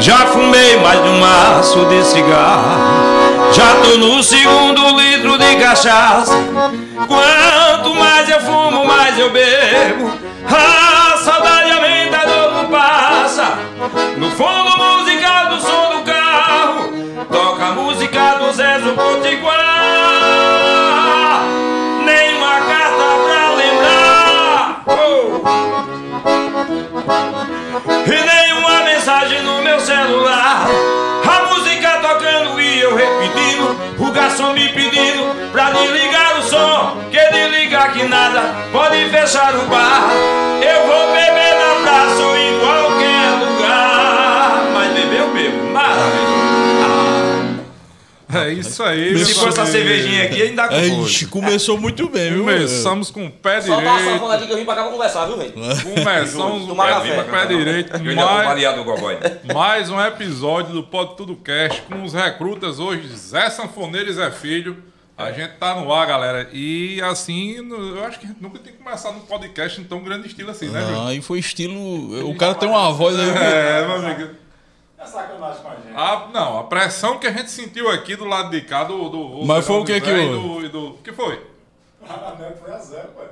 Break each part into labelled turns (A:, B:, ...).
A: Já fumei mais de um maço de cigarro. Já tô no segundo litro de cachaça. Quanto mais eu fumo, mais eu bebo. A saudade aumenta, a dor não passa. No fundo musical do som do carro, toca a música do Zé do Potiguar. Nem uma carta pra lembrar. Oh. E nem uma mensagem no meu celular. A música tocando e eu repetindo. O garçom me pedindo pra desligar o som. Que desligar que nada pode fechar o bar. Eu vou beber na praça ou em qualquer lugar. Mas beber eu bebo, maravilha.
B: É isso
C: né?
B: aí.
A: Ah, se
B: meu
A: for essa
B: amigo.
A: cervejinha aqui, ainda
B: Tá
C: Ai,
A: com
C: Ixi, começou muito bem, viu?
B: Começamos com o pé
D: Só passa a
B: direito.
D: bola aqui que eu vim pra cá pra conversar, viu, velho?
B: Começamos
D: Tomar
B: É, com o
D: café.
B: pé- pé direito.
A: Eu ainda tô
B: Mais,
A: variado do Gogói.
B: mais um episódio do Pod Tudo Cast com os recrutas hoje, Zé Sanfoneiro e Zé Filho. A gente tá no ar, galera. E assim, no- eu acho que a gente nunca tem começado um podcast em tão grande estilo assim, né, Júlio?
C: Ah, Aí foi estilo. O cara tem uma voz aí.
B: É, meu amigo.
E: É sacanagem com a gente.
B: A- não, a pressão que a gente sentiu aqui do lado de cá do. do
C: Mas foi o que
B: do Zé
C: que
B: e
C: houve?
B: do, e do- que foi?
E: A net foi a zero, pô.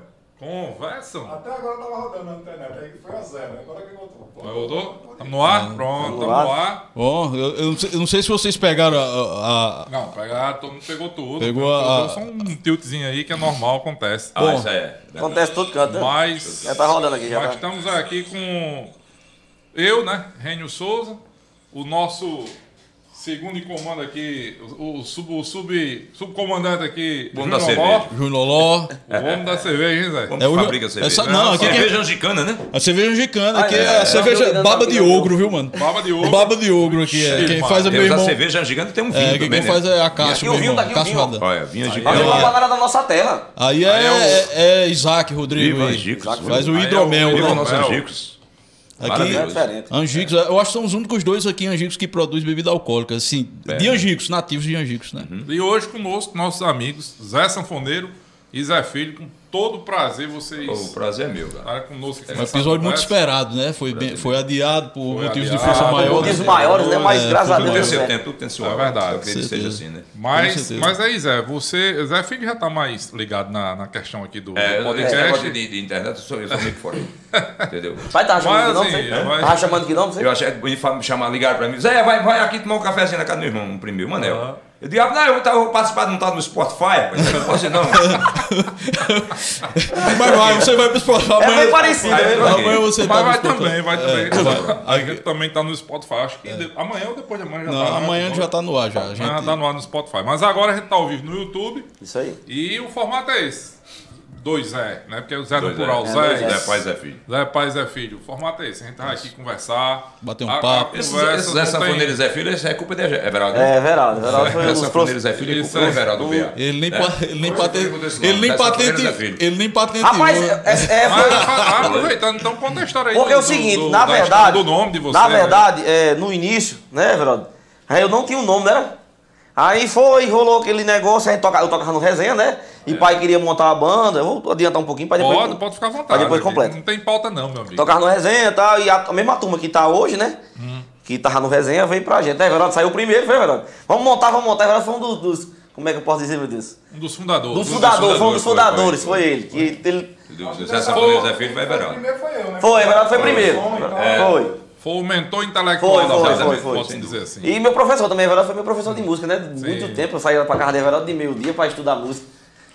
B: Conversam?
E: Até agora tava rodando na internet, aí foi a zero, agora que voltou.
B: Voltou? Tamo no ar? Pronto, tamo no ar.
C: Ó, eu, eu não sei, eu não sei se vocês pegaram a. a- a-
B: Não, pegar, todo mundo pegou tudo.
C: Pegou a-
B: Deu Só um tiltzinho aí que é normal, acontece.
A: Ah, isso aí é.
D: Acontece tudo canto.
B: Mas.
C: é
D: Já tá rodando aqui, já
B: Mas
C: né?
D: tá.
B: estamos aqui com eu, né? Renio Souza, o nosso segundo em comando aqui, o, o sub, o sub, subcomandante aqui,
A: Dono da
B: Júnior
A: cerveja.
B: Ló,
C: Junoló.
B: o homem da cerveja, hein, Zé?
A: Como é
C: o-
A: fabrica a cerveja?
C: essa- não, aqui que- é-
A: cerveja angicana, né?
C: A cerveja angicana, aqui
D: Ah, é,
C: é
D: é.
C: a cerveja
D: Não,
C: baba
D: não,
C: de
D: não, não.
C: ogro, viu, mano?
B: Baba de ouro.
C: Baba de ogro aqui, é.
B: Ixi,
C: Quem faz é meu
A: Deus, a
C: irmão.
A: cerveja angicana tem um vinho
C: É, quem
A: também, né?
C: faz é a Cássio,
D: E aqui o
C: meu
D: vinho,
C: irmão.
D: daqui o
C: Cássio
D: vinho, ó.
C: Radan.
A: Olha, vinho
D: Mas eu vou
A: angicana.
D: pra galera da nossa terra.
C: Aí
B: Aí é o-
C: é, é Isaac Rodrigo.
A: Viva
C: aí.
A: Angicos.
C: Faz o
B: Aí é o- né?
C: hidromel.
B: Viva
A: Viva
C: né?
A: nossos
B: Mel.
A: angicos.
C: Aqui,
A: Maravilha.
D: É diferente.
C: Angicos, eu acho que são os únicos dois aqui, Angicos, que produz bebida alcoólica. Assim,
B: É.
C: de Angicos, nativos de Angicos, né?
B: E hoje conosco, nossos amigos Zé Sanfoneiro e Zé Filho, com todo prazer vocês
A: O prazer é meu, cara.
B: estarem conosco aqui.
C: Um
B: nessa
C: episódio muito
B: conversa.
C: esperado, né? Foi, bem- foi adiado por
B: Foi
C: motivos de
B: adiado.
D: Ah,
C: força maior.
D: Motivos
C: né?
D: maiores, né? Mas
C: É,
D: graças a
C: tudo
A: Tudo tem
D: Deus.
A: seu
D: é.
A: tempo, tudo tem seu
B: É
A: hora.
B: verdade.
A: Eu acredito que seja
C: Certeza.
A: assim, né?
C: Com
B: Mas,
C: certeza.
B: mas aí, Zé, você. Zé Filho já tá mais ligado na, na questão aqui do,
A: É,
B: do
A: esse negócio
B: podcast.
A: de, de internet, eu sou, eu sou meio que fora. Entendeu?
D: Vai tá chamando
B: Mas,
D: que não,
B: assim,
D: você?
B: mas-
D: Tá chamando que não, você?
A: Eu achei que bonito me chamar, ligar pra mim. Zé, vai, vai aqui tomar um cafezinho na casa do meu irmão, um primeiro, Manel.
B: Aham.
A: Eu digo, ah, não, eu vou, tá, eu vou participar de um tal no Spotify. rapaz. Eu não posso ir, não.
C: Mas vai, você vai pro esporte.
D: É bem
C: Amanhã,
D: parecido,
A: Aí-
D: né?
C: amanhã você
B: Mas
C: tá no
B: vai
C: esporte.
B: também, vai também.
C: vai.
B: A gente também tá no Spotify. Acho que de- amanhã ou depois de amanhã já tá.
C: É. Não,
B: né?
C: amanhã já tá no ar já. A gente-
B: Amanhã já tá no ar no Spotify. Mas agora a gente tá ao vivo no YouTube
D: Isso aí.
B: e o formato é esse. Dois Zé, né? Porque o Zé no
A: Dois
B: plural,
A: é.
B: Zé.
A: Zé, pai, Zé Filho.
B: Zé Pai, Zé Filho. O formato é esse. A gente vai aqui conversar.
C: Bater um
B: A- a
C: papo.
A: Esses-
B: conversa
A: Esses
B: não
A: Zé
B: tem-
A: Sanfoneiro e Zé Filho, isso é culpa de Everaldo.
D: É, Veraldo. Veraldo foi um
A: Zé
D: dos
A: Sanfoneiro e
D: professores.
A: Zé Filho é
B: Isso
A: culpa do
B: é-
A: Everaldo VA.
C: Ele nem, pa- ele nem
A: Hoje
C: paten-
A: eu pergunto esse nome,
C: ele
B: tá
C: nem
A: Zé
C: patente, né?
A: Sanfoneiro, Zé Filho.
C: ele nem patenteou.
D: Rapaz, é, é,
B: Mas,
D: foi...
B: ah, aproveitando, então conta a história aí.
D: Porque é o seguinte, na
B: da história
D: verdade.
B: Do nome de você.
D: Na
B: né?
D: verdade, é, no início, né, Veraldo? Aí eu não tinha o nome, né? Aí foi, rolou aquele negócio, aí toca, eu tocava no resenha, né? E pai queria montar uma banda. Eu vou adiantar um pouquinho pra depois.
B: É. Pode, pode ficar à vontade.
D: Mas depois
B: aqui.
D: completa.
B: Não tem pauta, não, meu amigo.
D: Tocava no resenha e tal, e a, a mesma turma que tá hoje, né? Que tava no resenha, veio pra gente. Né, Veraldo? Saiu primeiro, foi, Veraldo? Vamos montar, vamos montar. Veraldo foi um dos, dos- Como é que eu posso dizer, meu Deus?
B: Um dos fundadores.
D: Do fundador, foi um
A: fundadores,
D: dos
A: foi,
D: fundadores,
A: foi,
D: foi ele. Que ele
A: Do Zé Sanfoneiro e Zé Filho é vai Everaldo.
E: Primeiro foi eu, né?
D: foi, Veraldo foi primeiro.
E: É.
D: Foi.
B: Foi o mentor intelectual
D: Foi,
B: da
D: foi,
B: banda,
D: foi,
B: né?
D: foi.
B: Pode
D: sem
B: dizer
D: dúvida.
B: assim.
D: E meu professor também, Everaldo foi meu professor de música, né? Muito tempo eu saía pra casa de Everaldo de meio-dia pra estudar música.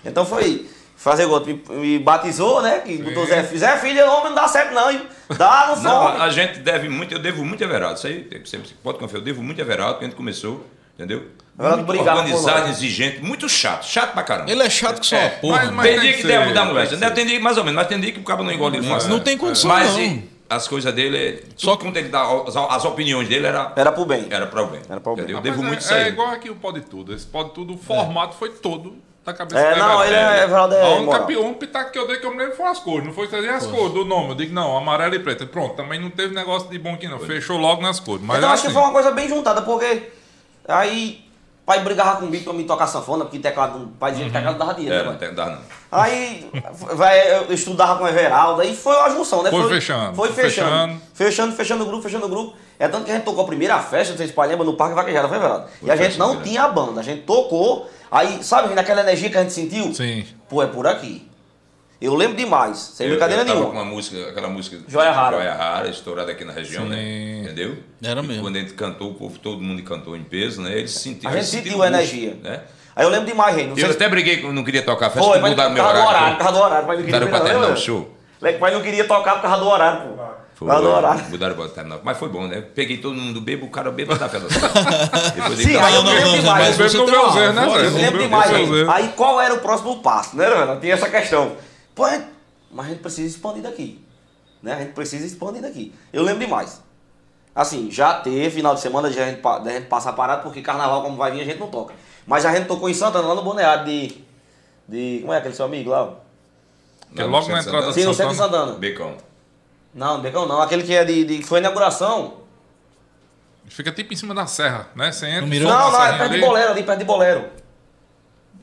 D: Então foi fazer gol. Me, me batizou, né? Que botou Zé Filho. Zé Filho, homem, não dá certo não, hein? Dá, não
A: Não,
D: só.
A: a gente deve muito, eu devo muito a Everaldo. Isso aí, você você pode confiar, eu devo muito a Everaldo, porque a gente começou, entendeu?
D: Everaldo
A: Muito
D: brigava por
A: Organizado,
D: nós.
A: exigente, muito chato, chato pra caramba.
C: Ele é chato que só uma
A: É,
C: porra.
B: mas-
C: mano.
B: mas-
A: tem
B: tem
A: dia
B: que
A: que
B: ser,
A: deve mudar a
B: tem que
A: mulher.
B: ser.
A: Né? Tem dia, mais ou menos, mas tem dia que o cabo não engole ele fácil.
C: não tem condição,
A: Mas
C: não.
A: e, as coisas dele, só
C: Só-
A: quando ele dá, as, as opiniões dele era,
D: Era pro bem.
A: era pra o bem.
D: Era pra o bem.
A: entendeu? Eu
B: Mas
A: devo
B: é,
A: muito isso
B: É
A: aí.
B: igual aqui o Pode Tudo. Esse Pode Tudo, o formato foi todo da cabeça
D: É,
B: do
D: não,
B: Everaldo.
D: ele é- Everaldo é
B: A única
D: moral.
B: pi- um pitaco que eu dei que eu me lembro foi as cores. Não foi trazer as cores do nome. Eu digo, não, amarelo e preto. Pronto, também não teve negócio de bom aqui, não. Fechou logo nas cores. Mas é
D: então acho
B: assim,
D: que foi uma coisa bem juntada, porque aí pai brigava comigo pra me tocar sanfona, porque teclado, pai dizia que teclado dava dinheiro.
A: É,
D: né,
A: não
D: pai?
A: tem, dá não.
D: Aí vai, eu estudava com o Everaldo, aí foi uma junção, né?
B: Foi fechando,
D: Foi fechando.
B: fechando.
D: Fechando, fechando o grupo, fechando o grupo. É tanto que a gente tocou a primeira festa, vocês se lembram, no Parque Vaquejada, foi Everaldo. E a gente
A: festa,
D: não
A: verdade.
D: tinha a banda, a gente tocou, aí, sabe, naquela energia que a gente sentiu?
B: Sim.
D: Pô, é por aqui. Eu lembro demais, sem brincadeira
A: eu tava
D: nenhuma.
A: com uma música, aquela música.
D: Joia Rara.
A: Joia Rara, estourada aqui na região, né? Entendeu?
C: Era
A: E
C: mesmo.
A: Quando a gente cantou, o povo, todo mundo cantou em peso, né? Eles sentiram.
D: A gente
A: eles sentiram
D: sentiu a
A: o gosto,
D: energia.
A: Né?
D: Aí eu lembro demais, Reino. não sei
A: Eu
D: se-
A: até briguei que eu não queria tocar a festa,
D: Foi,
A: porque
D: mas
A: mudaram
D: tava
A: meu
D: do horário,
A: horário.
D: tava do horário, mas não queria
A: Mudaram pra
D: terminar,
A: terminar o
D: lembra?
A: show.
D: Le- Mas não queria tocar por causa do horário, pô. Por causa do horário.
A: Mudaram pra terminar. Mas foi bom, né? Peguei todo mundo bebo, o cara bebo da festa. Depois
D: Sim,
A: ele
D: aí
A: tava
D: eu
C: não,
D: lembro
C: não, não,
D: demais.
C: mas
B: Bebe
C: você
B: no
C: tem uma
B: meu Zé, né,
C: voz,
B: velho?
D: Eu
B: Bebe
D: lembro
B: no
D: demais.
B: meu
D: Aí,
B: Zé.
D: aí qual era o próximo passo, né, velho? Tinha essa questão. Pô, a gente- mas a gente precisa expandir daqui. Né? A gente precisa expandir daqui. Eu lembro demais. Assim, já teve final de semana de a gente, pa- de a gente passar parado, porque carnaval, como vai vir, a gente não toca. Mas a gente tocou em Santana, lá no Boneado de. de como é aquele seu amigo lá?
B: Que logo na entrada
D: Sim, no centro
B: Santana.
D: de Santana.
A: Becão.
D: Não, Becão não. Aquele que é de. de- que foi a inauguração.
B: Fica tipo em cima da serra, né? Você entra.
C: No Mirante?
B: sobe
D: Não,
B: uma
D: não, é
B: serrinha
D: perto de
B: ali. Ah,
D: Bolero, ali perto de Bolero.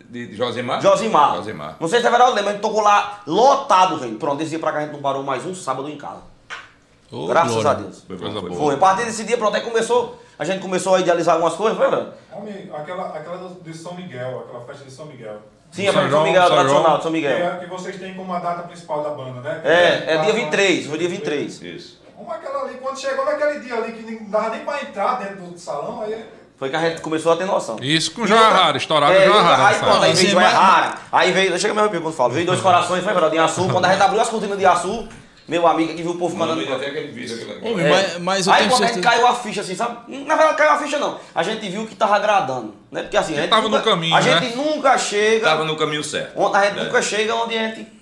A: De Josimar?
D: Josimar.
A: Josimar.
D: Não sei se é verdade, lembra, a gente tocou lá lotado, velho. Pronto, esse dia pra cá a gente não parou mais um sábado em casa.
C: Ô,
D: Graças
C: glória.
D: a Deus.
A: Foi
B: Coisa boa.
D: Foi, a partir desse dia, pronto, aí começou, a gente começou a idealizar algumas coisas, lembra?
E: Homem, aquela, aquela do- de São Miguel, aquela festa de São Miguel.
D: Sim,
B: Do
D: a São
B: São
D: Miguel,
B: João,
D: tradicional de São
E: Que,
D: Miguel.
E: é, que vocês têm como a data principal da banda, né?
D: É, é dia 23, foi dia 23.
A: Isso.
E: Uma aquela ali, quando chegou naquele dia ali, que não dava nem pra entrar dentro do salão, aí...
D: Foi que a gente começou a ter noção.
B: Isso com Joia Rara, estourado
D: É,
B: com Joia Rara.
D: aí,
B: nessa
D: pronto,
B: época.
D: aí veio
C: Sim,
D: Joia
C: mas-
D: Rara, aí veio, chega meu amigo quando falo, veio dois corações, foi verdade, em Açu, quando a gente abriu as cortinas de Açu, meu amigo aqui viu o povo mandando...
A: Mandou até aquele vídeo. aquele-
C: Ô, meu,
D: É.
C: mas, mas eu
D: aí
C: tenho
D: quando a gente
C: certeza.
D: caiu a ficha, assim, sabe? Na verdade, caiu a ficha não. A gente viu que tava agradando, né? Porque assim, a gente
B: tava
D: nunca,
B: no caminho,
D: A
C: né?
D: gente nunca chega...
A: Tava no caminho certo.
D: Onde a gente
A: É.
D: nunca chega onde a gente, a gente.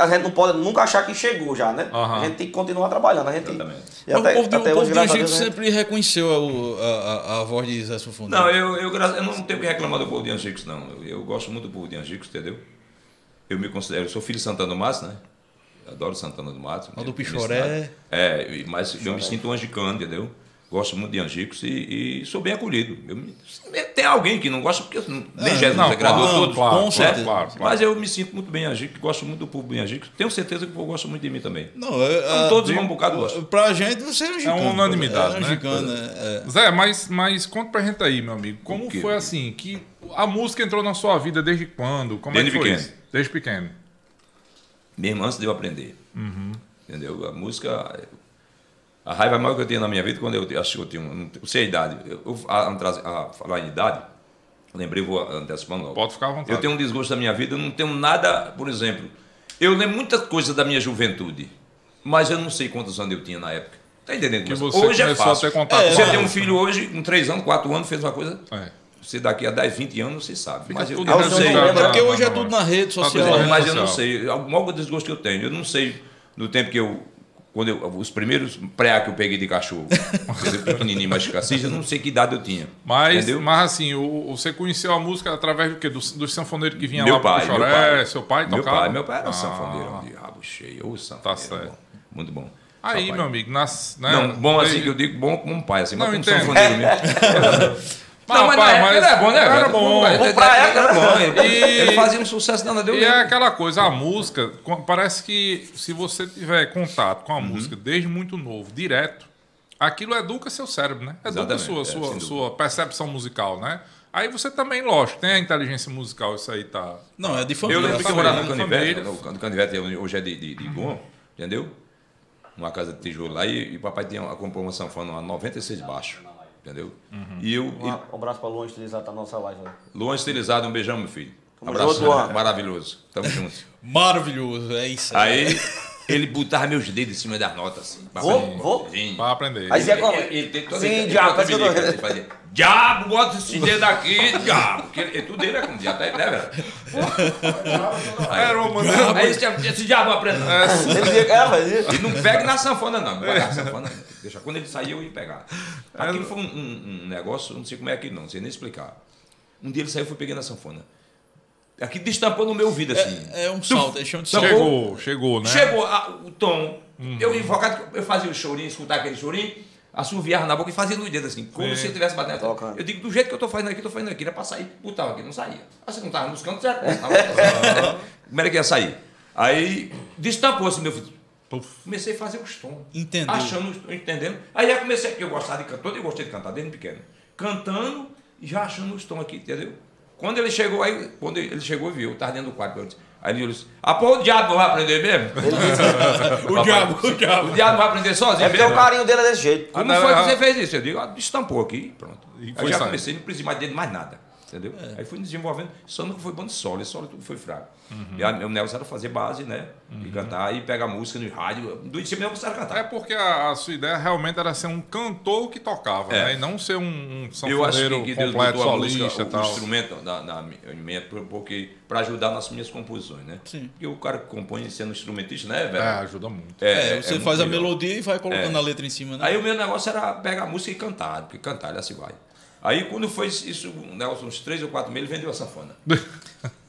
D: A gente não pode nunca achar que chegou já, né?
B: Aham.
D: A gente tem que continuar trabalhando. A gente,
A: Exatamente.
C: Mas
D: e
C: o É um povo de, o povo de
D: graças
C: Angico
D: a Deus, né? a gente-
C: sempre reconheceu a, o- a, a, a voz de Zé Sufundão.
A: Não, eu, eu, gra- eu não tenho que reclamar do povo de Angicos, não. Eu, eu gosto muito do povo de Angicos, entendeu? Eu me considero, eu sou filho de Santana do Mato, né? Adoro Santana do Mato.
C: Lá do
A: minha- minha
C: Pichoré.
A: cidade. É, e- mas eu me sinto um angicano, entendeu? Gosto muito de Angicos e, e sou bem acolhido. Eu me- tem alguém que não gosta, porque eu não- nem Jesus
B: É, não,
A: agradou
B: claro,
A: todos.
B: claro,
A: né?
C: claro,
B: claro, claro.
A: Mas eu me sinto muito bem em Angicos, gosto muito do povo de Angicos. Tenho certeza que o povo gosta muito de mim também.
C: Não, eu,
A: Então,
C: a-
A: todos vão um bocado gostam.
C: Pra gente, você é um gigante.
B: unanimidade,
C: É um
B: né?
C: gigante, né?
B: Zé, mas, mas conta pra gente aí, meu amigo. Como
A: O quê?
B: foi assim? Que a música entrou na sua vida desde quando? Como
A: Desde
B: é que foi
A: pequeno.
B: isso? Desde pequeno.
A: mesmo antes de eu aprender.
B: Uhum.
A: Entendeu? A música. A raiva maior que eu tinha na minha vida, quando eu acho que eu tinha. um- Não sei a idade. Eu, eu- a, a- a- falar em idade, lembrei, vou antecipando logo.
B: Pode ficar à vontade.
A: Eu tenho um desgosto da minha vida, eu não tenho nada, por exemplo. Eu lembro muita coisa da minha juventude, mas eu não sei quantos anos eu tinha na época. Tá entendendo?
B: Que
A: Mas
B: você
A: hoje é
B: começou
A: fácil.
B: a ter contato
C: É,
B: com
A: Você
B: a
A: tem um
B: música.
A: filho hoje, com 3 anos, 4 anos, fez uma coisa.
B: É.
A: Você daqui a 10, 20 anos, você sabe. mas eu,
B: tudo
A: eu não
D: resolvido.
A: sei.
D: Não
C: É,
D: lembra,
C: é porque
B: Tá,
C: hoje é
B: tá,
C: tudo
B: tá.
C: na rede
B: Tá tudo
C: social.
B: na
C: né?
B: rede
A: mas eu não
B: social.
A: sei. Algum desgosto que eu tenho. Eu não sei. No tempo que eu. Quando eu, os primeiros pré que eu peguei de cachorro, quando eu pequenininho, mas cacete, eu não sei que idade eu tinha.
B: Mas,
A: entendeu?
B: mas assim, o- você conheceu a música através do quê? Dos, dos sanfoneiros que vinha
A: meu
B: lá pro
A: pai, meu
B: Choré?
A: pai.
B: É, Seu pai
A: meu
B: tocava?
A: pai, meu pai era um
B: Ah. tá
A: sanfoneiro, de rabo cheio, ou sanfoneiro.
B: certo.
A: bom, muito bom.
B: Aí,
A: Papai.
B: meu amigo, nas, né?
A: Não, bom assim
B: desde-
A: que eu digo, bom como um pai, assim, mas
B: Não,
A: como
B: entendo.
A: sanfoneiro mesmo.
B: Mas, rapaz, mas era bom.
A: né, Era
B: Bom
A: pra época, era bom. Ele
B: E-
A: ele fazia um sucesso danado. eu
B: é, E é
A: lembro.
B: aquela coisa, a música, co- parece que se você tiver contato
A: Uhum.
B: com a música desde muito novo, direto, aquilo educa seu cérebro, né? Educa
A: Exatamente,
B: sua,
A: é, sem
B: sua,
A: dúvida.
B: sua percepção musical, né? Aí você também, lógico, tem a inteligência musical, isso aí tá.
C: Não, é de
A: Eu
C: família.
A: lembro que eu
B: Família,
A: morava no Canivete,
B: família.
A: no Can- Canivete hoje é de, de, de Gom, entendeu? Uma casa de tijolo lá e, e papai tinha, uma- comprou uma sanfona, uma 96 baixo, entendeu?
B: Uhum.
A: E eu, e
D: Um abraço pra Luan Estilizado, tá na nossa live. velho.
A: Luan Estilizado, um beijão, meu filho.
D: Tamo
A: Abraço,
D: junto, Luan.
A: maravilhoso, tamo junto.
C: Maravilhoso, é isso.
A: Aí ele botava meus dedos em cima das notas, assim.
D: Vou,
A: papai.
D: vou.
A: Sim.
B: Pra aprender.
D: Aí você- Como?
A: Ele- ele tem toda-
D: Sim,
A: ele tem
D: diabo,
A: toda
D: é que eu
A: melica,
D: não-
A: ele fazia, Diabo, bota esse dedo aqui, diabo. Que ele- tudo dele é com diabo, né, velho?
B: Era um É, uma maneira-
A: Aí esse, esse diabo aprende.
D: Ele dizia que era, velho.
A: E não pegue na sanfona, não. Pegar na sanfona, deixa. Quando ele sair, eu ia pegar. Aquilo foi um, um- um negócio, eu não sei como é que não, não sei nem explicar. Um dia ele saiu e foi peguei na sanfona. Aqui destampou no meu ouvido, assim.
C: É um salto, é chão de salto.
B: Chegou, chegou, né?
A: Chegou a- o tom. Eu invocado, eu fazia o chorinho, escutar aquele chorinho. assoviava na boca e fazia nos dedos assim, como
B: Sim.
A: se eu estivesse batendo.
D: Tocando.
A: Eu digo, do jeito que eu tô fazendo aqui, tô fazendo aqui, era pra sair. Botava aqui, não saía. Assim, não tava nos cantos, já tava- Como era que ia sair? Aí destapou-se meu filho. Comecei a fazer os tons.
C: Entendeu.
A: Achando, os tons, entendendo. Aí já comecei, porque eu gostava de cantar, eu gostei de cantar desde pequeno. Cantando e já achando os tons aqui, entendeu? Quando ele chegou, aí, quando ele chegou, viu, eu estava dentro do quarto. eu disse- Aí ele disse, ah, pô, o diabo vai aprender mesmo?
C: O diabo, o diabo.
A: O diabo vai aprender sozinho
D: É porque
A: mesmo?
D: o carinho dele é desse jeito.
A: Como
B: Ah, não,
A: foi que
B: ah.
A: você fez isso? Eu digo, ah, estampou aqui, pronto.
B: E
A: aí
B: foi
A: já
B: saindo.
A: comecei, não precisei mais dele mais nada. Entendeu? Aí fui desenvolvendo, só nunca foi bom de solo, esse solo tudo foi fraco.
B: Uhum.
A: E a, o Nelson era fazer base, né? E cantar, e pegar música no rádio. Do início mesmo você era cantar.
B: É porque a, a sua ideia realmente era ser um cantor que tocava,
A: É.
B: né? E não ser um, um
A: Eu acho
B: sanfoneiro
A: que, que Deus
B: completo,
A: botou a música,
B: solista e
A: o, o
B: tal.
A: instrumento na, na minha, porque para ajudar nas minhas composições, né?
C: Sim.
A: Porque o cara que compõe sendo instrumentista, né,
B: É,
A: velho?
B: ajuda muito.
C: É, você
A: muito
C: faz a
A: melhor.
C: melodia e vai colocando a letra em cima, né?
A: Aí o meu negócio era pegar a música e cantar, porque cantar, assim vai. Aí quando foi isso, o Nelson, uns três ou quatro meses, ele vendeu a sanfona.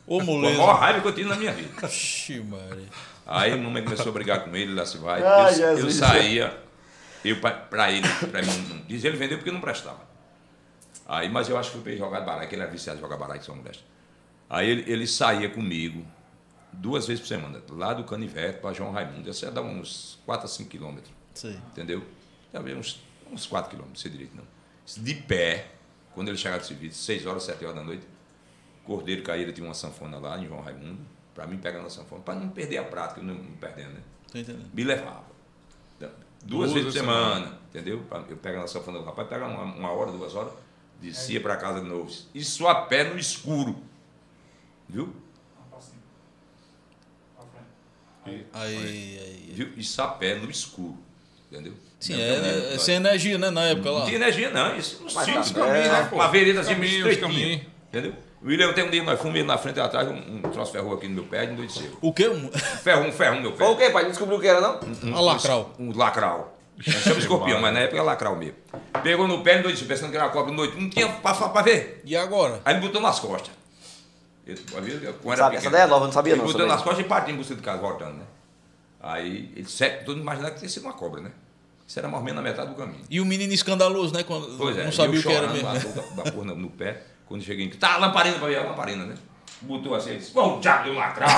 C: Ô,
A: Foi a
C: moleza.
A: maior raiva que eu tive na minha vida.
C: Oxi, Maria.
A: Aí minha mãe começou a brigar com ele, lá se vai.
D: Ai,
A: eu, eu
D: Jesus.
A: saía, eu pra, pra ele, pra mim, não- diz ele vendeu porque não prestava. Aí, mas eu acho que eu fui jogar baralho, que ele era viciado em jogar baralho que São Modesto. Aí ele, ele saía comigo duas vezes por semana, lá do Canivete para João Raimundo. Isso ia dar uns 4 a 5 quilômetros,
C: Sei.
A: entendeu? Talvez uns, uns 4 quilômetros, sei direito não. De pé, quando ele chegava do serviço, 6 horas, 7 horas da noite, Cordeiro Caíra tinha uma sanfona lá em João Raimundo, para mim pegar na sanfona, para não perder a prática, eu não me perdendo, né?
C: Tô entendendo.
A: Me levava. Então, Duas,
B: Duas
A: vezes por
B: vezes por
A: semana, entendeu? Pra- Eu pegava na sanfona do rapaz, pegava uma, uma hora, duas horas, descia para casa de novo. Isso a pé no escuro. Viu?
C: Aí, aí.
A: Viu? Isso a pé no escuro. Entendeu?
C: Sim,
A: Eu-
C: é,
A: eu lembro, Hum.
C: é
A: nós-
C: sem energia, né? Na época lá.
A: Não tinha energia, não. Isso um
D: Mas
A: simples
D: tá-
A: caminho,
D: é,
A: né?
B: pô.
A: Uma vereda assim,
B: Caminhos,
A: estreitinha,
B: caminho.
A: Entendeu? O William tem um dia, nós fomos ele na frente e atrás, um, um troço de ferro aqui no meu pé, não desceu.
C: O quê?
A: Ferrou, um ferrou no meu pé.
D: Foi o quê, pai? Não descobriu o que era, não?
C: Um, a lacral.
A: Um lacral. Nós Chama escorpião, mas na época era lacral mesmo. Pegou no pé, noite, pensando que era uma cobra de noite. Não tinha pra, pra, pra ver.
C: E agora?
A: Aí me botou nas costas. Eu, quando era
D: Sabe,
A: pequeno.
D: essa daí é nova, eu não sabia
A: Ele
D: não.
A: botou
D: sobre
A: nas
D: isso.
A: costas e partiu em busca de casa, voltando, né? Aí, ele sempre, todo mundo imaginava que tinha sido uma cobra, né? Isso era mais ou menos na metade do caminho.
C: E o menino escandaloso, né? Quando
A: Pois é,
C: não
A: eu
C: sabia o que era
A: chorando,
C: mesmo.
A: lá,
C: né?
A: da, da porra no, no pé. Quando cheguei em casa, tá, a lamparina pra ver, a lamparina, né? Botou assim, ele disse, bom, diabo de um lacral.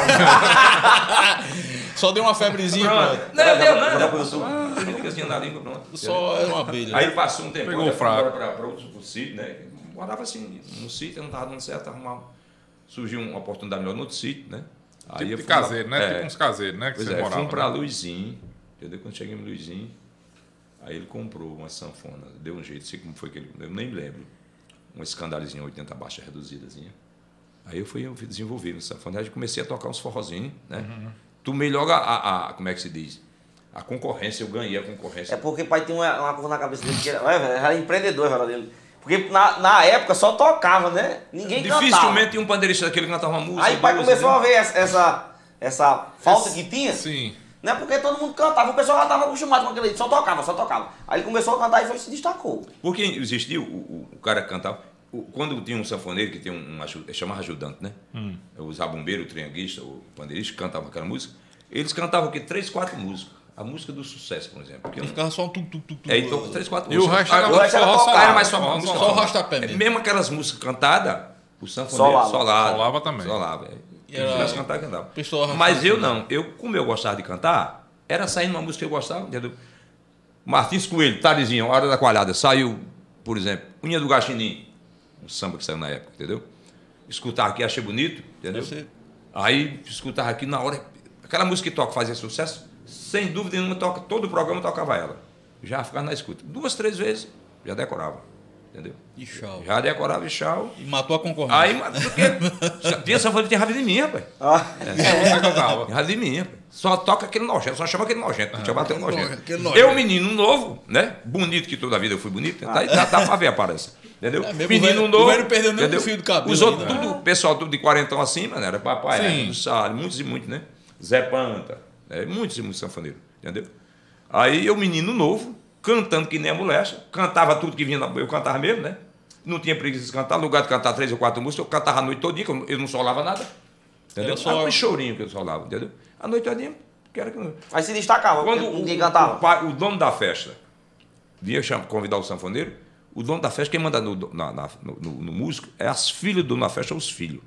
C: Só deu uma febrezinha,
A: Pronto.
C: pronto.
A: não, deu
D: Já foi o sul.
A: nada. Ah, fica assim na língua, pronto.
C: Só é uma abelha.
A: Aí passou um tempo,
B: Pegou
A: eu fui
B: fraco.
A: embora para para outro sítio, né? Morava assim, num sítio, não estava dando certo, arrumava. Surgiu uma oportunidade melhor no outro sítio, né?
B: Tipo de
A: fui lá-
B: caseiro, né?
A: É,
B: Tipo uns caseiros, né? Que
A: pois
B: você
A: é,
B: morava.
A: fomos para
B: né?
A: Luizinho, entendeu? Quando chegamos em Luizinho, aí ele comprou uma sanfona, deu um jeito, não sei como foi que ele eu nem lembro. Uma escandalizinha 80 baixa reduzidazinha. Aí eu fui, eu fui desenvolvendo sanfona, aí eu comecei a tocar uns forrozinhos, né?
B: Uhum.
A: Tomei logo a, a- a- como é que se diz? A concorrência, eu ganhei a concorrência.
D: É porque o pai tem uma, uma cor na cabeça dele que era, é, velho, era empreendedor, velho, dele. Porque na, na época só tocava, né? Ninguém
A: Dificilmente tinha um pandeirista daquele que cantava uma
D: cantava.
A: música.
D: Aí o pai
A: duas, né?
D: começou a
A: entendeu?
D: ver essa, essa, essa falta que tinha,
B: Sim.
D: né? Porque todo mundo cantava, o pessoal já estava acostumado com aquele, só tocava, só tocava. Aí ele começou a cantar e foi se destacou.
A: Porque existiu, o, o- o cara que cantava. o- quando tinha um sanfoneiro que tem um, um aju- chamava ajudante, né?
B: Hum.
A: Os abombeiro, o trianguista, o pandeirista que cantava aquela música, eles cantavam o quê? Três, quatro músicas. A música do sucesso, por exemplo. Porque
C: Aí ficava só um tum, tum, tum, tum.
A: é, então, três, quatro
B: Então, E o
A: músicas.
B: resto
A: Ah,
B: era
D: o resto era
B: forró
D: tocar,
B: só-
D: era
A: mais só uma
B: forró
A: música.
C: só o
A: não.
C: rastapé
A: É,
C: mesmo.
A: mesmo aquelas músicas cantadas, o sanfoneiro
D: Solava.
A: solava.
B: Solava também.
A: Solava. é.
C: E
A: Se
C: era-
A: tivesse cantado, cantava.
C: Pessoal
A: Mas
C: arrastando.
A: eu não. Eu, como eu gostava de cantar, era saindo uma música que eu gostava, entendeu? Martins Coelho, Tarizinho, Hora da Coalhada. Saiu, por exemplo, Unha do Gaxinim, um samba que saiu na época, entendeu? Escutar aqui, achei bonito, entendeu?
C: Você-
A: Aí escutava aqui na hora. Aquela música que toca fazia sucesso, sem dúvida nenhuma, toca, todo o programa tocava ela. Já ficava na escuta. Duas, três vezes, já decorava. Entendeu?
C: E tchau.
A: Já decorava e tchau.
C: E matou a concorrência.
A: Aí, mas por quê? Já- tinha sanfona, tinha raiva de mim, rapaz. É,
B: Você cantava.
A: Tinha raiva de mim, rapaz. Só toca aquele nojento, só chama aquele nojento. Tinha bateu um nojento.
C: Ah, aquele nojento.
A: Eu, menino novo, né? Bonito, que toda a vida eu fui bonito. né? Tá, aí, dá, dá pra ver a aparência. Entendeu?
C: É mesmo,
A: menino
C: o velho-
A: novo.
C: o velho perdeu nem um
A: entendeu?
C: fio do cabelo
A: Os outros,
C: ainda.
A: tudo, o pessoal tudo de 40 acima, né? Era papai,
B: Sim.
A: né? do Salles, muitos e muitos, né? Zé Panta, né? muitos e muitos sanfoneiros, entendeu? Aí eu, menino novo, cantando que nem a molecha, cantava tudo que vinha, na... eu cantava mesmo, né? Não tinha preguiça de cantar, no lugar de cantar três ou quatro músicas, eu cantava a noite toda, que eu eu não solava nada, entendeu?
C: Era
A: Só
C: só-
A: um chorinho que eu solava, entendeu? A noite todinha, que era que não...
D: Aí se destacava,
A: Quando
D: porque
A: o,
D: É, ninguém
A: o,
D: cantava.
A: pai- o dono da festa vinha cham- convidar o sanfoneiro, o dono da festa, quem manda no, na- na- no- no- no músico, é as filhas do dono da festa, são os filhos.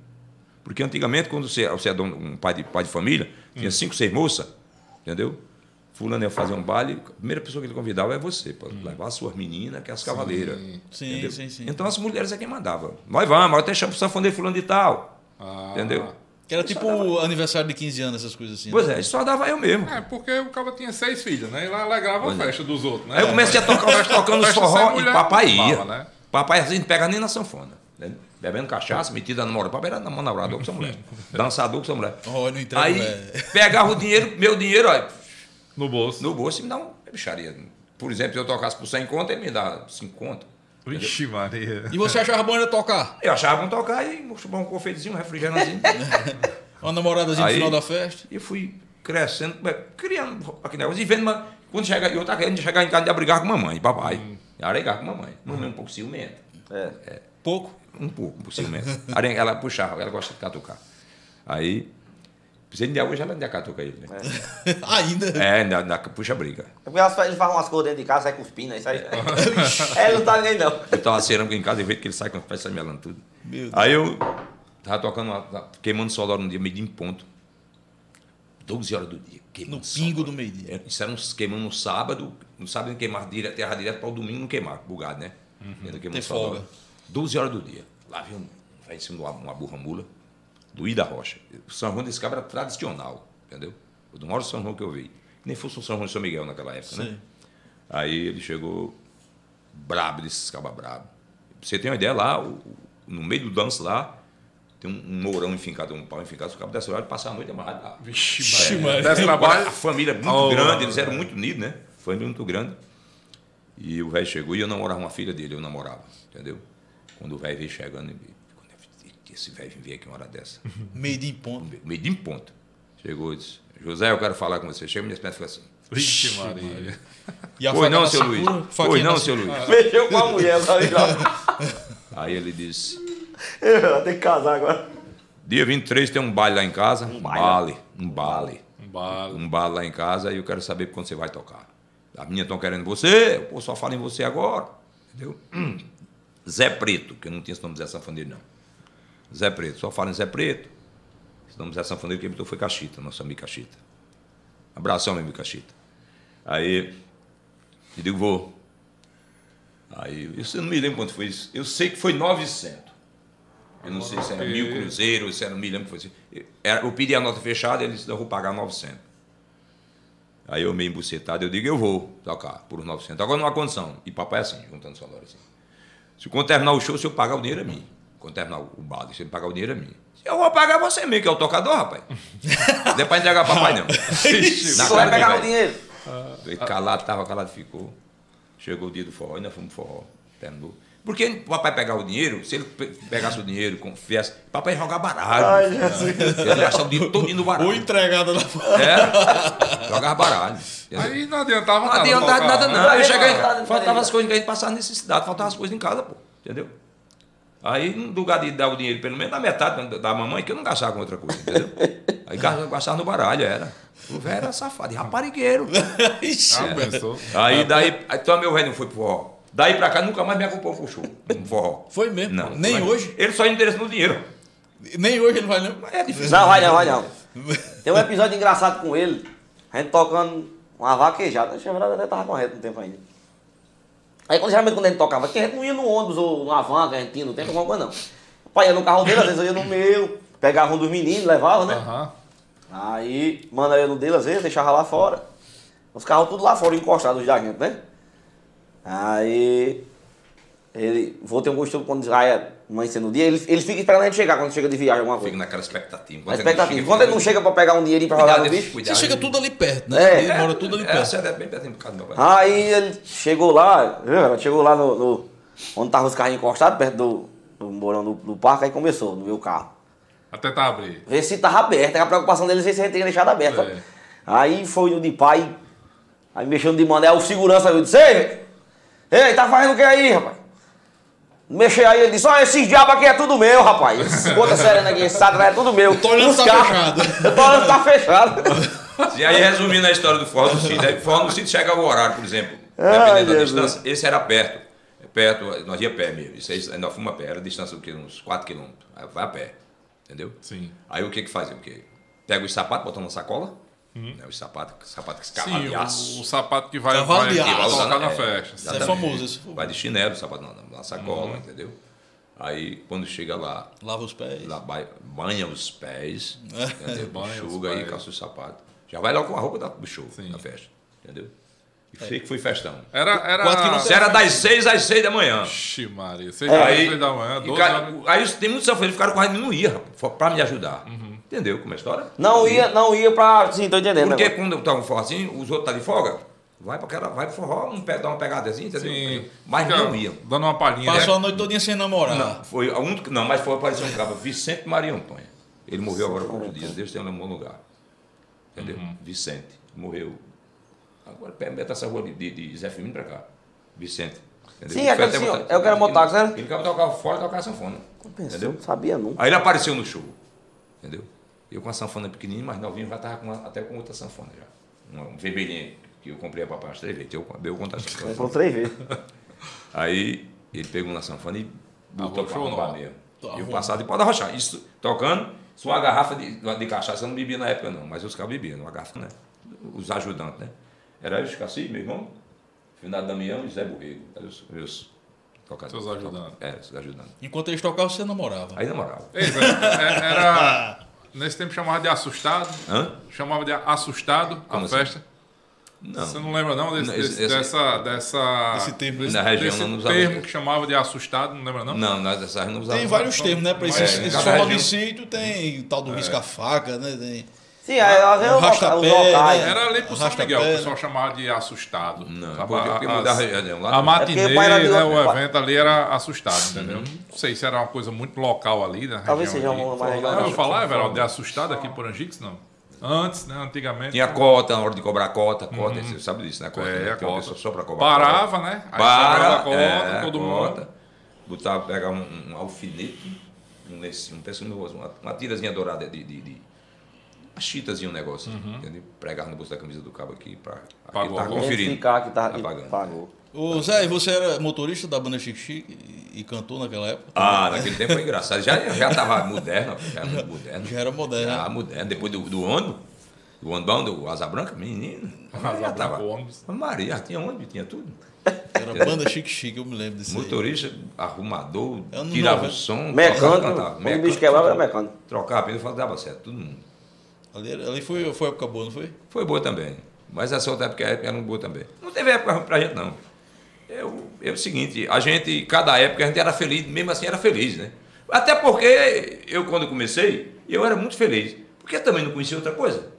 A: Porque antigamente, quando você, você é dono- um pai de, pai de família, tinha cinco, seis moças, entendeu? Fulano ia fazer um baile, a primeira pessoa que ele convidava é você, para levar as suas meninas, que é as cavaleiras.
C: Sim,
A: entendeu?
C: sim, sim.
A: Então as mulheres é quem mandava. Nós vamos, nós até chamamos o sanfoneiro fulano de tal.
B: Ah.
A: Entendeu?
C: Que era tipo o aniversário de 15 anos, essas coisas assim. né?
A: Pois é, isso só dava eu mesmo.
B: É, porque o cara tinha seis filhos, né? E lá alegrava
A: Pois
B: a
A: é.
B: festa dos outros, né?
A: Aí eu comecei a tocar, tocando os
B: Festa sem
A: forró e
B: mulher,
A: papai
B: não
A: ia.
B: fala, né?
A: Papai assim, não pega nem na sanfona. né? Bebendo cachaça, metida na namorada. Papai era namo- namorador com essa mulher. Dançador com essa mulher.
C: Olha, não né? entrega,
A: Aí
C: velho.
A: pegava o dinheiro, meu dinheiro, olha,
B: É. No bolso.
A: no bolso e me dá uma bicharia. Por exemplo, se eu tocasse por 100 conto, ele me dá 5 conto.
B: Vixe, Maria.
C: E você achava bom ainda tocar?
A: Eu achava bom tocar e chupar um confeitezinho, um refrigerantezinho.
C: Uma namoradazinha no
A: Aí-
C: final da festa?
A: e fui crescendo, mas criando aquele negócio. E vendo, mas quando chegar, eu tava querendo chegar em casa de abrigar com mamãe, e papai.
B: Hum.
A: Abrigar com mamãe. Mamãe um pouco ciumenta.
D: É.
C: Pouco.
A: Um pouco, possivelmente. Aí ela puxava, ela gosta de catucar. Aí, se ele der hoje, ela ainda catuca ele, né?
C: Ainda.
A: É, ainda, ainda puxa briga.
D: É porque elas, eles fazem umas coisas dentro de casa, sai cuspindo, isso aí. é, não tá ninguém não.
A: Eu tava cerâmica em casa, eu vejo que ele sai com os pés melando tudo.
C: Meu Deus.
A: Aí eu tava tocando, uma, queimando solar um dia, meio dia em ponto. 12 horas do dia.
C: No
A: queimando
C: pingo
A: solar.
C: do meio-dia.
A: É, Isso era uns queimando no sábado, no sábado não queimar direto, terra direto para o domingo não queimar, bugado, né? Uhum.
C: Ter
A: Queimando
C: folga.
A: 12 horas do dia. Lá vem um, vai em cima de uma, uma burra mula, do Ida Rocha. O São João desse cabra era tradicional, entendeu? O do maior São João que eu vi. Nem fosse um São João de São Miguel naquela época, né?
C: Sim.
A: Aí ele chegou brabo, desses cabra brabo. Pra você ter uma ideia, lá, o- o- no meio do danço lá, tem um, um mourão enfincado, um pau enfincado, os cabra dessa hora passar a noite amarrado lá.
B: Vixe,
C: Vixe,
B: Maria.
C: Maria.
B: Desse
A: Agora,
B: trabalho.
A: a família é muito
B: Oh,
A: grande, eles eram muito unidos, né? Família muito grande. E o velho chegou e eu namorava uma filha dele, eu namorava, entendeu? Quando o velho veio chegando, ele- quando eu- esse velho veio aqui uma hora dessa,
C: Meio de em ponto.
A: meio de em ponto. Chegou e disse, José, eu quero falar com você. Chega minhas pernas e fica assim.
B: Vixe, Maria.
C: E a
A: Pois
C: faca
A: não,
C: tá na
A: seu Luiz.
C: cintura,
A: Pois
C: faquinha
A: não,
C: na
A: seu Luiz.
D: Mexeu com a mulher, tá ligado?
A: Aí ele disse,
D: Eu tenho que casar agora.
A: dia 23 tem um baile lá em casa. Um
D: baile?
A: baile. Um baile.
B: Um bala.
A: um bar lá em casa e eu quero saber quando você vai tocar. As minhas estão querendo você, o só fala em você agora. Entendeu? Hum. Zé Preto, que eu não tinha esse nome de Zé Sanfoneiro, não. Zé Preto, só fala em Zé Preto. Esse nome de Zé Sanfoneiro que ele botou foi Caxita, nosso amigo Caxita. Abração, meu amigo Caxita. Aí, eu digo, vou. Aí, eu, eu não me lembro quanto foi isso. Eu sei que foi 900. Eu não sei se era mil cruzeiros, se era um milhão, que foi assim. Eu- era- eu pedi a nota fechada, ele disse, eu vou pagar 900. Aí eu meio embucetado, eu digo, eu vou tocar por uns 900. Agora numa condição. E papai é assim, juntando sua hora assim. Se quando terminar o show, se eu pagar o dinheiro é mim. Quando terminar o baile, se ele pagar o dinheiro é mim. Eu vou pagar você mesmo, que é o tocador, rapaz. não é pra entregar papai, não. Na é
D: Só vai
A: cara do
D: pegar o
A: velho.
D: dinheiro.
A: Ele calado, tava calado, ficou. Chegou o dia do forró, ainda fomos pro forró. Terminou. Porque o papai pegava o dinheiro, se ele pe- pegasse o dinheiro, confiasse, papai ia jogar baralho.
D: Ai, Jesus.
A: Ele gastava o dinheiro todo no baralho.
C: Ou entregada na
A: É, jogava baralho.
B: Aí não adiantava
A: Não
B: nada.
A: adiantava
B: voltar,
A: nada,
B: né?
A: não.
D: Aí
A: Eu cheguei,
D: faltava-
A: faltava as coisas que a gente passava necessidade, faltava as coisas em casa, pô. Entendeu? Aí, no lugar de dar o dinheiro, pelo menos da metade da- da mamãe, que eu não gastava com outra coisa, entendeu? Aí gastava gastava no baralho, era. O velho era safado, e raparigueiro. É.
B: Já pensou?
C: É,
A: Aí daí, aí, então meu velho não foi pro forró. Daí pra cá nunca mais me acompanhou pro show. pro forró.
C: Foi mesmo?
A: Não.
C: É, Nem
A: Mas
C: hoje?
A: Ele só interessa no dinheiro.
C: Nem hoje ele vai né? não.
A: Mas é difícil.
D: Não, vai não, vai não. Tem um episódio engraçado com ele, a gente tocando uma vaquejada. Acho que na verdade até tava correto no tempo ainda. Aí quando geralmente quando a gente tocava, que a gente não ia no ônibus ou na van, que a gente tinha no tempo, alguma coisa não. O pai ia no carro dele, às vezes eu ia no meu, pegava um dos meninos, levava, né?
B: Aham.
D: Aí, manda eu no dele às vezes, deixava lá fora. Os carros tudo lá fora, encostados da gente, né? Aí, ele, vou ter um costume quando vai amanhecer no dia, ele, ele fica esperando a gente chegar, quando chega de viagem, alguma coisa.
A: Fica naquela expectativa.
D: A expectativa. Quando ele não chega pra pegar um dinheirinho pra jogar
A: cuidado,
D: no bicho,
A: cuidado.
C: Você chega tudo ali perto, né?
D: É.
C: Ele mora tudo ali
A: É,
C: perto.
A: você é bem pertinho por causa do
D: Ah?
A: meu pai.
D: Aí ele chegou lá, viu, ela chegou lá no, no- onde estavam os carros encostados, perto do, do morão do, do parque, aí começou no meu carro.
B: Até tá abrir.
D: Ver se tava aberto, a preocupação dele ver se a gente tinha deixado aberto.
B: É.
D: Aí foi no de pai, aí mexendo de mané, aí o segurança eu disse, ei, ei, tá fazendo o que aí, rapaz? Mexer aí, ele disse, ó, esses diabos aqui é tudo meu, rapaz. Esses conta serena aqui, esse satanás é tudo meu. Eu
C: tô olhando se tá fechado.
D: Eu tô olhando se tá fechado.
A: E aí, resumindo a história do forró do sítio, né? forró do sítio chegava o horário, por exemplo.
D: Ai,
F: Dependendo da
D: Ah, Jesus.
F: distância. Esse era perto. Perto, nós ia a pé mesmo. Isso aí, nós fomos a pé. Era a distância do quê? Uns 4 quilômetros. Aí Vai a pé. Entendeu?
B: Sim.
F: Aí o que que fazia? O quê? Pega os sapatos, botamos na sacola. Né, os sapatos, sapatos que se cava
B: Uhum. Sim,
F: de
B: o,
F: aço.
B: o sapato que vai,
C: Cavalo
B: vai,
C: de
B: vai
C: aço.
B: colocar na
F: Ah, É,
B: festa.
C: Isso é
F: Exatamente.
C: famoso. Isso é famoso.
F: Vai de chinelo, sapato na, na
B: Uhum.
F: sacola, entendeu? Aí quando chega lá,
C: Lava os pés.
F: lá ba- banha os pés,
C: É.
F: entendeu?
B: Banha os
F: Enxuga aí,
B: pés.
F: calça os sapatos. Já vai logo com a roupa da, do show
B: Sim. É.
F: na festa, entendeu? E sei que foi festão.
B: Era, era...
C: Quatro quilômetros.
F: Isso era das 6 às 6 da manhã.
B: Ixi, Maria. Seis
F: É,
B: horas,
F: aí,
B: seis da manhã,
F: e
B: 12
F: cara,
B: horas.
F: aí os- tem muitos sanfoneiros que ficaram com raiva e não ia rapaz, fo- pra me ajudar.
B: Uhum.
F: Entendeu como é a história?
D: Não ia, não ia pra. Sim, tô entendendo. né,
F: Porque
D: agora.
F: quando eu tava forrozinho, os outros tá de folga, vai pra cara, vai pro forró, um, pe- dá uma pegadazinha, entendeu?
B: Sim. Então.
F: Mas
B: Fica
F: não iam.
B: Dando uma palhinha.
C: Passou a
A: é-
B: né?
C: noite todinha sem namorar.
F: Não, foi a única, não, mas foi aparecer um cara, Vicente Maria Antônia. Ele morreu agora há poucos dias, Deus tenha no bom lugar. Entendeu? Vicente, morreu. Agora meta essa rua de, de, de Zé Firmino pra cá. Vicente. entendeu?
D: Sim,
F: Ele foi
D: aquele
F: até
D: senhor,
F: botar-
D: é o que era mototáxi, né?
F: Ele queria botar o carro fora e tocar a sanfona.
D: Pensou, não sabia nunca.
F: Aí ele apareceu no show, entendeu? Eu com a sanfona pequenininha, mas novinho já estava até com outra sanfona já. Uma um vermelhinha que eu comprei a papai umas três vezes, eu deu conta das
D: Comprou
F: sanfonas.
D: três vezes.
F: Aí ele pegou na sanfona e botou pra
B: Arrochou
F: arrombar
B: não.
F: mesmo.
C: Tá
F: E eu
C: arrombando.
F: passava de pau da rocha. Isso, tocando, só uma garrafa de, de cachaça, eu não bebia na época não, mas os caras bebiam, uma garrafa, né? Os ajudantes, né? Era os Cacique, meu irmão, Finado Damião e Zé Borrego, eram os meus tocadores.
B: Seus ajudantes.
F: É, os ajudantes.
C: Enquanto eles tocavam, você namorava.
F: Aí namorava.
B: Ei, velho, é- era... Nesse tempo chamava de assustado.
F: Hã?
B: Chamava de assustado
F: Como
B: a
F: assim?
B: festa.
F: Não.
B: Você não lembra não desse,
F: Não,
B: desse-
F: esse- esse-
B: dessa, dessa...
C: Esse termo.
F: Na região
B: desse
F: não usava
B: termo
F: esse.
B: que chamava de assustado, não lembra não?
F: Não, nós dessa não usávamos.
C: Tem vários
B: Não,
C: termos, né? Pra
B: mas
C: esses,
F: Tá é,
C: esses
F: cada região.
C: homicídios tem o tal
F: É.
C: do risca-faca, né? Tem
D: Sim, aí ela veio
C: Um
D: os locais.
C: rastapé,
D: os locais.
C: né?
B: Era ali pro São
C: Arrasta
B: Miguel,
C: a
B: o
C: perna.
B: pessoal chamava de assustado.
F: Não,
B: Sabe,
F: porque-
B: a-
F: porque mudava a região lá
B: a
F: não.
B: matinê,
D: É porque o pai era de
B: né,
D: outro-
B: o evento ali era assustado, entendeu? Não sei se era uma coisa muito local ali, né?
D: Talvez seja uma
B: uma...
D: mais
B: Eu
D: legal.
B: vou falar, velho, de é assustado aqui por Angix, não. Antes, né, antigamente.
F: Tinha cota, na hora de cobrar a cota, a cota, você sabe disso, né? Cota,
B: Uhum. É,
F: né?
B: a
F: Tem uma
B: cota.
F: pessoa só pra cobrar.
B: Parava, né?
F: a
B: Aí
F: cota. Para,
B: chegava a cota,
F: é,
B: todo
F: a cota.
B: mundo.
F: Botava, pegava um, um alfinete, um lencinho, um peço novo, uma, uma tirazinha dourada de. de, de uma chitazinha, um negócio,
B: Uhum.
F: entendeu? Pregava no bolso da camisa do cabo aqui pra. Aqui
B: Pagou
F: tá
B: a conta.
F: conferindo.
D: Identificar que tava
F: Tá pagando.
D: Pagou.
C: Ô Zé, e você era motorista da banda Chique Chique e, e cantou naquela época?
F: Ah, naquele tempo foi engraçado. Já, já tava moderno, já era muito moderno.
C: Já era moderno.
F: Já
C: né?
F: moderno. Depois do, do ônibus, do ônibus, do Asa Branca, menino.
B: Asa
F: já tava-
B: Branca, ônibus.
F: Maria, tinha ônibus, tinha tudo.
C: Era banda Chique Chique, eu me lembro disso. aí.
F: Motorista, arrumador,
C: Anos
F: tirava
C: 90.
F: o som.
D: Mecânico,
F: tocava, cantava.
D: quando é o bicho
C: é
F: tá.
D: quebrava, era mecânico.
F: Trocava pneu, fazia- dava certo, todo mundo.
C: Ali, era- ali foi, foi época boa, não foi?
F: Foi boa também. Mas essa outra época era boa também. Não teve época ruim pra gente, não. Eu, é o seguinte, a gente, cada época, a gente era feliz, mesmo assim era feliz, né? Até porque eu, quando comecei, eu era muito feliz. Porque também não conhecia outra coisa.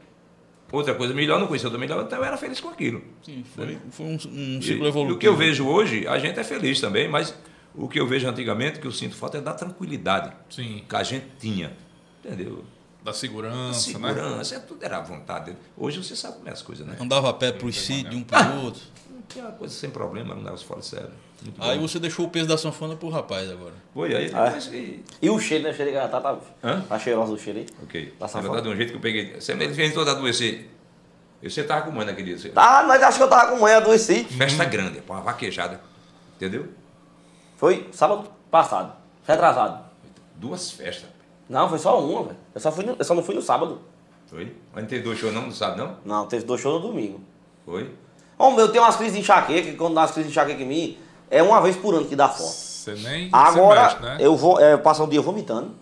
F: Outra coisa melhor, não conhecia outra melhor, então eu era feliz com aquilo.
C: Sim, foi, foi um, um
F: É. E
C: ciclo evolutivo.
F: o que eu vejo hoje, a gente é feliz também, mas o que eu vejo antigamente, que eu sinto falta é da tranquilidade
B: Sim,
F: que a gente tinha. Entendeu?
B: da segurança, né?
F: Segurança, é, tudo era à vontade. Hoje você sabe como é as coisas, né?
C: Andava a pé pro sítio, de um pro outro.
F: Não tinha uma coisa sem problema, era um negócio fora de sério. Muito
C: Aí
F: bom.
C: você deixou o peso da sanfona pro rapaz agora.
F: Foi aí depois que.
D: E o cheiro, né? O cheiro de garrafa tá,
F: Hã?
D: tá cheiroso o cheiro aí.
F: Ok.
D: Tá
F: Você
D: safado.
F: tá de um jeito que eu peguei. Você me fez toda adoecer. Eu você tava com mãe naquele dia.
D: Tá, nós acho que eu tava com manhã adoeci.
F: Festa grande, pô, uma vaquejada. Entendeu?
D: Foi sábado passado. Foi atrasado.
F: Duas festas.
D: Não, foi só uma, velho. Eu, só fui no- eu só não fui no sábado.
F: Foi? Mas não teve dois shows, não? Não sabe, não?
D: Não, teve dois shows no domingo.
F: Foi?
D: Homem, eu tenho umas crises de enxaqueca, que quando dá umas crises de enxaqueca em mim, é uma vez por ano que dá forte.
B: Você nem
D: Agora,
B: se mexe, né?
D: eu vou é, passar o dia vomitando.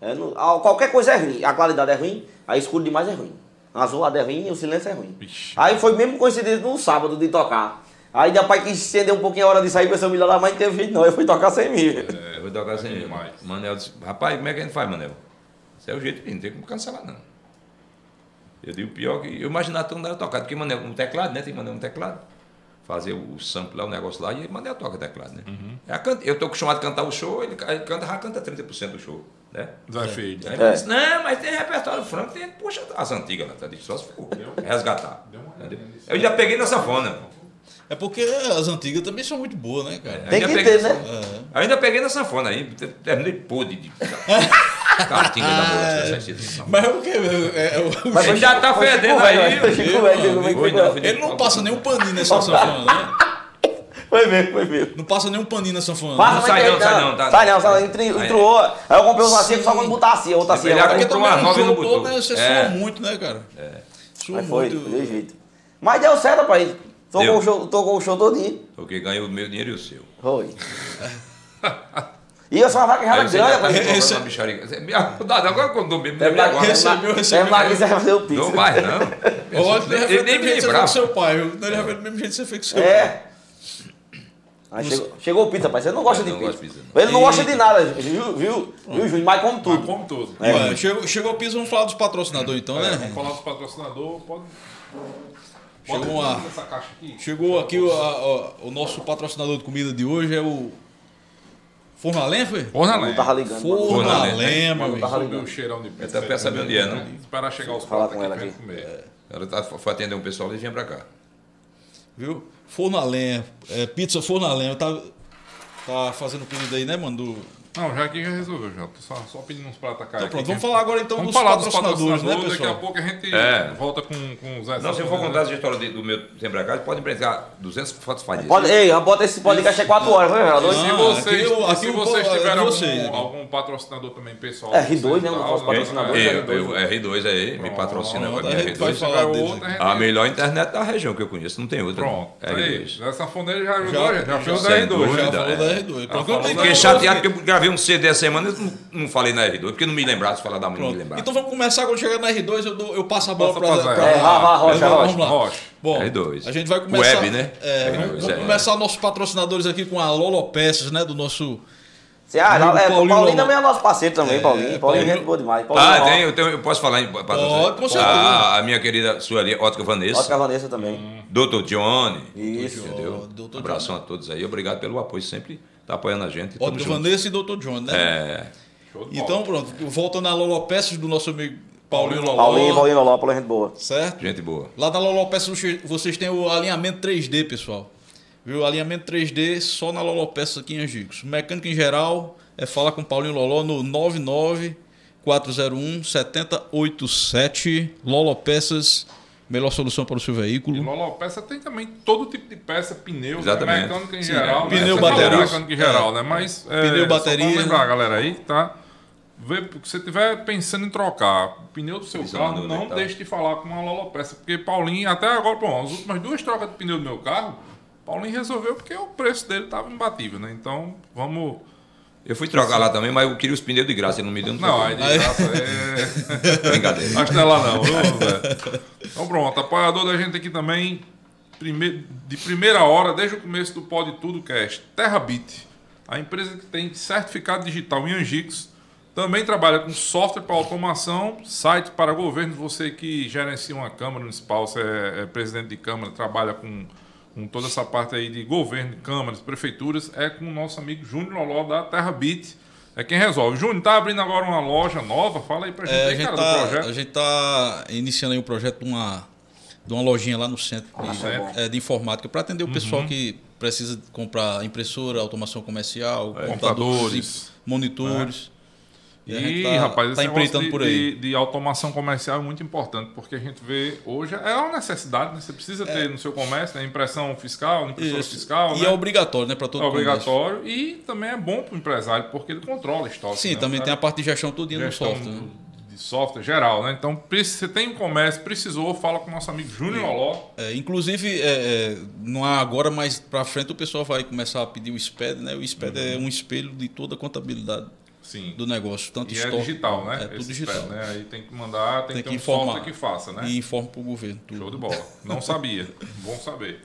D: É, não- ah, qualquer coisa é ruim. A claridade é ruim, a escuro demais é ruim. A azulada é ruim e o silêncio é ruim.
B: Vixe.
D: Aí foi mesmo coincidência no sábado de tocar. Aí rapaz quis estender um pouquinho a hora de sair com essa mulher lá, mas não teve jeito não. Eu fui tocar sem mim.
F: É, Eu vou tocar sem ele.
B: demais.
F: Manel disse, rapaz, como é que a gente faz, Manel? Isso é o jeito que não tem como cancelar, não. Eu digo, pior que eu imaginava que não era tocado, porque Manel um teclado, né? Tem que mandar um teclado. Fazer o o sample lá, o negócio lá, e aí Manel toca teclado, né? É a can- Eu estou acostumado a cantar o show, ele, ca- ele canta, já canta 30% do show, né?
B: Zé Filho.
D: É.
F: Aí ele disse, não, mas tem repertório franco, tem, puxa, as antigas, né? Tá? Digo, Só se for resgatar. entendeu? Eu ainda peguei na sanfona.
C: É porque as antigas também são muito boas, né, cara?
D: Tem
F: Ainda
D: que
F: peguei
D: ter,
F: na
D: né?
F: sanfona. Eu ainda peguei na sanfona aí, terminei podre de. Caatinga da ambulância, não sei se- não.
C: Mas o que? É, é, o-
D: Mas
F: Ele
D: hoje-
F: já tá
D: hoje
F: fedendo
D: ficou velho,
F: aí,
D: olha, hoje ficou velho, como é que
F: Foi
D: ficou?
F: não, foi
C: ele não passa nem um paninho nessa sanfona, né?
D: Foi mesmo, foi mesmo.
C: Não passa nem um paninho nessa sanfona.
D: Passa
C: né?
D: mas
F: sai
D: tem-
F: não, sai não, tá-
D: Sai não, sai não. entri-
F: Aí- É
D: Entrou. Aí eu comprei uma cia só quando botar a cia, outra cia.
F: Ah, Ele
D: agora-
C: Porque
F: Comprou
C: também
F: uma
C: no
F: nova e não
C: jogo todo,
F: botou.
C: né, você
F: É.
C: sua muito, né, cara? É. Sua
D: Mas foi,
C: muito.
D: deu jeito. Mas deu certo, rapaz. Tô
F: Deu.
D: com o show, tô com o show todinho.
F: Porque ganhou o meu dinheiro e o seu.
D: Foi. E eu sou uma vaca
F: Aí
D: errada
F: você
D: grande,
F: já tá
D: rapaz.
F: resolvendo
C: Esse- é
F: uma bicharia. Você- me ajuda, Agora quando eu bebo, me
D: Deve lá-
F: aguardo.
C: Recebeu,
D: deve lá-
C: recebeu.
D: Deve lá que você vai fazer o pix.
F: Não mais, não.
C: Eu acho que ele
F: Eu nem
C: reflete do
F: me
C: mesmo jeito que você fez com
F: lembrava.
C: seu pai. viu? Ele reflete do mesmo jeito que você fez com seu pai.
D: É. Aí chegou, chegou o pizza, rapaz. Você não gosta
F: Eu
D: de
F: não
D: pizza.
F: gosto de pizza,
D: Ele não gosta de nada, viu, viu, viu Júnior? Mas come tudo.
B: Como tudo.
D: É.
C: Ué, chegou, chegou o piso, vamos falar dos patrocinadores então,
B: É,
C: né?
B: vamos falar dos patrocinadores, pode.
C: Chegou
B: Bota
C: uma-
B: essa caixa aqui.
C: Chegou aqui o, a- a- o nosso patrocinador de comida de hoje, é o. Forno a lenha, foi?
B: Porra, né?
D: Não
B: Léo.
D: tava ligando. mano.
C: Forno a
F: lenha.
C: lenha, meu
B: Vamos
C: amigo.
B: subir o um cheirão de
C: tá
B: pizza.
F: Essa peça é onde é, né?
B: Esperar chegar os
D: Falar
B: pratos
D: com
B: aqui
D: ela
B: pra gente
D: aqui.
B: comer.
F: Ela tá, foi atender um pessoal e vinha pra cá.
C: Viu? Forno a lenha, é, pizza forno a lenha. Tá, tá fazendo pedido aí, né, mano? do-
B: Não, já aqui já resolveu, já. Tô Só, só pedindo uns pratos cá.
C: Então pronto, vamos falar agora então
B: Vamos
C: dos,
B: falar dos
C: patrocinadores,
B: patrocinadores,
C: né,
B: Daqui a
C: pessoal?
B: pouco a gente
F: É.
B: volta com, com os
F: Não, se eu for contar essa história de- do meu tempo pra cá, pode empregar 200 fotos fadias.
D: Pode, ei, bota esse podcast é 4 horas, viu, Geraldo?
B: Se
C: Ah,
B: vocês,
C: aqui eu- aqui
B: se
C: eu-
B: vocês
C: eu- eu-
B: tiverem algum,
C: vocês, né?
B: algum patrocinador também pessoal.
D: É, R2, né,
B: vocês
D: um dos
B: tal,
D: nossos patrocinadores,
B: É,
D: né?
F: Eu, eu, R2 aí, me patrocina
C: Pronto,
F: agora,
C: Então, a
F: minha
C: gente vai
B: Se
F: R2.
B: tiver
C: falar deles,
B: outro, a
C: né?
B: gente-
F: A melhor internet da região que eu conheço, não tem outra. né?
B: Pronto,
D: É
B: aí,
F: R2.
B: essa sanfoneira já
C: Já-
B: ajudou, já, já fez o é, da R2.
F: já sem
C: Já
B: já.
F: dúvida.
C: é, falou da R2.
B: Ah,
C: Pronto,
B: falou
C: então-
B: da
F: Fiquei chateado porque eu gravei um CD essa semana e não, não falei na R2, porque não me lembraram, se falar da manhã, não me
C: Pronto.
F: lembraram.
C: Então vamos começar quando chegar na R2, eu, dou- eu passo a bola
B: Passa
C: pra,
B: pra Zé.
C: pra- Então
D: É, vá, vá, rocha,
C: Vamos lá,
D: rocha.
C: vamos lá.
B: Rocha.
C: Bom,
F: R2.
C: a gente vai começar.
F: Web, né?
C: É,
F: R2,
C: vamos,
F: é.
C: vamos começar nossos patrocinadores aqui com a Lolopeças, né? Do nosso.
D: Você, ah,
C: Amigo
D: é,
C: Paulinho
D: Paulinho,
C: Lomão.
D: também é nosso parceiro também, Paulinho. Paulinho é
C: Paulinho-
D: gente boa demais. Paulinho
F: Ah,
D: Lomão.
F: tem, eu, tenho, eu posso falar em patrocínio?
C: Pode, com certeza.
F: Ah, a minha querida Sueli, Ótica
D: Ótica
F: Vanessa,
D: Vanessa também.
F: Dr. Johnny,
D: Isso.
F: entendeu?
C: Dr.
F: Abração a todos aí, obrigado pelo apoio, sempre tá apoiando a gente.
C: Ótimo Vanessa e Dr. John, né?
F: É,
C: Então, pronto, voltando a Lolopeças do nosso amigo Paulinho Loló.
D: Paulinho, Paulinho Loló, Paulinho é gente boa.
C: Certo?
F: gente boa.
C: Lá na Lolopeças vocês- vocês têm o alinhamento 3D, pessoal. Viu? Alinhamento 3D só na Lolopeças aqui em Angicos. Mecânica em geral é falar com Paulinho Loló no 99401 7087. Lolopeças, melhor solução para o seu
B: E
C: veículo.
B: Lolo, peça tem também todo tipo de peça, pneu,
F: Exatamente.
B: mecânica em
C: Sim, é.
B: geral. né?
C: pneu,
B: Você
C: bateria.
B: falou mecânica em geral, né? Mas, é,
C: Pneu,
B: só pra
C: bateria.
B: lembrar, galera, aí, tá? Vê, porque se você estiver pensando em trocar o pneu do seu
F: Isso,
B: carro,
F: mandou, né,
B: não
F: tá?
B: deixe de falar com uma Lolopeça, porque Paulinho, até agora, bom, as últimas duas trocas de pneu do meu carro, Paulinho resolveu porque o preço dele estava imbatível, né? Então, vamos...
F: Eu fui trocar lá também, mas eu queria os pneus de graça, ele não me deu.
B: Não, aí
F: trocou.
B: de graça é...
F: Brincadeira.
B: Acho que não é lá não, viu, Zé? Então pronto, apoiador da gente aqui também, prime- de primeira hora, desde o começo do Pod Tudo Cast, Terrabit, a empresa que tem certificado digital em Angix, também trabalha com software para automação, site para governos, você que gerencia uma Câmara Municipal, você é, é presidente de Câmara, trabalha com, com toda essa parte aí de governo, câmaras, prefeituras, é com o nosso amigo Júnior Loló da Terrabit, é quem resolve. Júnior, tá abrindo agora uma loja nova? Fala aí pra gente,
C: É, a,
B: aí,
C: gente
B: cara, do
C: tá,
B: projeto.
C: a gente tá iniciando aí um projeto de uma, de uma lojinha lá no centro de,
B: certo.
C: é, de informática para atender o pessoal
B: Uhum.
C: que precisa comprar impressora, automação comercial,
B: É, Computadores. É.
C: e monitores. E, a gente
B: E,
C: tá,
B: rapaz, esse
C: tá
B: negócio
C: empreitando
B: de,
C: por aí.
B: De, de automação comercial é muito importante, porque a gente vê hoje, é uma necessidade, né? Você precisa ter no seu comércio, né? Impressão fiscal, impressora
C: É. Isso.
B: fiscal,
C: e
B: né?
C: é obrigatório, né, para todo
B: É obrigatório e também é bom para o empresário, porque ele controla o estoque.
C: comércio. Sim,
B: né?
C: também
B: O
C: tem a
B: cara
C: parte de gestão todinha no
B: gestão
C: software. né?
B: De software geral, né? Então, pre- se você tem um comércio, precisou, fala com o nosso amigo Júnior Loló.
C: É, inclusive, é, é, não há agora, mas para frente o pessoal vai começar a pedir o SPED, né? O SPED
B: Uhum.
C: é um espelho de toda a contabilidade
B: Sim.
C: do negócio, tanto
B: E é
C: estoque-
B: digital, né?
C: É tudo
B: Esse
C: digital.
B: pé, né? Aí tem que mandar, tem,
C: Tem
B: que
C: que
B: ter um
C: informar.
B: software que faça, né?
C: E informa para o governo. tudo.
B: Show de bola. Não sabia. bom saber.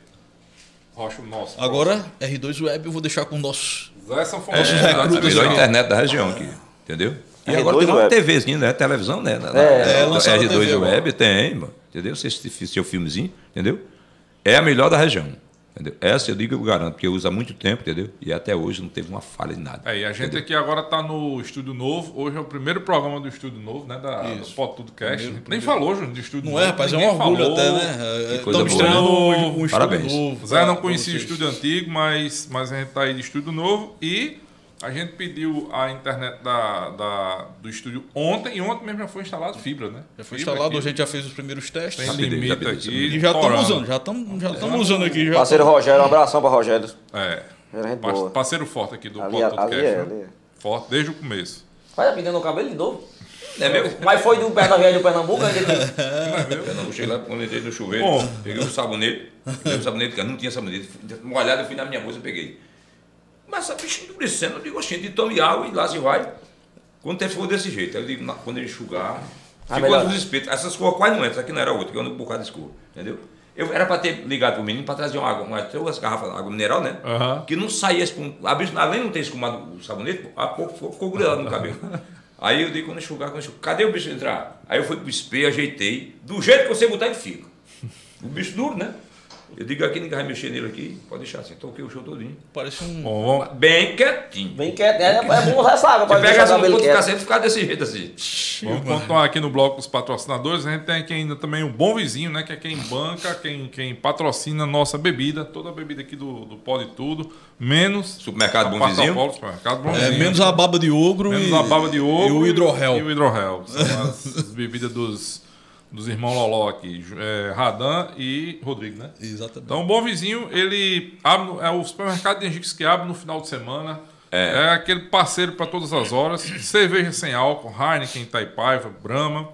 B: Rocha o nosso.
C: Agora, R2 Web eu vou deixar com o nosso.
B: Zé Sanfona.
F: É,
C: Nossos
F: a
C: recrutas
F: melhor
C: aqui.
F: internet da região aqui, entendeu? E
D: R2
F: agora tem uma
D: Web.
F: TVzinha, né? Televisão, né? Na- na-
D: É,
C: é,
F: na-
C: lançaram
F: R2
C: TV agora.
F: Web tem, mano. Entendeu? Você assiste seu filmezinho, entendeu? É a melhor da região. Entendeu? Essa eu digo, eu garanto, porque usa há muito tempo, entendeu? E até hoje não teve uma falha de nada.
B: É, e a gente aqui agora está no Estúdio Novo. Hoje é o primeiro programa do Estúdio Novo, né? Da, do
C: Isso.
B: Pod Tudo Cast.
C: Primeiro,
B: Nem
C: primeiro.
B: falou, Júnior, de Estúdio
C: Não
B: Novo.
C: é, rapaz? É um
B: Ninguém
C: orgulho
B: falou.
C: até, né?
F: coisa
C: Estamos
F: boa, né?
C: estreando um, um estúdio
F: Parabéns.
C: novo.
B: Zé não
C: pra
B: conhecia o
C: vocês.
B: tá estúdio antigo, mas, mas a gente está aí de Estúdio Novo. E A gente pediu a internet da, da- do estúdio ontem, e ontem mesmo já foi instalado fibra, né?
C: Já foi
B: Fibra
C: instalado,
B: aqui.
C: a gente já fez os primeiros testes.
B: Tem limite
F: já pediu,
B: aqui.
C: E já estamos
B: torando.
C: usando, já estamos já tamo usando aqui. Já
D: Parceiro Rogério, um abração pra Rogério.
B: É.
D: Era gente
B: Par-
D: boa.
B: Parceiro forte aqui do
D: Ali,
B: Pop
D: ali
B: Podcast,
D: é,
B: né?
D: ali é.
B: Forte desde o começo.
D: Vai aprendendo o cabelo de novo.
F: É meu?
D: Mas foi do Pé da Viagem do Pernambuco, ainda tem-
F: Eu não puxei lá quando entrei no chuveiro.
B: Bom.
F: Peguei um sabonete. Peguei um sabonete, porque eu não tinha sabonete. Fui- Molhado, eu fui na minha bolsa e peguei. Mas a bicha endurecendo, eu digo, oxente, tome água e lá se vai. Quanto tempo ficou desse jeito? Aí eu digo, "Na- quando ele enxugar,
D: Ah,
F: ficou
D: melhor.
F: dos espetos. Essa escova quase não é, essa aqui não era outra, que eu ando com um bocado de escova, entendeu? Eu era para ter ligado pro menino para trazer uma água, umas duas garrafas de água mineral, né?
B: Aham.
F: Que não saía espuma. A bicha, além de não ter escumado o sabonete, a pouco ficou, ficou grudado no cabelo. Aí eu dei quando enxugar, quando enxugar, cadê o bicho entrar? Aí eu fui pro espelho, ajeitei. Do jeito que você botar, ele fica. O bicho duro, né? Eu digo aqui, ninguém vai mexer nele aqui. Pode deixar assim. Toquei o show todinho.
C: Parece um.
B: Bom, vamos,
F: Bem quietinho.
D: Bem quieto, né? É bom usar essa água pra
F: Você pega
D: deixar o
F: essa
D: cabelo
F: ponta do
D: quieto.
F: cacete e fica desse jeito assim.
B: Vamos continuar aqui no bloco dos patrocinadores. A gente tem aqui ainda também um bom vizinho, né? Que é quem banca, quem, quem patrocina a nossa bebida, toda a bebida aqui do, do Pode Tudo, menos.
F: Supermercado Bom Vizinho.
B: Polo, supermercado bom
C: É,
B: vizinho.
C: menos a baba de ogro
B: Menos
C: e
B: a baba de ovo.
C: e o hidrorrel.
B: E o hidrorrel. São as bebidas dos, dos irmãos Loló aqui, Ju- é, Radan e Rodrigo, né?
C: Exatamente.
B: Então, o Bom Vizinho, ele abre, no- é o supermercado de Angix que abre no final de semana. É, aquele parceiro para todas as horas. Cerveja sem álcool, Heineken, Itaipaiva, Brahma.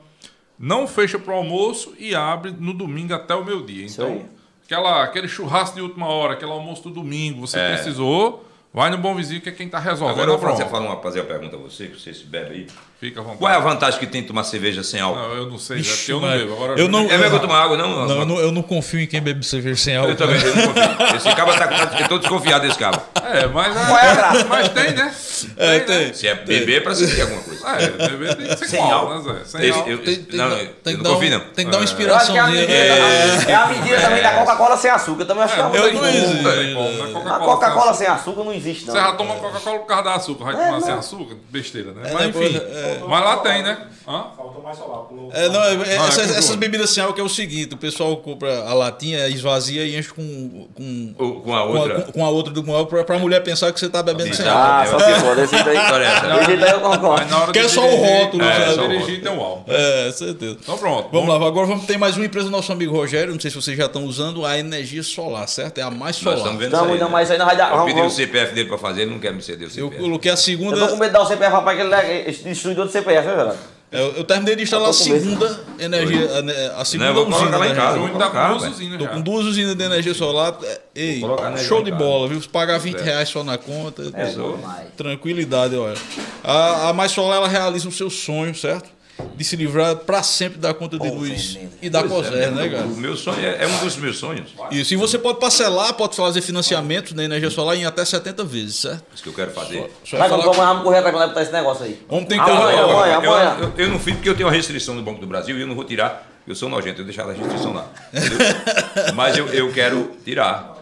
B: Não fecha para o almoço e abre no domingo até o meio-dia. Então,
D: aí.
B: aquela, aquele churrasco de última hora, aquele almoço do domingo, você precisou, vai no Bom Vizinho que é quem está resolvendo
F: Agora eu
B: a
F: vou fazer,
B: bronca.
F: falar uma, fazer uma pergunta a você, que você se bebe aí.
B: Fica à vontade.
F: Qual é a vantagem que tem de tomar cerveja sem álcool?
B: Não, eu não sei, Zé, porque
C: Ixi,
B: eu não
C: Maria.
B: bebo. Agora,
C: Eu não-
F: É melhor que eu tomar água, não?
B: tá.
C: Não, eu não, eu não confio em quem bebe cerveja sem álcool. né?
F: Eu também, eu não confio. Esse cabo tá com. Eu tô desconfiado desse cabo.
B: É, mas,
D: Qual é a graça?
B: mas tem, né?
C: É,
B: né?
C: tem. Ah,
F: Se é beber, é pra sentir alguma coisa.
B: É, beber tem que ser
D: Sem
B: com
D: álcool.
B: álcool, né, Zé? Sem
F: Esse-
B: álcool.
F: eu-
C: Tem, tem, que
F: não,
C: dar-
F: eu
C: tem que
F: não
C: dar um-
F: confio, não.
C: Tem que dar uma
D: Eu acho que é a
C: inspiraçãozinha.
D: medida,
C: né?
D: é a medida também da Coca-Cola sem açúcar. Eu também acho que é uma
B: não
D: coisa
B: tem
C: não
D: boa.
B: como,
C: existe.
B: não tem como, né?
D: A
B: sem
D: Coca-Cola
B: açúcar.
D: sem açúcar não existe, não.
B: Você já toma Coca-Cola por causa da açúcar, vai
D: É,
B: tomar
D: não.
B: sem açúcar? Besteira, né?
C: É,
B: mas
C: depois,
B: enfim.
C: é.
B: Mas lá tem, né? Hã?
E: Faltou mais solar, pulou.
C: É, não, é- é-
B: Ah, é
C: essas,
B: com
C: essas
B: jogo.
C: bebidas sem álcool é o seguinte: o pessoal compra a latinha, esvazia e enche com, com,
F: Ou
C: com,
F: com a
C: a,
F: outra.
C: com- com a outra do com a outra pra, pra mulher pensar que você tá bebendo sem álcool.
D: Ah, só que foda, esse daí.
F: Olha é essa.
D: Esse daí eu concordo.
B: Mas na hora
C: Que é
B: de
C: só o
B: dirigir-
C: rótulo,
B: é,
C: sabe?
B: só dirigir tem um álcool.
C: É, certeza.
B: Então pronto.
C: Vamos lá, agora vamos ter mais uma empresa do nosso amigo Rogério. Não sei se vocês já estão usando a energia solar, certo? É a mais
F: Nós
C: solar.
F: estamos vendo isso
D: Estamos
F: aí.
D: indo
F: né?
D: mais aí na Rádio.
F: Eu
D: Vamos,
F: pedi né? o
D: vamos.
F: CPF dele pra fazer, ele não quer me ceder o
C: Eu
F: CPF.
C: coloquei a
D: Eu tô com
C: segunda.
D: medo de dar o CPF pra aquele né, esse destruidor do CPF, né, velho?
C: Eu, eu terminei de instalar a
D: Eu tô com medo.
C: segunda energia. A, ne- a
F: Não, eu
C: segunda
F: Né, vou
C: usina.
F: colocar lá
C: da
F: em casa.
C: energia.
B: Vamos tá
F: colocar,
B: com
F: velho.
B: usinas
C: Tô
B: já.
C: com duas usinas de energia solar. é, Ei,
F: colocar na
C: show de
F: energia, cara.
C: bola, viu? Se Pagar 20 reais só na conta.
D: É,
C: tudo.
D: bom demais.
C: Tranquilidade, olha. A, a Mais Solar ela realiza o seu sonho, certo? De se livrar pra sempre da conta de
D: Ô,
C: luz
D: veneno.
C: e da
F: Pois é,
C: COSER, né,
F: meu-
C: cara?
F: O meu sonho é, é um dos meus sonhos.
C: Isso. E você pode parcelar, pode fazer financiamento na energia solar em até 70 vezes, certo?
F: Isso que eu quero fazer.
C: Só é
D: Vai, vamos,
C: falar-
D: vamos, vamos correr atrás pra botar esse negócio aí.
C: Vamos
F: Ah,
C: tentar.
D: Amanhã,
F: Eu-
D: amanhã,
F: eu,
D: amanhã.
F: eu- eu não fiz porque eu tenho uma restrição do Banco do Brasil e eu não vou tirar. Eu sou nojento, eu deixar a restrição lá. entendeu? mas eu, eu quero tirar.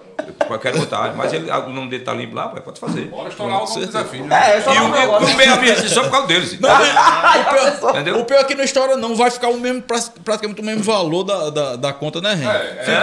F: Eu quero botar. Mas ele- o nome dele tá limpo lá, pai, pode fazer.
B: Bora estourar o nome do desafio. né?
D: É, eu só
F: E
D: não
F: o
D: vou
F: eu
D: agora.
F: tomei a minha restrição é por causa deles.
C: O
F: Entendeu?
C: pior é que não estoura, não. Vai ficar o mesmo, pra- praticamente o mesmo valor da, da, da conta, né, Ren?
B: É,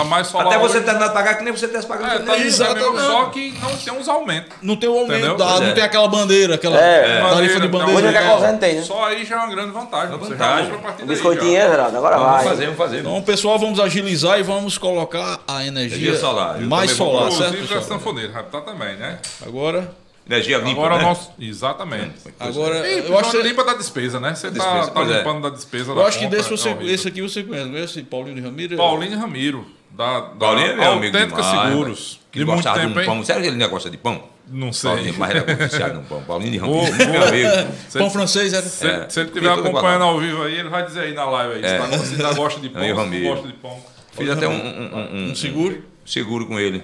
B: a mais solar.
F: Até você
B: hoje-
F: terminar de pagar que nem você tivesse
B: É,
F: pagando.
B: tá
F: É,
B: isso, é mesmo,
C: Exatamente.
B: só que não tem uns aumentos.
C: Não tem o aumento,
B: Entendeu?
C: da,
F: Pois
C: não
F: é.
C: tem aquela bandeira, aquela
D: É.
C: tarifa
B: Bandeira,
C: de bandeira.
D: Hoje é que a
C: e tal.
D: Cosan tem, né?
B: Só aí já é uma grande vantagem.
F: Uma
B: Você já
F: vantagem.
B: compra a partir
D: O
B: daí
D: biscoitinho,
B: já.
D: é, Geraldo? Agora
F: Um Vamos
D: vai.
F: fazer, vamos fazer.
C: Então, pessoal, vamos agilizar e vamos colocar a energia,
F: Energia solar. Eu
C: mais
F: também vou
C: solar, certo?
B: Inclusive é
C: pessoal?
B: sanfoneiro, já tá também, né?
C: Agora,
F: Energia limpa.
B: Agora o
F: né?
B: nosso. Exatamente.
C: agora
B: é. Ih,
C: eu acho que,
B: limpa da despesa, né? Você tá,
F: despesa,
B: tá
F: pois é.
B: limpando da despesa.
C: eu
B: da
C: acho que
B: compra,
C: desse você,
B: é horrível.
C: esse aqui você conhece, conhece esse Paulinho Ramiro?
B: Paulinho Ramiro, da, da
F: Paulinho é meu amigo
B: Autêntica
F: demais,
B: Seguros.
F: Que gostava de um
B: hein?
F: pão. Sério que ele não gosta de pão?
B: Não sei.
F: Paulinho, mas era confiado no pão. Paulinho de
B: Ô,
F: Ramos, meu amigo.
B: Se
C: Pão
B: ele-
C: francês, era?
B: se, ele-
F: É,
B: se ele
F: tem
B: estiver
F: toda
B: acompanhando
F: balada.
B: ao vivo aí, ele vai dizer aí na live aí. se tá- Se ainda gosta de pão,
F: Aí,
B: se não
F: É. Ramiro.
B: gosta de pão.
F: Fiz até um, um- um- um-
C: Seguro?
F: seguro com ele.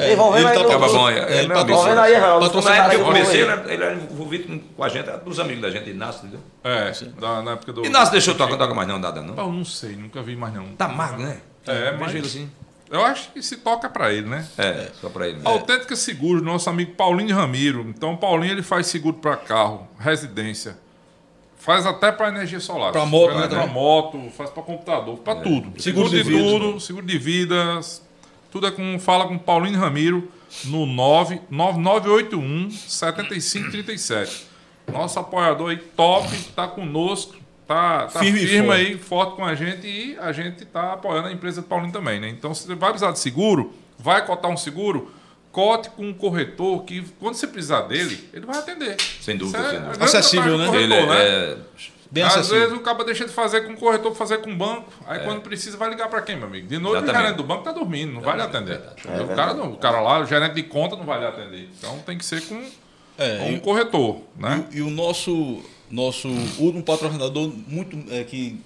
D: Ei, vamos ver
C: Ele
D: aí.
C: tá
D: no-
F: Acaba
C: patrocinando-
F: bom, é, é
C: ele
F: meu amigo.
D: Vão vendo aí, Geraldo. os
C: Patrocínio
F: Na
D: comentários
F: época que
D: aí,
F: eu
D: vão
F: comecei,
D: ver.
F: ele era, ele era envolvido com- com a gente, era dos amigos da gente, Inácio, entendeu?
B: É, da, na época do.
F: Inácio deixou tocar, não toca mais não, nada não.
B: Pau, não sei, nunca vi mais não.
F: Tá magro, né?
B: É,
F: Vejo
B: mas-
F: ele assim.
B: Eu acho que se toca pra ele, né?
F: É, só pra ele. né?
B: Autêntica Seguro, nosso amigo Paulinho Ramiro. Então, Paulinho ele faz seguro para carro, residência. Faz até para energia solar.
C: Pra moto,
B: faz
C: né,
B: Para
C: também? É.
B: moto, faz para computador, para tudo.
C: Seguro de vida.
B: tudo, seguro de vidas. Tudo é com fala com Paulinho Ramiro. no 99981 7537. Nosso apoiador aí top, tá conosco, tá, tá
C: Firme e
B: firme,
C: forte.
B: aí, forte com a gente e a gente tá apoiando a empresa do Paulinho também, né? Então, se você vai precisar de seguro, vai cotar um seguro, cote com um corretor que quando você precisar dele, ele vai atender.
F: Sem dúvida,
B: Isso é
F: sem dúvida.
B: a grande vantagem
C: Acessível,
B: do
C: né?
F: Ele
B: corretor, né?
F: é.
C: Bem
B: Às
C: acessível.
B: vezes o cara deixa de fazer com o corretor, pra fazer com o banco. Aí quando precisa, vai ligar pra quem, meu amigo? De noite o
F: É. Exatamente. É
B: gerente do banco tá dormindo, não vai lhe atender. o,
D: verdade.
B: cara, não, o cara lá, o gerente de conta não vai lhe atender. Então tem que ser com,
C: É,
B: com
C: e-
B: um corretor, né?
C: E, e o nosso, nosso último patrocinador, muito, é, que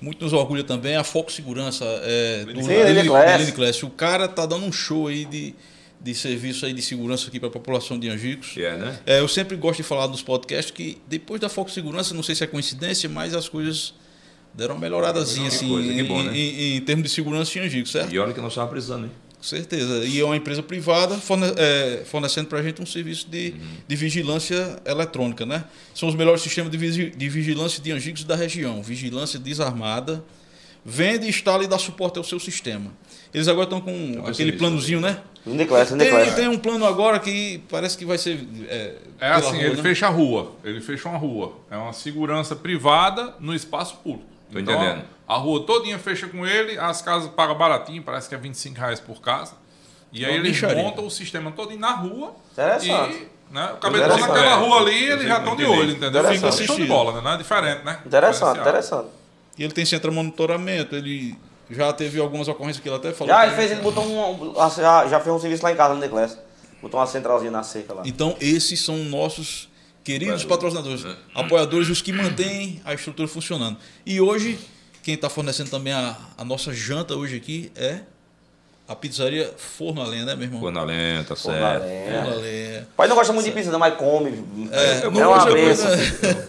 C: muito nos orgulha também, é a Foco Segurança. É, do
D: Sim, Lady
C: do
D: Class.
C: Lady Class. O cara tá dando um show aí de, de serviço aí de segurança aqui para a população de Angicos.
F: Que é, né?
C: É, eu sempre gosto de falar nos podcasts que depois da Foco Segurança, não sei se é coincidência, mas as coisas deram uma melhoradazinha
F: Que
C: assim,
F: coisa, que
C: em,
F: bom, né?
C: em- em termos de segurança em Angicos, certo?
F: E olha que nós estávamos precisando, hein?
C: Com certeza. E é uma empresa privada forne- é, fornecendo para a gente um serviço de,
D: Uhum.
C: de vigilância eletrônica, né? São os melhores sistemas de, visi- de vigilância de angicos da região. Vigilância desarmada. Vende, instala e dá suporte ao seu sistema. Eles agora estão com aquele
F: serviço
C: planozinho, né?
D: Linda classe, linda
C: Tem,
D: classe.
C: tem um plano agora que parece que vai ser. É,
B: É
C: pela
B: assim,
C: rua,
B: ele
C: né?
B: fecha a rua. Ele fecha uma rua. É uma segurança privada no espaço público. Então,
F: Tô entendendo.
B: A rua todinha fecha com ele, as casas pagam baratinho, parece que é 25 reais por casa. E aí
C: Uma
B: eles
C: bicharia.
B: montam o sistema todinho na rua.
D: Interessante.
B: E, né, o cabelo
D: Interessante.
B: naquela rua ali, eles
F: sei
B: já
F: como
B: estão de
F: entendi.
B: olho, entendeu?
D: Interessante.
B: Fica assistindo de bola, né? Não é diferente, né?
D: Interessante,
B: Diferenciado.
D: interessante.
C: E ele tem centro de monitoramento. Ele já teve algumas ocorrências que ele até falou. que-
D: Já Ah,
C: é.
D: ele fez, ele botou um. Já, já fez um serviço lá em casa, linda classe. Botou uma centralzinha na cerca lá.
C: Então, esses são nossos queridos patrocinadores,
D: É.
C: apoiadores, os que mantêm a estrutura funcionando. E hoje, quem está fornecendo também a, a nossa janta hoje aqui é a pizzaria Forno a Lenha, né, meu irmão?
F: Forna lenta,
D: Fornalena.
F: certo.
C: Forno a Lenha.
D: É. Pai não gosta muito de pizza, não, mas come. É,
C: não
D: uma
C: gosta muito,
D: benção.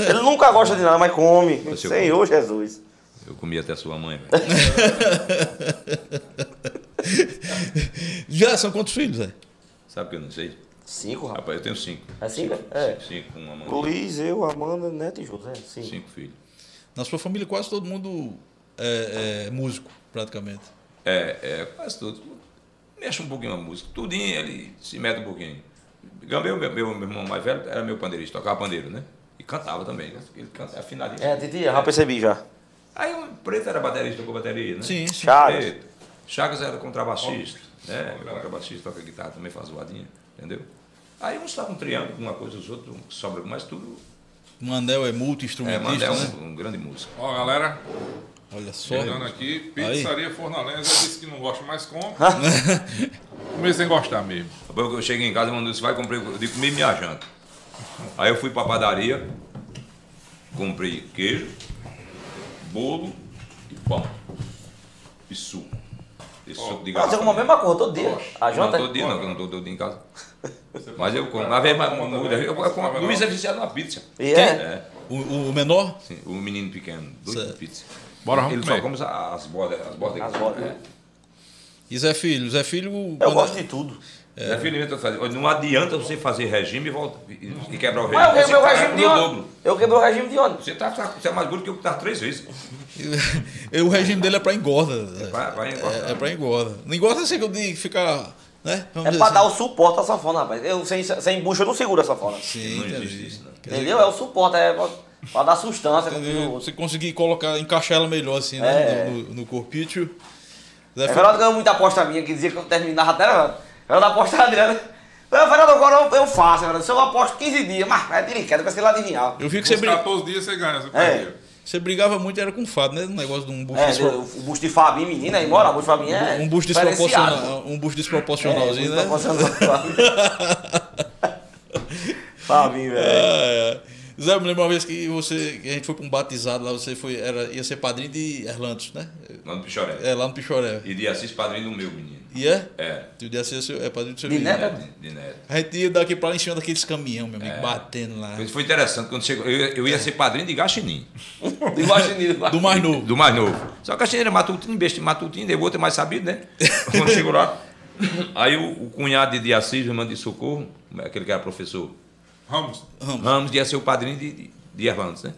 D: Ele nunca gosta de nada, mas come.
F: Seu
D: Senhor Jesus.
F: Eu comi até sua mãe, velho.
C: Já são quantos filhos, é?
F: Sabe que eu não sei?
D: Cinco, rapaz.
F: Rapaz, eu tenho cinco.
D: É cinco? É.
F: Cinco com uma mãe.
D: Luiz, eu, Amanda, Neto e José. é Sim.
F: Cinco filhos.
C: Na sua família, quase todo mundo é, é músico, praticamente.
F: É, é, quase tudo. Mexe um pouquinho na música. Tudinho ele se mete um pouquinho. Gambê, meu, meu, meu irmão mais velho, era meu pandeirista, tocava pandeiro, né? E cantava também. né? Ele cantava afinadinho.
D: É, Titi, eu já percebi já.
F: Aí o Preto era baterista, tocou bateria, né?
C: Sim, sim.
D: Chaves.
F: Preto. Chagas era contrabaixista, né? Contrabaixista toca guitarra também, faz voadinha, entendeu? Aí uns estavam triângulo, uma coisa, os outros um sobra, mas tudo
C: Mandel é
F: é, mas
C: multi-instrumentista,
F: é
C: né?
F: um, um grande músico.
B: Ó, galera,
C: Olha só.
D: é
B: chegando aqui,
C: Aí.
B: pizzaria Fornalenza disse que não gosta mais compra. Comecei a gostar mesmo.
F: Depois eu cheguei em casa, mandou disse, vai comprei, eu digo, comi minha janta. Aí eu fui pra padaria, comprei queijo, bolo e pão. E suco. E suco de
D: Mas Ah, você come a
F: mesmo?
D: mesma coisa todo dia. A
F: Não,
D: janta?
F: todo dia não, que eu não estou todo dia em casa. Mas eu como. Às vezes, mas- eu, eu, eu como. Luiz é viciado na pizza.
D: E é?
F: É,
C: O, o menor?
F: sim, o menino pequeno, doido de
C: Certo.
F: pizza.
B: Bora, vamos
F: Ele
B: comer.
F: só come as bordas. As bordas.
D: As bordas.
F: É.
C: E Zé Filho? Zé Filho.
D: Eu
C: quando-
D: gosto de tudo.
F: É. Infelizmente, eu fazia. Não adianta você fazer regime e, volta, e, e quebrar o regime.
D: Mas eu
F: Você
D: quebrei o
F: tá
D: regime de
F: no
D: onde?
F: dobro.
D: Eu quebrei o regime de onde?
F: Você, tá, tá- você é mais gordo que eu que tá três vezes.
C: E o regime dele é pra engorda.
F: pra- pra engordar.
C: É, é pra engorda. Não engorda assim que eu digo, fica. Né? Vamos
D: É
C: dizer
D: pra
C: assim.
D: dar o suporte à sanfona, rapaz. Eu, sem, sem bucha eu não seguro a sanfona.
C: Sim,
F: Não
C: assim. entendi.
F: existe isso, não.
C: Quer dizer,
D: Entendeu? É o suporte, é pra, pra dar sustância.
C: quer
D: pro-
C: dizer, Você conseguir colocar, encaixar ela melhor assim, né?
D: É.
C: No, no, no corpício. Zé
D: É,
C: Filho-
D: Fernando ganhou muita aposta minha, que dizia que eu terminava até, né? Fernando aposta a Adriana. Eu, Fernando, agora eu, eu faço, Fernando. Se eu aposto 15 dias, mas é diriqueta, parece que ele adivinhava.
C: eu vi que você,
B: Nos
C: bri-
B: 14 dias você ganha, você
D: É.
B: perdeu.
C: você brigava muito, era com o Fado, né? Um negócio de um bucho,
D: É,
C: despro-
D: o busto de Fabinho, menina, aí embora, o busto de Fabinho é.
C: um bucho
D: diferenciado.
C: desproporcional. Um bucho
D: É, busto
C: desproporcionalzinho, né?
D: desproporcional. Fabinho, velho.
C: É, é. Zé, eu me lembro uma vez que você. que a gente foi pra um batizado lá, você foi, era, ia ser padrinho de Erlantos, né?
F: Lá no Pichoré.
C: É, lá no Pichoré.
F: E de Assis, padrinho do meu menino.
C: E é?
F: É.
C: Tu disse assim, é padrinho do seu
D: De
C: filho.
D: neto?
F: De, de neto.
C: A gente ia daqui pra lá em cima daqueles caminhão, meu amigo, batendo lá.
F: Mas Foi interessante, quando chegou, eu, eu ia ser padrinho de Gaxinim,
D: Do Guaxinim,
C: Do mais novo.
F: do mais novo. Só que Gaxinim era matutino, besta matutino, daí o outro é mais sabido, né? Quando chegou lá. Aí o, o cunhado de, de Assis, irmão de Socorro, aquele que era professor,
B: Vamos.
F: Ramos ia ser o padrinho de, de, de Erlandes, né?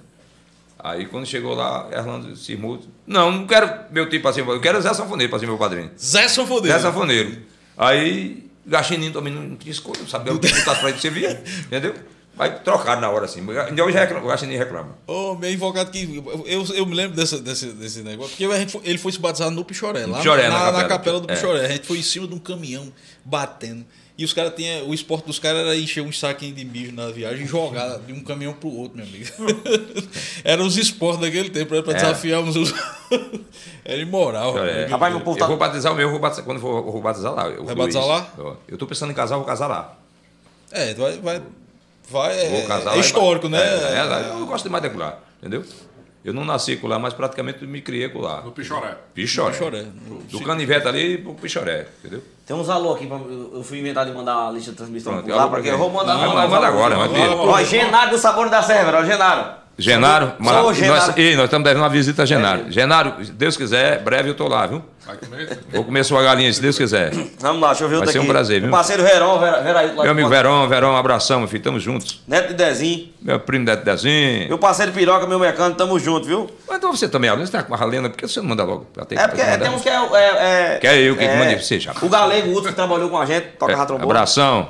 F: Aí quando chegou lá, Erlandes se irmão, não, tipo não assim,
C: é.
F: quero meu tio para ser meu padrinho, eu quero Zé Sanfoneiro para ser meu padrinho.
C: Zé Sanfoneiro.
F: Zé Sanfoneiro. Aí Gaxinim também não tinha escolha, não sabia o que está frente você via, entendeu? Vai trocar na hora assim. Ainda hoje reclama, o Gaxinim reclama.
C: Ô, meu invocado que. Eu, eu me lembro dessa, desse, desse negócio. Porque a gente foi- ele foi se batizar no Pichoré, lá
F: Pichoré,
C: na, na
F: na
C: capela,
F: capela.
C: do
F: É.
C: Pichoré. A gente foi em cima de um caminhão batendo. E os caras tinham. O esporte dos caras era encher um saquinho de bicho na viagem e jogar de um caminhão pro outro, meu amigo. Eram os esportes daquele tempo, era pra desafiar uns. os- era imoral.
F: É.
C: rapaz.
D: Rapaz, meu povo
F: Eu vou
D: tá.
F: batizar o meu, eu vou batizar, quando for, eu vou batizar lá. eu-
C: Vai
F: o
C: batizar
F: Luiz.
C: lá?
F: Eu- Eu tô pensando em casar, eu vou casar lá.
C: É, vai. vai, vai
F: Vou
C: é,
F: casar
C: é
F: lá e-
C: histórico, né?
F: É, é, lá. eu gosto demais de lá, entendeu? Eu não nasci com lá, mas praticamente me criei com lá.
B: No Pichoré.
F: Pichoré.
C: Pichoré.
F: Do canivete ali pro Pichoré, entendeu?
D: Tem uns alô aqui, pra... eu eu fui inventar de mandar a lista de transmissão
F: Pronto,
D: por lá,
F: alô
D: porque
F: pra
D: eu vou
F: quem?
D: mandar.
F: Não,
D: mandar
F: manda
D: os alô.
F: agora, vai ver.
D: Ó, Genaro do Sabor da Cerveja, ó, Genaro.
F: Genaro,
D: Sou
F: mara-
D: o Genaro.
F: Nós, ei, nós estamos devendo uma visita a Genaro.
C: É.
F: Genaro, se Deus quiser, breve eu tô lá, viu?
B: Vai comer?
F: Vou comer sua galinha, se Deus quiser.
D: Vamos lá, deixa eu ver
F: Vai
D: outro
F: ser um
D: aqui.
F: prazer,
D: O
F: viu?
D: parceiro Verão, Vera, Veraíto lá
F: Meu
D: de
F: amigo
D: Ponta-
F: Verão, Verão, um abração, meu filho, tamo juntos.
D: Neto de Dezinho.
F: Meu primo Neto Dezinho.
D: Meu parceiro Piroca, meu mecânico, tamo junto, viu?
F: Mas então você também, Alan, você tá com a Lena, por que você não manda logo? Ela
D: É porque
F: mandar.
D: tem uns que é. é, é
F: Que é eu que mandei pra você, chapa.
D: O Galego, o outro que trabalhou com a gente, tocava
F: é,
D: trombone.
F: Abração,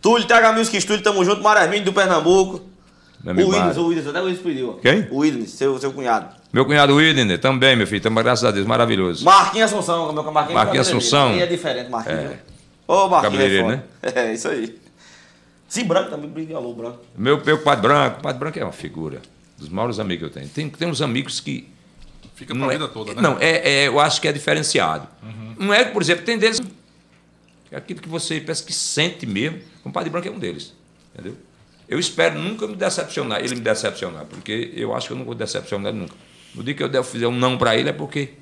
D: Túlio, TH Music Studio, tamo junto. Marasmini do Pernambuco. O
F: meu amigo
D: Willis,
F: Mário.
D: o Willis, até o Willis pediu. ó.
F: Quem?
D: O Willis, seu, seu cunhado.
F: Meu cunhado Widner, também, meu filho, tamo, graças a Deus, maravilhoso.
D: Marquinhos Assunção, é meu Marquinhos.
F: Marquinhos
D: cabeleireiro.
F: Assunção.
D: Aí é diferente, Marquinhos. Ô, Marquinhos. É,
F: Cabeleireiro,
D: foda. é, isso aí. Se branco também, brinca alô, branco.
F: Meu, meu Padre Branco, Padre Branco é uma figura dos maiores amigos que eu tenho. Tem, tem uns amigos que
B: Fica pra
F: é-
B: vida toda, né?
F: Não, é, é- eu acho que é diferenciado. Não é, por exemplo, tem deles. que é Aquilo que você pensa que sente mesmo. O Padre Branco é um deles. Entendeu? Eu espero nunca me decepcionar, ele me decepcionar, porque eu acho que eu não vou decepcionar ele nunca. No dia que eu der- fizer um não para ele é porque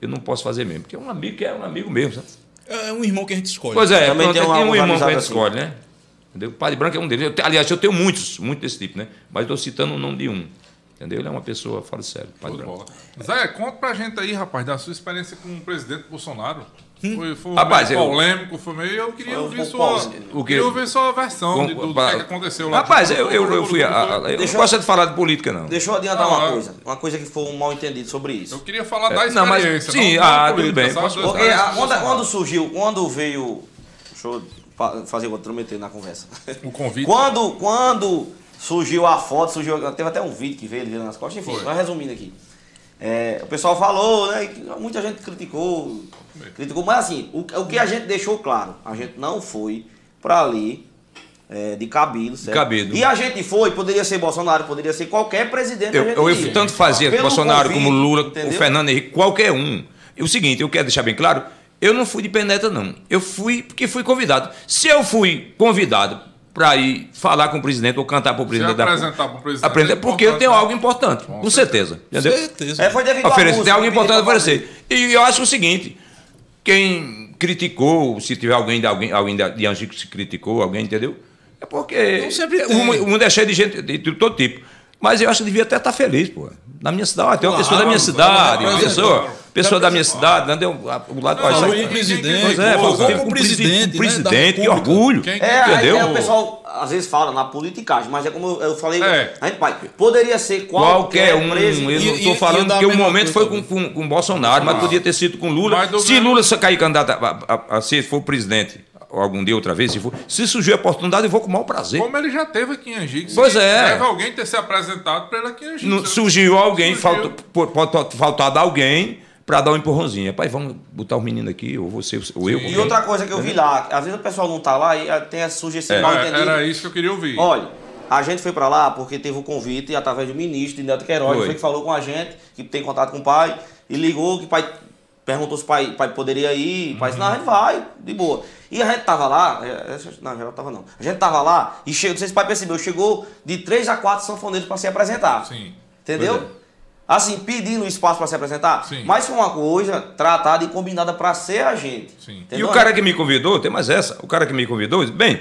F: eu não posso fazer mesmo. Porque é um amigo que é um amigo mesmo, sabe?
C: É um irmão que a gente escolhe.
F: Pois é,
D: Também
F: pronto,
D: tem
F: tem,
D: uma-
F: um
D: uma
F: irmão que a
D: amizade
F: gente
D: assim.
F: escolhe, né? Entendeu? O Padre Branco é um deles. Eu te- aliás, eu tenho muitos, muitos desse tipo, né? Mas estou citando o nome de um. Entendeu? Ele é uma pessoa, fala sério, Padre
B: Show de
F: Branco.
B: bola. Zé, conta pra gente aí, rapaz, da sua experiência com o presidente Bolsonaro. Foi, foi
F: Rapaz,
B: meio
F: eu-
B: polêmico, foi meio. Eu queria
D: Foi um
B: ouvir
D: pouco
B: sua.
D: polêmico.
F: O quê?
B: Queria ouvir sua versão
F: Com-
B: de- do, do
F: pra-
B: que é que aconteceu lá.
F: Rapaz, eu, eu, eu fui. a- a- eu
D: Deixa
F: não gosto de falar de política, não.
D: Deixa eu adiantar uma
B: Ah,
D: coisa. Uma coisa que foi um mal entendido sobre isso.
B: Eu queria falar da
F: É, não, mas-
B: experiência.
F: sim,
B: não da
F: ah, tudo
B: política,
F: bem,
B: sabe?
F: posso
B: Das-
D: Porque
B: das-
D: a- quando,
B: Bolsonaro.
D: quando surgiu, quando veio. Deixa eu fa- fazer outro, prometer na conversa.
B: O convite.
D: Quando, quando surgiu a foto, surgiu. Teve até um vídeo que veio ele virando nas costas, enfim,
B: Foi.
D: vai resumindo aqui. É, o pessoal falou, né? e que Muita gente criticou.
F: É.
D: Criticou, mas assim, o, o que a gente deixou claro, a gente não foi pra ali é, de cabelo, certo?
F: cabelo.
D: E a gente foi, poderia ser Bolsonaro, poderia ser qualquer presidente.
F: Eu,
D: a gente
F: eu,
D: ia.
F: eu tanto fazia
D: Pelo
F: Bolsonaro como
D: convite,
F: Lula, o
D: entendeu?
F: Fernando Henrique, qualquer um. E o seguinte, eu quero deixar bem claro, eu não fui de penetra, não. Eu fui porque fui convidado. Se eu fui convidado para ir falar com o presidente ou cantar para o presidente da
B: apresentar pro presidente
F: apresentar,
B: é
F: porque eu tenho
B: importante,
F: algo importante, com certeza. Entendeu?
C: Certeza.
D: É, foi devido à
F: Oferecer,
D: música,
F: tem algo
D: devido
F: importante a
D: à música.
F: oferecer. E eu acho o seguinte: quem criticou, se tiver alguém de, alguém, alguém da- de Angico que se criticou, alguém, entendeu? É porque
C: Não, sempre
F: o, mu-
C: tem.
F: o mundo é cheio de gente de, de todo tipo. Mas eu acho que devia até estar feliz, pô. Na minha cidade, tem uma pessoa da minha cidade, uma
B: claro.
F: pessoa, pessoa da minha cidade, entendeu? O lado. olha,
B: não,
F: sabe?
B: ninguém-
C: presidente,
F: Pois é,
C: pô,
F: faz
C: jogou
F: tempo
C: com
F: com
C: o presidente, né, da
F: presidente, um presidente, que
C: República.
F: orgulho.
B: Quem-
D: É, aí,
F: Entendeu?
D: é, o pessoal às vezes fala na politicagem, mas é como eu falei,
B: É.
D: a gente, pai, poderia ser qualquer,
F: Qualquer um, eu
D: presidente.
F: não
C: E- e-
F: estou
C: e
F: falando
C: dá a
F: que o
C: mesma
F: momento foi
C: coisa
F: com, com, com Bolsonaro, mas podia ter sido com Lula.
B: Mas do
F: Se
B: mesmo-
F: Lula se cair candidato a, a- a- se for presidente algum dia, outra vez, se for, se surgir a oportunidade, eu vou com o maior prazer.
B: Como ele já teve aqui em Angix.
F: Pois é.
B: Deve alguém ter se apresentado pra ele aqui em Angix.
F: Não-
B: né?
F: surgiu alguém,
B: Surgiu.
F: faltou, pô- pode pode faltar dar alguém para dar um empurrãozinho. Pai, vamos botar o menino aqui, ou você, ou eu.
D: E
F: alguém.
D: outra coisa que eu vi lá, às vezes o pessoal não tá lá e ah, tem, surge esse
F: Uhum. É.
D: mal
B: É,
D: entendido.
B: era isso que eu queria ouvir.
D: Olha, a gente foi pra lá porque teve o convite através do ministro, de Neto Queiroz,
F: Foi.
D: foi que falou com a gente, que tem contato com o pai, e ligou que o pai perguntou se o pai, pai poderia ir, o pai disse, não, a gente vai, de boa. E a gente tava lá, é, é, não, geral tava não, a gente tava lá e chegou, não sei se o pai percebeu, chegou de três a quatro sanfoneiros pra se apresentar.
B: Sim.
D: Entendeu?
F: Pois é.
D: Assim, pedindo espaço pra se apresentar,
B: Sim.
D: mas foi uma coisa tratada e combinada pra ser a gente.
B: Sim.
F: E
D: Entendeu?
F: o cara que me convidou, tem mais essa, o cara que me convidou disse, bem,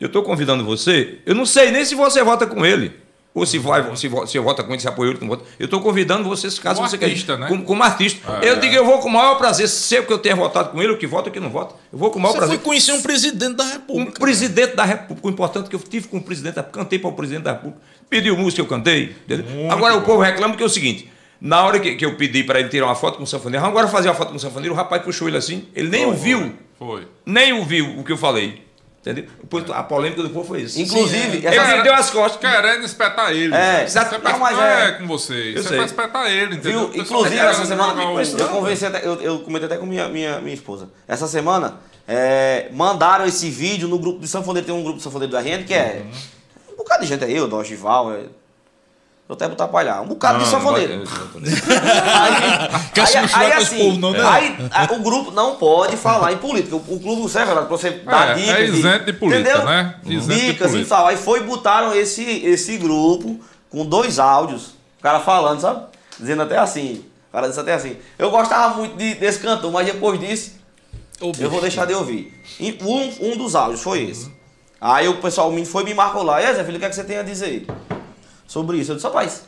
F: eu estou convidando você, eu não sei nem se você vota com ele. Ou se, vai, se, vo- se vota com ele, se apoia ele, não vota. Eu estou convidando você, se caso
B: Como
F: você
B: artista,
F: quer.
B: né?
F: Como, como artista.
B: É,
F: eu
B: é.
F: digo, eu vou com o maior prazer, sei o que eu tenha votado com ele, o que vota, o que não vota. Eu vou com o maior
C: Você foi
F: prazer.
C: conhecer um presidente da República.
F: Um presidente da República, o importante é que eu tive com o presidente da República, cantei para o presidente da República, pediu música, eu cantei. entendeu? Agora o povo reclama que é o seguinte: Na hora que, que eu pedi para ele tirar uma foto com o sanfoneiro, agora fazer uma foto com o sanfoneiro, o rapaz puxou ele assim, ele nem ouviu,
B: Foi.
F: nem ouviu o que eu falei. Entendeu? Depois, A polêmica do povo foi isso.
D: Inclusive,
F: Ele
D: essa-
F: me deu as costas.
B: Querendo espetar ele.
D: É,
B: Isso
F: exato.
B: pra-
D: Não, mas
B: não é,
D: é-
B: com vocês.
F: Eu
B: Isso é
F: sei.
B: pra espetar ele, entendeu?
D: Viu?
B: O pessoal
D: Inclusive,
B: tá
D: essa
B: querendo
D: semana
F: um
B: jogar o-
D: eu convenci até, eu, eu comentei até com minha, minha, minha esposa. Essa semana é, mandaram esse vídeo no grupo de sanfoneiro. Tem um grupo de sanfoneiro do RN que é.
F: Uhum.
D: Um bocado de gente aí, eu, Dorival. É, eu até botar pra Um bocado de sanfoneiro.
F: É
D: Hum, Aí, assim,
C: Quer se misturar com esse povo, não, né?
D: aí, a- o grupo não pode falar em política. O, o clube serve lá pra você dar
B: É,
D: dicas.
B: é isento de política,
D: entendeu?
B: né? Isento de
D: Dicas e
B: política.
D: tal. Aí foi e botaram esse, esse grupo com dois áudios. O cara falando, sabe? Dizendo até assim. O cara disse até assim. Eu gostava muito de- desse cantor, mas depois disso, eu vou deixar de ouvir. E um, um dos áudios foi esse. Aí o pessoal me foi e me marcou lá. E aí, Zé Filho, o que, é que você tem a dizer sobre isso? Eu disse, rapaz,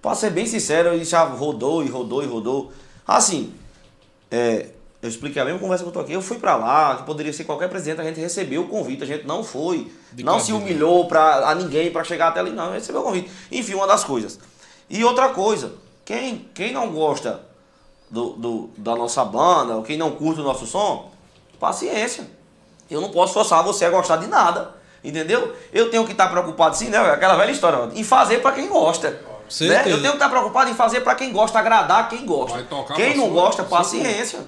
D: pra ser bem sincero, ele já rodou e rodou e rodou. Assim, é, eu expliquei a mesma conversa que eu tô aqui. Eu fui pra lá, que poderia ser qualquer presidente, a gente recebeu o convite, a gente não foi. não se humilhou pra, a ninguém pra chegar até ali, não. Recebeu o convite. Enfim, uma das coisas. E outra coisa, quem, quem não gosta do, do- da nossa banda, ou quem não curte o nosso som, paciência. Eu não posso forçar você a gostar de nada. Entendeu? Eu tenho que estar preocupado, sim, né? Aquela velha história, em fazer pra quem gosta. Né?
C: Certeza.
D: Eu tenho que estar preocupado em fazer pra quem gosta, agradar quem gosta
B: Vai tocar
D: quem
B: pra
D: não
B: sua-
D: gosta,
B: pra
D: paciência.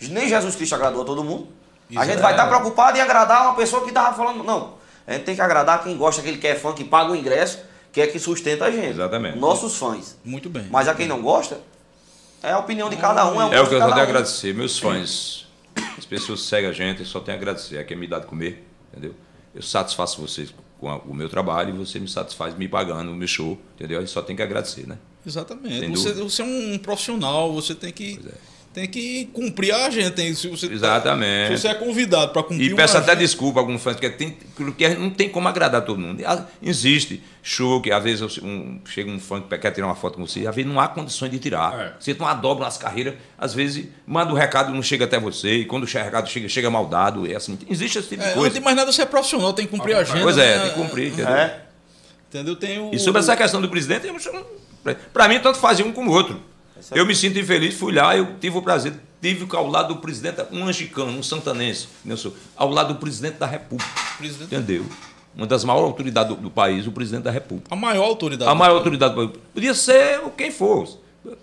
D: Nem Jesus Cristo agradou a todo mundo. a
F: é.
D: gente vai estar preocupado em agradar uma pessoa que estava falando. Não, a gente tem que agradar quem gosta, aquele que é fã, que paga o ingresso, que é que sustenta a gente.
F: Exatamente.
D: Nossos fãs.
C: Muito bem.
D: Mas a quem não gosta, é a opinião de cada um. É,
F: É o que
D: gosto
F: eu só
D: de
F: tenho a
D: cada um.
F: agradecer, meus fãs. As pessoas que seguem a gente, eu só tenho a agradecer. É quem me dá de comer, entendeu? Eu satisfaço vocês com a- o meu trabalho e você me satisfaz me pagando o meu show, entendeu? Eu só tenho que agradecer, né?
C: Exatamente.
F: Sem
C: Você,
F: dúvida.
C: você é um profissional, você tem que,
F: Pois é.
C: tem que cumprir a agenda. Tem, se você tá-
F: Exatamente.
C: se você é convidado para cumprir
F: E
C: uma
F: peço até
C: agenda-
F: desculpa a alguns fãs, porque, tem, porque não tem como agradar todo mundo. Ah, Existe show que às vezes eu- um- chega um fã que quer tirar uma foto com você, às vezes não há condições de tirar.
B: É.
F: Você não dobra as carreiras, às vezes manda o recado não chega até você, e quando o recado chega, chega mal dado. É assim, existe esse tipo
C: É,
F: de
C: antes
F: coisa.
C: de mais nada, você é profissional, tem que cumprir a agenda.
F: Pois é,
C: né?
F: tem que cumprir, entendeu?
D: É.
C: Entendeu? Tem o,
F: E sobre essa questão do presidente, para mim, tanto fazia um como o outro. Eu me sinto infeliz, fui lá, eu tive o prazer, tive ao lado do presidente, um angicano, um santanense, não sou, ao lado do presidente da República.
C: Presidente.
F: Entendeu? Uma das maiores autoridades do, do país, o presidente da República.
C: A maior autoridade.
F: A maior autoridade do país. Podia ser o- quem fosse.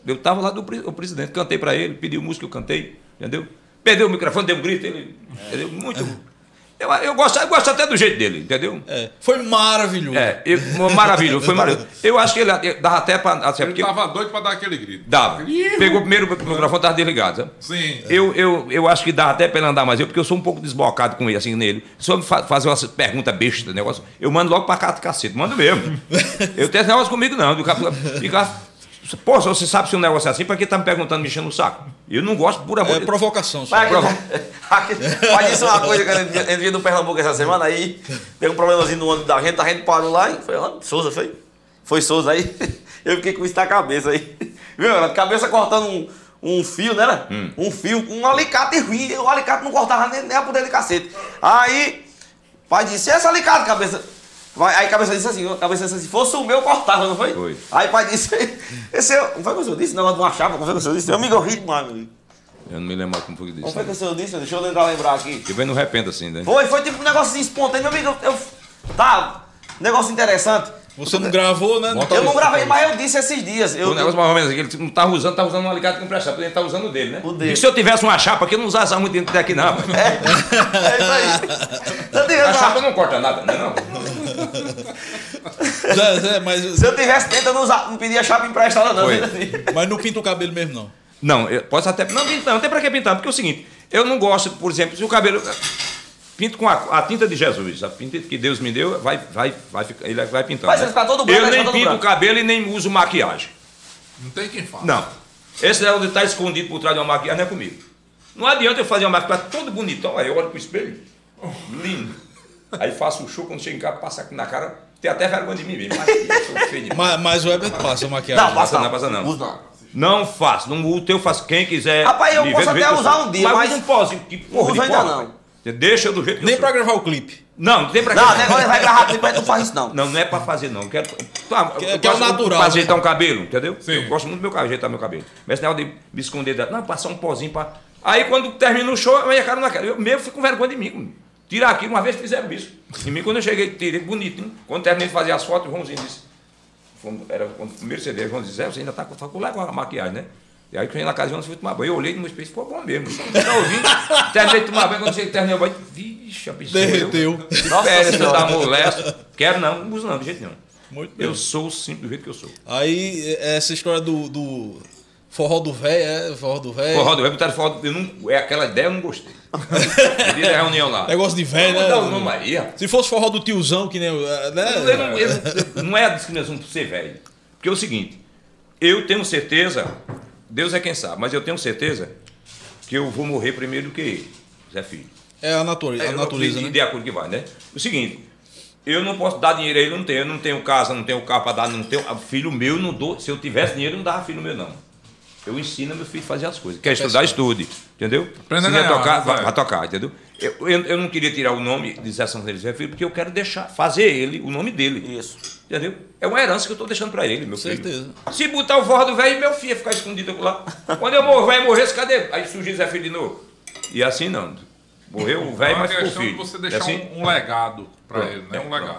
F: Eu estava lá do pre- o presidente, cantei para ele, pediu música, eu cantei, entendeu? Perdeu o microfone, deu um grito, ele. Entendeu? Muito. Eu, eu, gosto, eu gosto até do jeito dele, entendeu?
C: É, foi maravilhoso.
F: É, eu, maravilhoso, foi maravilhoso. Eu acho que ele até- dava até para. Assim,
B: Ele
F: porque
B: tava doido pra dar aquele grito.
F: dava. Pegou primeiro o microfone, estava desligado. sabe?
B: Sim.
F: Eu, eu, eu acho que dava até para ele andar mais, eu, porque eu sou um pouco desbocado com ele, assim, nele. Se eu fa fazer uma pergunta besta, negócio, eu mando logo para cá do cacete, mando mesmo. eu tenho esse negócio comigo, não. Do cara fica- fica, pô, se você sabe se um negócio é assim, para que tá me perguntando, me enchendo o saco? Eu não gosto, por amor
C: É
F: de Deus.
C: provocação. só.
D: Mas aqui- aqui- Mas isso é uma coisa que a gente- a gente viu no Pernambuco essa semana aí. Teve um problemazinho no ônibus da gente, a gente parou lá e foi lá. Souza, foi? Foi Souza aí. Eu fiquei com isso na cabeça aí. Viu, Renato? Cabeça cortando um, um fio, né? era? Um fio com um alicate ruim. O alicate não cortava nem, nem a poder de cacete. Aí, o pai disse, esse alicate, cabeça. Vai- Aí cabeça disse assim, cabeça disse assim, fosse o meu, cortava, não foi?
F: Foi.
D: Aí o pai disse, esse é. Não foi o que o senhor disse? Não, de uma chapa, não foi o que o senhor disse? Meu amigo, eu ri demais, meu amigo.
F: Eu não me lembro mais como foi que
D: Como
F: disse.
D: foi que
F: né?
D: o senhor disse? Deixa eu tentar lembrar aqui.
F: Eu venho no repente assim, né?
D: Foi, foi tipo um negócio espontâneo, meu amigo. Eu, eu- tá, negócio interessante.
C: Você não gravou, né?
F: Bota
C: tá-
D: Eu não gravei, mas eu disse esses dias. Eu,
F: O negócio mais ou menos aqui, ele não estava usando, estava usando um alicate com prestado, ele estava usando o dele, né?
D: O dele.
F: E se eu tivesse uma chapa aqui, eu não usasse muito dentro daqui, não.
D: é, é isso aí. Se eu,
F: A
D: tivesse,
F: chapa
D: uma-
F: não corta nada, né? Não.
C: Zé, Zé, mas,
D: se eu tivesse tenta, eu não, usava, não pedia chapa emprestada, não. né?
F: Foi.
C: mas não pinta o cabelo mesmo, não.
F: Não, eu posso até. Não, pintar, não tem pra que pintar, porque é o seguinte, eu não gosto, por exemplo, se o cabelo. Pinto com a, a tinta de Jesus, a tinta que Deus me deu, vai, vai, vai ficar, ele vai pintando.
D: Vai, você
F: né?
D: fica todo branco,
F: Eu
D: vai
F: nem
D: ficar todo
F: pinto o
D: branco.
F: cabelo e nem uso maquiagem.
B: Não tem quem faça.
F: Não. Esse é onde está escondido por trás de uma maquiagem, não é comigo. Não adianta eu fazer uma maquiagem todo bonitão, aí eu olho pro espelho, lindo. Aí faço o show, quando chego em casa, passa aqui na cara, tem até vergonha de mim mesmo. Mas, eu sou feio demais.
C: Mas, mas o Weber passa a maquiagem.
D: Não, passa
F: não,
D: não.
F: passa não.
D: Usa não.
F: Não faço, não, o teu faço quem quiser.
D: Rapaz, eu
F: me
D: posso
F: ver do jeito
D: até
F: que eu
D: usar
F: sou.
D: um dia, mas
F: eu não posso. Que porra
D: uso
F: de
D: ainda
F: porra,
D: não.
F: rapaz. Você Deixa do jeito que
C: Nem
F: eu
C: pra
F: sou.
C: gravar o clipe.
F: Não, não tem pra
D: Não, né,
F: quê.
D: até agora ele vai gravar clipe, mas não faz isso não.
F: Não, não é pra fazer, não. Quero, tá,
C: Que-
F: eu
C: que é o
F: gosto muito
C: natural,
F: Pra
C: né?
F: ajeitar um cabelo, entendeu?
B: Sim.
F: Eu gosto muito do meu cabelo, ajeitar meu cabelo. Mas esse negócio de me esconder da. Não, passar um pozinho pra. Aí quando termina o show, a minha cara não quer. Eu mesmo fico com vergonha de mim. comigo. Tirar aqui, uma vez fizeram isso. Em mim, quando eu cheguei, tirei bonito, hein? Quando terminei de fazer as fotos, o Joãozinho disse. Quando- Era o primeiro CD, o João disse, "Zé, você ainda tá com, tá com legal a maquiagem, né? E aí, quando eu cheguei na casa de ontem, fui tomar banho. Eu olhei no meu espelho, ficou bom mesmo. Tá ouvindo? Terminei de tomar banho, quando cheguei, terminei o banho. Vixe, a bichinha.
C: Derreteu.
D: Nossa
F: Férias, eu
D: Senhora.
F: da molesta. Quero não, não uso não, de jeito nenhum.
C: Muito bem.
F: Eu sou simples do jeito que eu sou.
C: Aí, eh, essa história do, do forró do véio, é? Forró do véio.
F: Forró do Web, botaram forró do- eu não, é aquela ideia, eu não gostei. Eu dei a reunião lá.
C: Negócio de velho,
F: Vamos
C: né?
F: dar o nome aí, rapaz.
C: Se fosse forró do tiozão, que nem. o- eh,
F: Não, eu
C: Né?
F: não- eu não- não é a discriminação por ser velho. Porque é o seguinte, eu tenho certeza, Deus é quem sabe, mas eu tenho certeza que eu vou morrer primeiro do que ele, Zé Filho.
C: É a natureza,
F: É,
C: a
F: eu
C: natureza,
F: de,
C: né?
F: de acordo que vai, né? O seguinte, eu não posso dar dinheiro a ele, não tenho. Eu não tenho casa, não tenho carro para dar, não tenho. a- Filho meu, não dou. Se eu tivesse dinheiro, eu não dava filho meu, não. Eu ensino meu filho a fazer as coisas. Quer estudar, estude. Entendeu?
B: Aprenda
F: Se
B: a
F: quer
B: ganhar,
F: tocar,
B: né,
F: vai,
B: velho?
F: vai tocar, entendeu? Eu, eu, eu não queria tirar o nome de Zé Santos Zé Filho, porque eu quero deixar, fazer ele, o nome dele.
D: Isso.
F: Entendeu? É uma herança que eu estou deixando para ele, meu filho.
C: Certeza.
F: Se botar o forró do velho, meu filho ia ficar escondido lá. Quando eu morrer, vai morrer, cadê? Aí surgiu Zé Filho de novo. E assim não. Morreu o velho,
B: é uma
F: mas ficou o
B: questão de
F: filho.
B: você
F: É
B: deixar
F: assim?
B: um, um legado pra
F: Pronto,
B: ele, né?
F: é,
B: um
F: pronto. ah,
B: legado.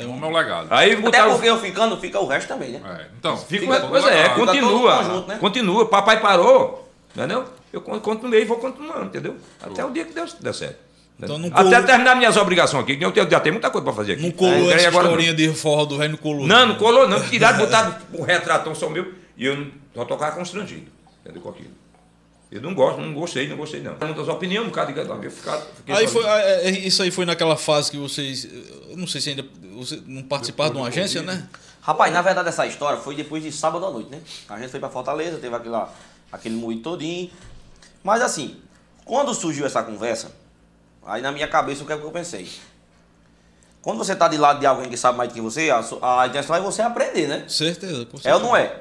B: O homem é um legado.
F: Aí
D: Até
F: botaram.
D: porque eu ficando, fica o resto também, né?
B: É, então,
F: Fica,
B: fica ah, todo
F: pois
C: tá
F: é,
B: legado.
D: conta-
F: continua.
D: todo conjunto, né?
F: Continua. Papai parou, entendeu? Eu con- continuei e vou continuando, entendeu? Até o dia que Deus der certo.
C: Então
F: entendeu?
C: não
F: Até
C: colo-
F: terminar minhas obrigações aqui. que Eu tenho- já tem muita coisa para fazer aqui.
C: né? Não colou
F: Aí
C: essa
F: agora não.
C: historinha de forró do velho, não colou. né?
F: Não, não colou, não. Tiraram, botaram o retratão só meu. E eu não- só tocava constrangido. Entendeu? Com aquilo. Eu não gosto, não gostei, não gostei, não. Muitas opiniões, um cara de cada um. Eu ficava- fiquei
C: Aí
F: só-
C: foi, ah, é, é, isso aí foi naquela fase que vocês. eh, eu Não sei se ainda. Você não participaram de uma agência, né?
D: Rapaz, na verdade essa história foi depois de sábado à noite, né? A gente foi pra Fortaleza, teve aquele, lá- aquele moído todinho. Mas assim, quando surgiu essa conversa, aí na minha cabeça o que é que eu pensei? Quando você tá de lado de alguém que sabe mais do que você, a, su- a intenção é você aprender, né?
C: Certeza. com
D: É
C: certeza.
D: ou não é?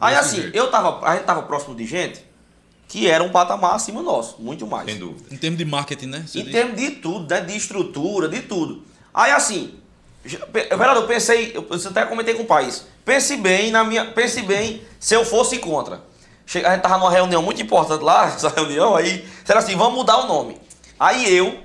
D: Aí
B: Desse
D: assim,
B: jeito.
D: eu tava, a gente tava próximo de gente que era um patamar acima nosso, muito mais.
F: Sem dúvida.
C: Em termos de marketing, né? Você
D: é? Em
C: diz.
D: termos de tudo, né? De estrutura, de tudo. Aí assim, já- pe- vereador, eu pensei, eu eu até comentei com o país. Pense bem na minha. Pense bem se eu fosse contra. Che- A gente tava numa reunião muito importante lá, essa reunião, aí, será assim, vamos mudar o nome. Aí eu,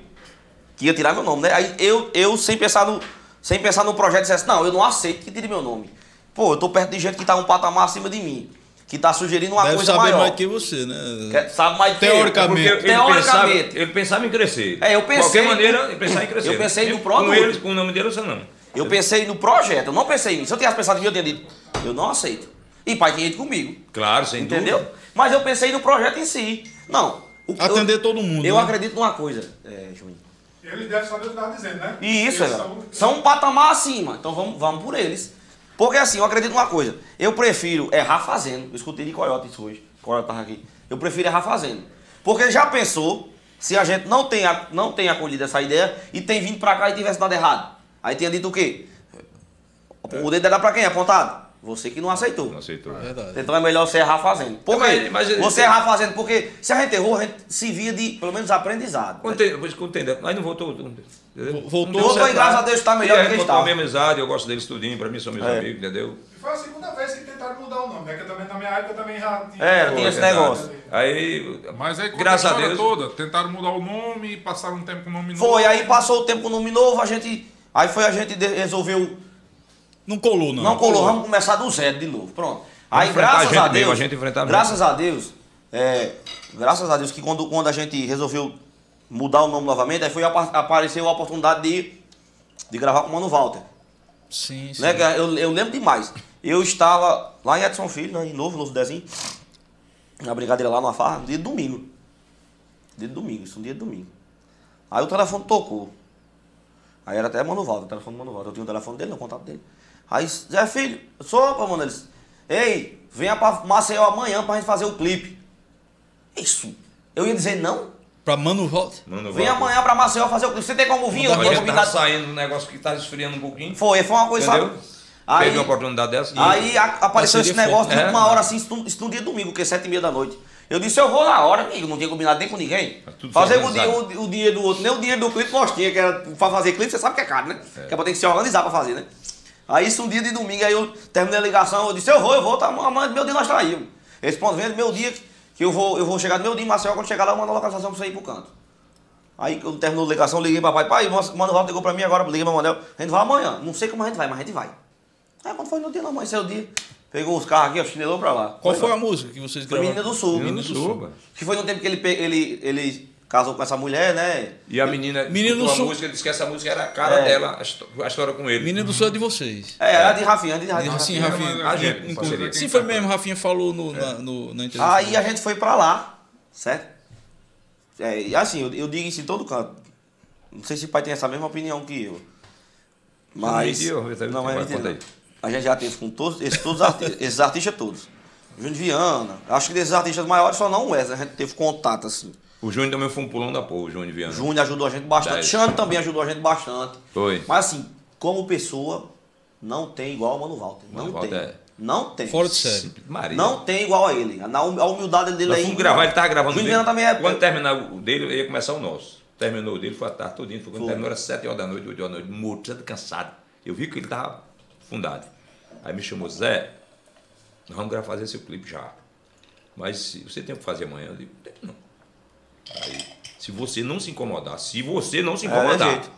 D: que ia tirar meu nome, né? Aí eu, eu sem pensar no, sem pensar no projeto, dissesse, não, eu não aceito que tire meu nome. Pô, eu tô perto de gente que tá um patamar acima de mim, que tá sugerindo uma
C: Deve
D: coisa
C: saber
D: maior.
C: mais que você, né?
D: Que- Sabe mais que eu.
C: Teoricamente.
F: Porque ele pensava,
D: Teoricamente.
F: ele pensava em crescer.
D: É, eu
F: De
D: pensei-
F: qualquer maneira, ele pensava em crescer.
D: Eu pensei no
F: Com
D: produto.
F: ele, com o nome dele, você não.
D: Eu pensei no projeto, eu não pensei nisso. Se eu tivesse pensado em mim, eu teria dito, eu não aceito. E pai tinha ido comigo,
F: Claro, sem
D: entendeu?
F: dúvida.
D: Mas eu pensei no projeto em si. Não. o-
C: Atender
D: eu,
C: todo mundo,
D: Eu
C: né?
D: acredito numa coisa, é, Juninho.
E: Eles devem saber o que estava dizendo, né?
D: E isso,
E: Eles
D: velho,
E: são-
D: são um patamar acima. Então vamos, vamos por eles. Porque assim, eu acredito numa coisa. Eu prefiro errar fazendo. Eu escutei de Coyote isso hoje. Coyote tava aqui. Eu prefiro errar fazendo. Porque já pensou se a gente não tem, a- não tem acolhido essa ideia e tem vindo pra cá e tivesse dado errado? Aí tinha dito o quê? O dedo era pra quem? Apontado? Você que não aceitou.
F: Não aceitou.
C: Verdade.
D: Então é melhor você errar fazendo. Por quê?
F: Mas- mas-
D: você errar fazendo, porque se a gente errou, a gente se via de, pelo menos, aprendizado.
F: Quando tem, depois quando tem dentro, mas não voltou. Entendeu?
C: Voltou,
F: Não deu
D: voltou,
F: certo.
D: e graças a Deus tá melhor
F: E
D: do
F: aí,
D: que
F: voltou a
D: estava.
F: minha amizade, eu gosto deles tudinho, pra mim são meus
D: É.
F: amigos, entendeu?
E: E foi a segunda vez que tentaram mudar o nome, né? Que eu também, na minha época, eu também já tinha...
D: É, tinha esse
F: verdade.
D: negócio.
F: Aí,
B: Mas aí conta
F: graças
B: a
F: a
B: história
F: Deus,
B: toda. Tentaram mudar o nome, passaram um tempo com o nome novo.
D: Foi, aí passou o tempo com o nome novo, a gente. Aí foi a gente de- resolveu.
C: Não colou, não.
D: Não, colou, vamos começar do zero de novo. Pronto. Aí,
F: enfrentar
D: graças
F: a gente
D: a,
F: mesmo,
D: Deus.
F: a gente enfrentar mesmo.
D: graças a Deus. é, graças a Deus que quando, quando a gente resolveu mudar o nome novamente, aí foi apa- apareceu a oportunidade de, de gravar com o Mano Walter.
C: Sim, sim.
D: Né, que eu, eu lembro demais. Eu estava lá em Edson Filho, né, em Novo, Novo Dezinho, na brincadeira lá numa farra, no dia de domingo. Dia de domingo, isso, um dia de domingo. Aí o telefone tocou. Aí era até Mano Valdo, o telefone do Mano Valdo. Eu tinha o telefone dele, não, o contato dele. Aí, Zé Filho, sopa, mano. Ele disse, ei, venha pra Maceió amanhã pra gente fazer o clipe. Isso. Eu ia dizer não.
C: Pra Mano Volta.
F: não, não
D: Vem
F: volta.
D: amanhã pra Maceió fazer o clipe. Você tem como vir? Eu
F: A
D: tinha
F: gente tá
D: convidado.
F: saindo do negócio que tá esfriando um pouquinho.
D: Foi, foi uma coisa,
F: Entendeu?
D: sabe? Aí-
F: Teve uma oportunidade dessa.
D: Aí a- apareceu esse
C: Parceria
D: negócio
F: forte.
D: de
F: É,
D: uma
F: mano.
D: hora assim, isso isso no dia domingo, que é sete e meia da noite. Eu disse, eu vou na hora, amigo, não tinha combinado nem com ninguém.
F: Tá tudo
D: fazer o dia,
F: organizado.
D: o, o dia do outro, nem o dia do cliente nós tinha, que era pra fazer cliente, você sabe que é caro, né? Que é pra ter que se organizar pra fazer, né? Aí isso um dia de domingo, aí eu terminei a ligação, eu disse, eu vou, eu vou, tá, amanhã meu dia nós tá aí. Esse ponto vendo meu dia, que eu vou, eu vou chegar no meu dia, mas quando chegar lá eu mando a localização pra você ir pro canto. Aí quando terminou a ligação, eu liguei pra pai, pai, o Manoval ligou pra mim agora, liguei pra Manel, a gente vai amanhã, não sei como a gente vai, mas a gente vai. Aí quando foi no dia, não, mas esse é o dia. Pegou os carros aqui, ó, chinelou pra lá.
C: Qual foi
D: lá.
C: a música que vocês
D: Foi Menina
C: gravaram?
D: do Sul.
F: Menina do Sul, mano.
D: Que foi no tempo que ele, pe- ele, ele casou com essa mulher, né?
F: E a menina
C: Menino
F: escutou
C: do
F: a
C: Sul.
F: música, disse que essa música era a cara
D: É.
F: dela, a, histó- a história com ele.
C: Menino do Sul é de vocês.
D: É, era de Rafinha, era de Rafinha.
C: Sim,
B: Rafinha,
C: Rafinha.
B: mas
F: a gente
C: Inclu-
F: parceria.
C: Sim, foi mesmo. Rafinha falou no- na, no- na entrevista.
D: tá É. Aí a gente foi pra lá, certo? É, e assim, eu, eu digo isso em todo canto. Não sei se o pai tem essa mesma opinião que eu. Mas.
F: mentiu, eu também
D: não,
F: tenho,
D: é
F: mas
D: mentira,
F: conta
D: não.
F: aí.
D: A gente já teve com todos, esses, todos os arti- esses artistas todos. Júnior Viana. Acho que desses artistas maiores só não o Wesley. A gente teve contato, assim.
F: O Júnior também foi um pulão da porra, o Júnior Viana.
D: Júnior ajudou a gente bastante.
F: Dez.
D: Xande também ajudou a gente bastante.
F: Foi.
D: Mas assim, como pessoa, não tem igual ao Mano Walter. Não
F: Mano
D: tem.
F: Walter é-
D: Não tem.
C: Fora de série.
F: Assim, Maria.
D: Não tem igual a ele. Na hum- A humildade dele
F: Nós
D: aí.
F: fomos gravar, ele tava gravando
D: Júnior
F: dele.
D: Viana também é.
F: Quando terminar o dele, ia começar o nosso. Terminou o dele, foi a tarde todinha. Foi quando
D: Foi.
F: terminou, era 7 horas da noite, 8 horas da noite, morto, todo cansado. Eu vi que ele tava fundado. Aí me chamou, Zé, nós vamos gravar fazer esse clipe já. Mas se você tem o que fazer amanhã? Eu digo, tem não. Aí, se você não se incomodar, se você não se
D: Era
F: incomodar,
D: jeito.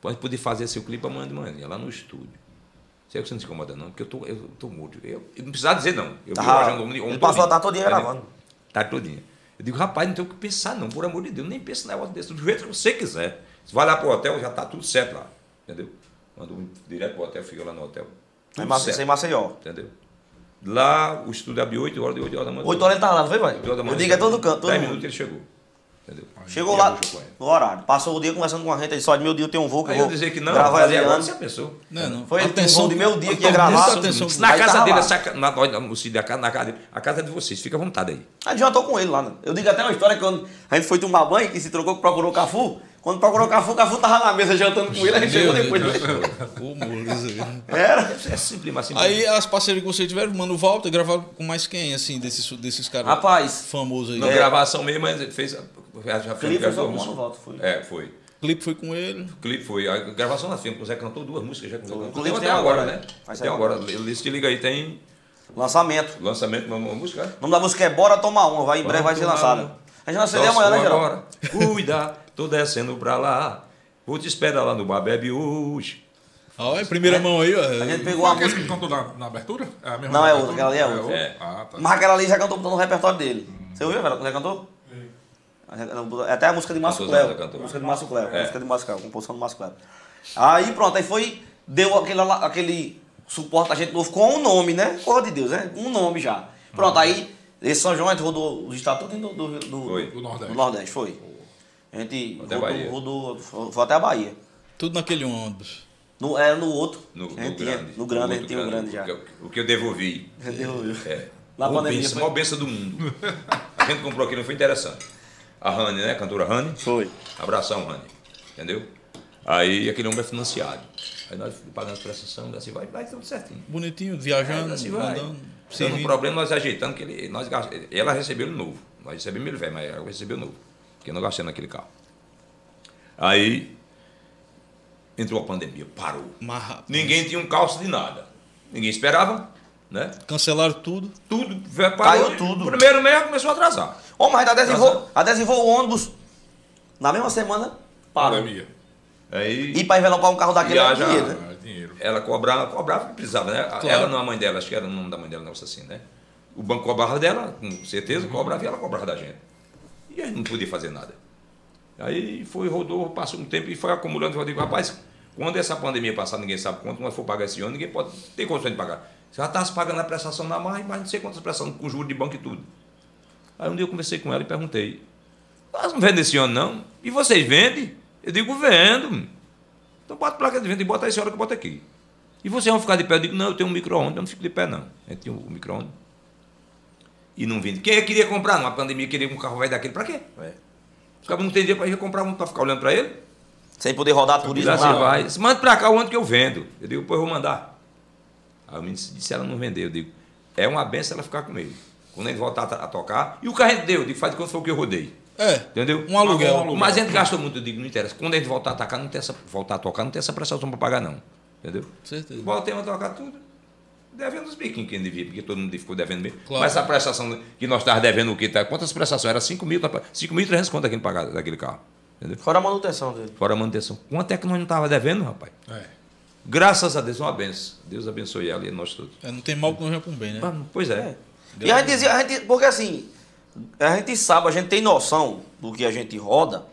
F: pode poder fazer seu clipe amanhã de manhã, lá no estúdio. Será que você não se incomoda, não? Porque eu tô, eu tô morto. Eu, eu não precisava dizer, não. Eu
D: Tava-
F: vi o Rajão ontem-
D: Tá ele
F: ontem
D: passou a
F: todinho.
D: tarde todinha
F: É, né?
D: gravando.
F: Tá todinha. Eu digo, rapaz, não tem o que pensar, não, por amor de Deus, nem pensa num negócio desse, do jeito que você quiser. Você vai lá pro hotel, já tá tudo certo lá, entendeu? Mandou um direto pro hotel, fica lá no hotel.
D: Sem
F: Tudo
D: Mace-
F: certo,
D: Sem Maceió.
F: entendeu? Lá o estúdio abriu 8 horas, de 8 horas da manhã.
D: 8 horas ele tava lá, não foi, pai?
F: Oito horas da manhã.
D: Eu digo é todo canto. Todo
F: 10
D: mundo.
F: minutos ele chegou, entendeu?
D: Chegou
F: Aí
D: lá
F: eu vou com ele.
D: no horário. Passou o dia conversando com a gente. Ele disse: Olha, meu dia eu tenho um voo que
F: Aí
D: eu
F: eu
D: vou.
F: dizer que não,
D: gravar
F: fazer agora
D: Eliana.
F: você pensou.
C: Não, não.
D: Foi ele que
C: Atenção,
D: de meu dia que ia
C: Antônio,
D: gravar.
C: presta atenção.
D: Isso
F: Na
D: Aí
F: casa
D: tava
F: dele,
D: lá.
F: essa, ca- na, na, no sítio da casa, na casa dele, a casa é de vocês, fica à vontade aí.
D: Adiantou com ele lá, né? Eu digo até uma história que quando a gente foi tomar banho, que se trocou, que procurou o Cafu. Quando procurou o Cafu, o Cafu tava na mesa jantando com ele, a gente chegou
C: Meu
D: depois.
C: Deus do céu. Ô, Moura.
D: Era.
F: É simples, mas simples.
C: Aí as parcerias que vocês tiveram, mano, Walter gravava com mais quem, assim, desses, desses caras
D: Rapaz,
C: famosos aí.
F: Na
C: O
F: gravação mesmo, mas ele fez. Já já fez
D: é. Clipe foi
F: duas
D: só com o
F: músicas.
D: Mano Walter, foi.
F: É, foi.
C: clipe foi com ele.
F: O clipe foi. A gravação nós fizemos, o Zé cantou duas músicas já com o Zé
D: O
F: cantou.
D: clipe
F: Tem
D: tem
F: até agora,
D: agora,
F: né?
D: né? Vai sair
F: Tem agora. Ele se liga aí, tem
D: lançamento.
F: lançamento de uma música. né?
D: O nome da música é Bora Tomar Uma, vai, em breve vai ser
F: tomar
D: lançada.
F: uma.
D: A gente lança ele
F: Só
D: amanhã, né,
F: se for
D: Geraldo?
F: agora. Cuida, tô descendo pra lá. Vou te esperar lá no bar, bebe hoje.
C: Ó, é primeira mão aí, ó.
D: A gente pegou
B: Foi
D: a
B: aquele
D: música.
B: que é? cantou na, na abertura? É a mesma
D: Não,
B: da
D: é
B: abertura?
D: outra, aquela ali é outra.
F: É.
B: Ah, tá.
D: Mas aquela ali já cantou botando no repertório dele. Você ouviu, velho? Já cantou? É até a música de Márcio
F: Cantou,
D: Cleo.
F: já cantou.
D: Música de Márcio Cleo.
F: É.
D: Música de Márcio Cleo, composição do Márcio Cleo. Aí pronto, aí foi, deu aquele, ala- aquele suporte a gente novo com um nome, né? Porra de Deus, né? Um nome já. Pronto,
F: Uhum.
D: aí esse São João a gente rodou os estados todos do, do, do,
F: Foi.
D: do
B: Do Nordeste.
D: Nordeste, foi. A gente
F: Até a Bahia.
D: rodou, rodou, foi até a Bahia.
C: Tudo naquele ônibus.
D: No, era no outro.
F: No, no
D: a gente tinha-
F: grande.
D: No grande, a gente
F: outro
D: tinha o grande já.
F: o que eu- O que eu devolvi.
D: Entendeu?
F: É.
D: Na
F: Maior
D: pandemia
F: benção,
D: foi-
F: maior benção do mundo. A gente comprou aqui, não foi interessante. A Rani, né? A cantora Rani.
D: Foi.
F: Abração, Rani. Entendeu? Aí aquele homem é financiado. Aí nós pagamos prestação, assim vai, vai tudo certinho.
C: Bonitinho, viajando,
D: É, tá
F: Aí assim vai.
C: andando.
F: Tendo um
C: servindo.
F: problema, nós ajeitando que ele. Nós, gast- ela recebeu ele novo. Nós recebemos ele velho, mas ela recebeu novo. Porque nós gastamos naquele carro. Aí entrou a pandemia, parou.
C: Mas, rapaz,
F: Ninguém tinha um calço de nada. Ninguém esperava, né?
C: Cancelaram tudo.
F: Tudo, velho, parou.
D: Caiu tudo.
F: O primeiro mês começou a atrasar.
D: Ô, mas a
F: Tá
D: desenvol, a desenvol o ônibus na mesma semana parou.
B: Pandemia.
F: Aí
D: E pra envelopar um carro daquele era
F: Viaja.
D: dinheiro, né?
B: Ah, dinheiro.
F: ela cobrava, cobrava que precisava, né? Ela não, a mãe dela, acho que era o nome da mãe dela, um negócio assim, né? O banco cobrava dela, com certeza, cobrava e ela cobrava da gente. E a gente não podia fazer nada. Aí foi, rodou, passou um tempo e foi acumulando. Eu digo, rapaz, quando essa pandemia passar, ninguém sabe quanto, nós for pagar esse ano, ninguém pode, não tem condições de pagar. Já está se pagando a prestação na mais, mas não sei quantas prestações, com juros de banco e tudo. Aí um dia eu conversei com ela e perguntei, nós não vendemos esse ano não? E vocês vendem? Eu digo, vendo. Então bota placa de venda e bota essa hora que eu boto aqui. E vocês vão ficar de pé? Eu digo, não, eu tenho um micro-ondas, eu não fico de pé não. Eu tenho um micro-ondas. E não vende. Quem é que queria comprar numa pandemia, queria um carro vai daquele, pra quê? É. Os caras não tem dinheiro pra ir comprar um pra ficar olhando pra ele.
D: Sem poder rodar
F: E
D: turismo
F: lá se
D: lá.
F: vai. Manda pra cá o ano que eu vendo. Eu digo, pô, eu vou mandar. Aí o menino disse, ela não vendeu. Eu digo, é uma benção ela ficar com ele. Quando ele voltar a, to- a tocar. E o que a gente deu? Eu digo, faz de quanto foi o que eu rodei.
C: É.
F: Entendeu?
C: Um aluguel.
F: Mas a gente gastou muito, eu digo, não interessa. Quando a gente voltar a tocar, não tem essa, voltar a tocar, não tem essa prestação para pagar, não. Entendeu?
C: Certeza.
F: Voltei a tocar tudo. Devendo os biquinhos que a gente devia, porque todo mundo ficou devendo mesmo.
C: Claro.
F: Mas a prestação que nós estávamos devendo o que? tá? Quantas prestações? Era 5 mil, 5.300 conto daquele, pagado, daquele carro. Entendeu?
D: Fora a manutenção dele.
F: Fora a manutenção. Quanto é que nós não estávamos devendo, rapaz?
B: É.
F: Graças a Deus, uma benção. Deus abençoe ela e nós todos.
C: É, não tem mal que não venha com bem, né?
F: Ah, Pois é.
D: E a gente dizia, a gente, porque assim, a gente sabe, a gente tem noção do que a gente roda,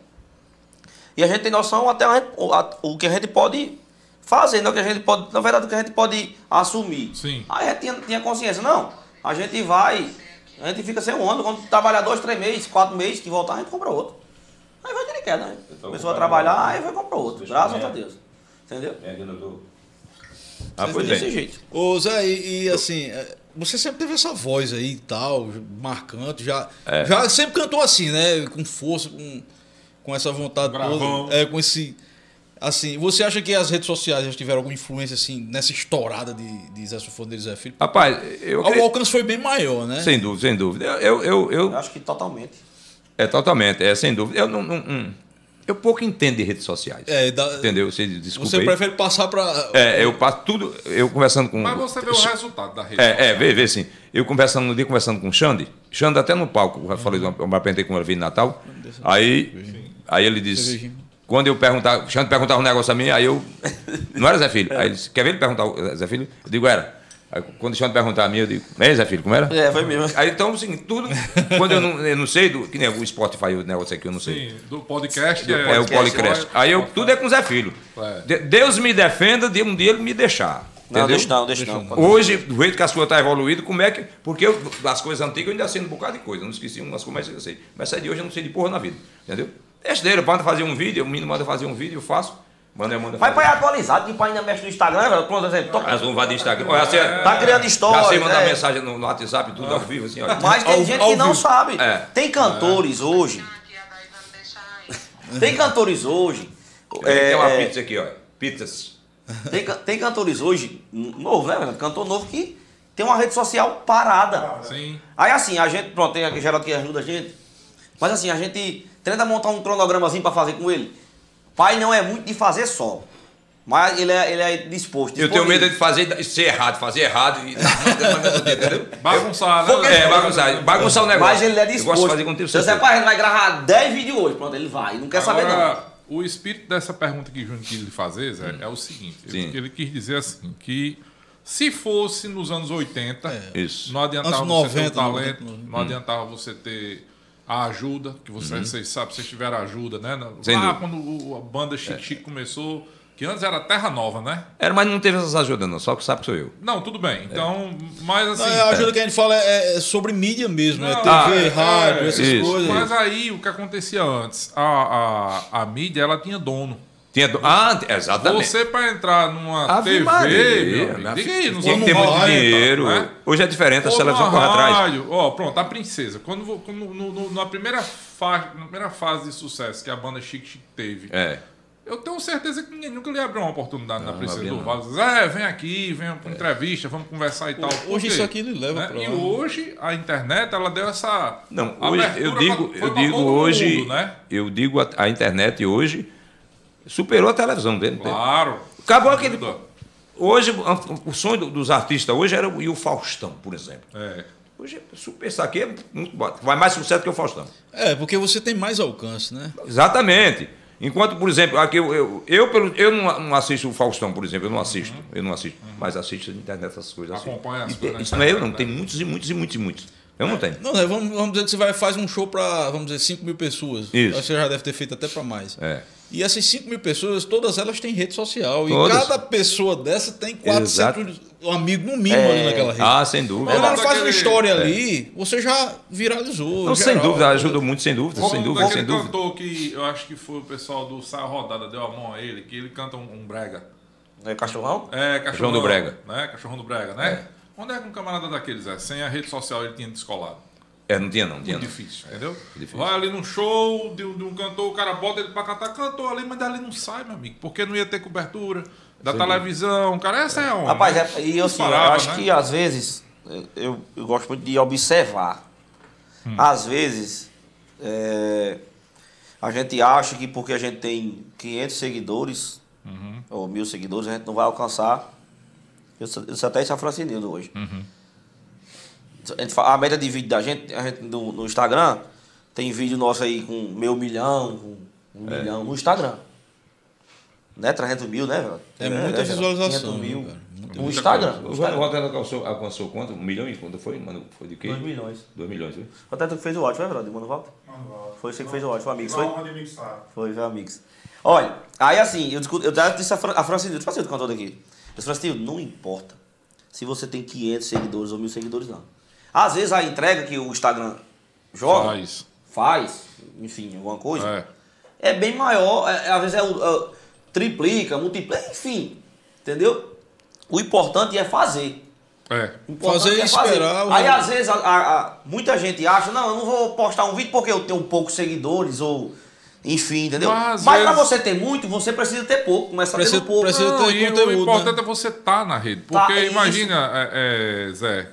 D: e a gente tem noção até a gente- o, a- o que a gente pode fazer, não o que a gente pode, na verdade, o que a gente pode assumir.
B: Sim.
D: Aí a gente tinha, tinha consciência, não, a gente vai, a gente fica sem um ano, quando trabalhar dois, três meses, quatro meses, que voltar, a gente compra outro. Aí vai o que ele quer, né? Começou a trabalhar, aí vai comprar outro, graças a Deus. Entendeu?
C: É.
F: É Ah,
D: Foi
F: pois
D: desse
F: bem.
D: jeito.
C: Ô Zé, e, e, assim, é, você sempre teve essa voz aí e tal, marcante, já,
F: É.
C: já sempre cantou assim, né? Com força, com, com essa vontade
B: Bravão.
C: toda. É, com esse. Assim, você acha que as redes sociais já tiveram alguma influência, assim, nessa estourada de, de Zé Sufoneiro e Zé Filho?
F: Rapaz, eu.
C: O
F: acredito-
C: alcance foi bem maior, né?
F: Sem dúvida, sem dúvida. Eu, eu, eu, eu-
D: Eu acho que totalmente.
F: É, totalmente, é, sem dúvida. Eu não. não- hum. eu pouco entendo de redes sociais.
C: É, da-
F: Entendeu? Você desculpa.
C: você
F: aí.
C: prefere passar pra.
F: É, eu passo tudo. Eu conversando com.
B: Mas você vê o resultado da rede.
F: É, é, vê, vê sim. Eu conversando no dia, conversando com o Xande. Xande até no palco, eu falei,
B: Uhum.
F: eu me apresentei com ele veio em Natal. Aí, aí ele disse.
B: é
C: Cervejinha.
F: Quando eu perguntava, o Xande perguntava um negócio a mim, aí eu. Não era Zé Filho. Aí ele disse, quer ver ele perguntar o Zé Filho? Eu digo, era. Aí, quando o Xande perguntava a mim, eu digo, ei Zé Filho, como era?
D: É, foi mesmo.
F: Aí então, assim, tudo. Quando eu não, eu não sei, do, que nem o Spotify, o negócio aqui, eu não sei.
B: Sim, do podcast.
F: É, o Policrest. Aí eu, tudo é com o Zé Filho.
B: É.
F: De- Deus me defenda de um dia ele me deixar.
D: Não,
F: entendeu?
D: deixa não, deixa não. pode-
F: Hoje, do jeito que a sua está evoluída, como é que. Porque eu, as coisas antigas eu ainda sei um bocado de coisa, eu não esqueci umas coisas mas eu sei. Mas essa de hoje eu não sei de porra na vida, entendeu? Deixa dele, manda fazer um vídeo, o menino manda fazer um vídeo, eu faço, manda, manda.
D: Mas pai
F: fazer.
D: é atualizado, que o pai ainda mexe no Instagram, né, velho? Pronto, exemplo, toca.
F: Mas não vai de Instagram. Olha, assim,
D: Tá criando
F: já sei
D: histórias,
F: mandar
D: é. Ah.
F: mensagem no, no WhatsApp, tudo ao vivo, assim, olha.
D: Mas tem gente que não sabe.
F: É.
D: Tem cantores hoje. Tem cantores hoje.
F: tem uma
D: é,
F: pizza aqui, olha. Pizzas.
D: tem, can- tem cantores hoje, n- novo, né, velho? Cantor novo que tem uma rede social parada.
B: Sim.
D: Aí assim, a gente, pronto, tem aquele Geraldo que ajuda a gente. Mas assim, a gente tenta montar um cronogramazinho pra fazer com ele. Pai não é muito de fazer só. Mas ele é, ele é disposto.
F: Eu tenho medo
D: disponível.
F: de fazer, ser errado, fazer errado e mandando, mandando, entendeu?
B: Bagunçar, né?
F: É, bagunçar, bagunçar o negócio.
D: Mas ele é
F: Eu gosto
D: disposto.
F: de fazer conteúdo.
D: Então, se é pai, ele vai gravar 10 vídeos hoje. Pronto, ele vai. Não quer saber, não.
B: Agora, O espírito dessa pergunta que Júnior quis lhe fazer, Zé, é o seguinte: ele,
F: Hum. Sim.
B: ele quis dizer assim, que se fosse nos anos 80,
F: Isso. Hum.
B: não adiantava
C: É. Anos
B: você ter
C: 90,
B: o talento,
C: 90.
B: não adiantava você ter a ajuda, que você, vocês sabem, vocês tiveram ajuda, né?
F: Uhum. Sem
B: Lá
F: dúvida. É.
B: quando o- a banda Chique Chique começou, que antes era Terra Nova, né?
F: Era, mas não teve essas ajudas, não. Só que sabe que sou eu.
B: Não, tudo
F: É.
B: bem. Então, mas assim.
C: Não, a ajuda Ah, que a gente fala é, é sobre mídia mesmo, é
B: Não,
C: TV,
B: é,
C: rádio,
B: é,
C: essas
F: isso.
C: coisas.
B: Mas aí o que acontecia antes? A, a, a mídia ela tinha dono.
F: Tinha do... Ah, exatamente.
B: Você para entrar numa
F: Ave
B: TV,
F: Maria,
B: meu
F: minha
B: amigo, diga
F: filha,
B: aí, nos
F: Tinha que
B: anos
F: ter muito
B: 90,
F: dinheiro.
B: né?
F: Hoje é diferente, a
B: Ou
F: televisão
B: numa
F: corre atrás.
B: rádio. Ó, pronto, a princesa. Quando, vo- quando- no- no- na, primeira fa- na primeira fase de sucesso que a banda Chique Chique teve,
F: É.
B: eu tenho certeza que ninguém nunca lhe abriu uma oportunidade na Princesa
F: abriu
B: do
F: não. É.
B: Vale. Diz, É, vem aqui, vem pra entrevista, vamos conversar e tal. Por
C: hoje
B: quê? Né?
C: isso aqui ele leva pra
B: E
C: lá.
B: hoje a internet, ela deu essa.
F: Não, hoje
B: abertura
F: eu digo,
B: pra- foi
F: eu
B: pra
F: digo
B: todo
F: hoje,
B: mundo, né?
F: eu digo a, a internet hoje superou a televisão dele.
B: Claro.
F: Acabou aquele. Hoje, o sonho do- dos artistas hoje era o, e o Faustão, por exemplo.
B: É.
F: Hoje, se eu pensar aqui, é muito bom. Vai mais sucesso que o Faustão.
C: É, porque você tem mais alcance, né?
F: Exatamente. Enquanto, por exemplo, aqui eu, eu, eu, pelo, eu não, não assisto o Faustão, por exemplo, eu não assisto, eu não assisto, mas assisto na internet essas coisas. assisto.
B: Uhum. Acompanha as
F: E
B: coisas
F: tem-
B: na
F: Isso não é eu, não,
B: internet, É.
F: tem muitos e muitos e muitos e muitos. Eu não tenho.
C: Não, né? Vamos, vamos dizer que você vai, faz um show para, vamos dizer, 5 mil pessoas.
F: Isso.
C: Acho que Você já deve ter feito até para mais.
F: É.
C: E essas 5 mil pessoas, todas elas têm rede social.
F: Todas.
C: E cada pessoa dessa tem 400 amigos, no mínimo, ali naquela rede.
F: Ah, sem dúvida.
C: Quando ela
B: Daquele-
C: faz uma história ali, você já viralizou.
B: um
F: Não, sem
C: geral.
F: dúvida, ajuda muito, sem dúvida, sem
B: Como
F: dúvida, sem
B: daquele
F: dúvida.
B: cantor que eu acho que foi o pessoal do Saia Rodada, deu a mão a ele, que ele canta um, um brega.
D: É cachorrão?
B: É, cachorrão
F: do Brega.
B: Né? Cachorrão do Brega, né? Onde é que um camarada daqueles é? Sem a rede social ele tinha descolado.
F: É, não tinha não, não tinha não.
B: Difícil, entendeu?
F: Difícil.
B: Vai ali num show de um, de um cantor, o cara bota ele pra cantar, cantou ali, mas dali não sai, meu amigo, porque não ia ter cobertura, da televisão, cara, essa é a onda.
D: Rapaz,
B: né?
D: é- e assim, eu
B: Parava,
D: acho
B: né?
D: que às vezes eu- eu, eu gosto muito de observar.
B: Hum.
D: Às vezes é, a gente acha que porque a gente tem 500 seguidores
B: Uhum.
D: ou mil seguidores a gente não vai alcançar. Eu, sou- eu sou até isso a Francinildo hoje.
B: Uhum.
D: A, gente fa- a média de vídeo da gente, a gente no, no Instagram, tem vídeo nosso aí com meio milhão, com
B: É.
D: um milhão no Instagram. Né? 300 mil, né, velho?
C: É muita
D: Geraldo?
C: visualização,
D: 500 mil.
C: né, cara? Muita
D: O Instagram.
F: O
D: O
F: Ronaldo
D: Instagram.
F: alcançou, alcançou quanto? Um milhão e quanto foi? Mano, foi de quê?
D: 2 milhões.
F: Dois milhões, viu?
D: O Até tu que fez o ótimo, né, brother? Mano, volta.
E: Manual.
D: Foi você que fez o ótimo, amigos.
E: Tive a
D: Foi?
E: honra de mixar.
D: Foi, foi, amigos. Olha, aí assim, eu, discuto, eu tava- disse a, Fran, a Francine, deixa eu fazer o cantor daqui. Eu falei assim, não importa se você tem 500 seguidores ou 1000 seguidores, não. Às vezes a entrega que o Instagram joga, faz,
B: Faz.
D: enfim, alguma coisa,
B: É.
D: é bem maior, é- é- às vezes é, o- é, triplica, multiplica, enfim, entendeu? O importante é fazer.
B: É.
D: O importante
C: Fazer e
D: é
C: esperar o-
D: Aí às vezes a- a- a- muita gente acha, não, eu não vou postar um vídeo porque eu tenho poucos seguidores ou enfim, entendeu?
B: Mas,
D: Mas,
B: às
D: pra
B: vezes-
D: você ter muito, você precisa ter pouco, começa
C: Precisa-
D: tendo pouco.
C: precisa- Você tem
B: e
C: conteúdo,
B: o importante
C: né?
B: é você estar na rede.
D: Tá,
B: Porque
D: é isso.
B: imagina, é, é, Zé,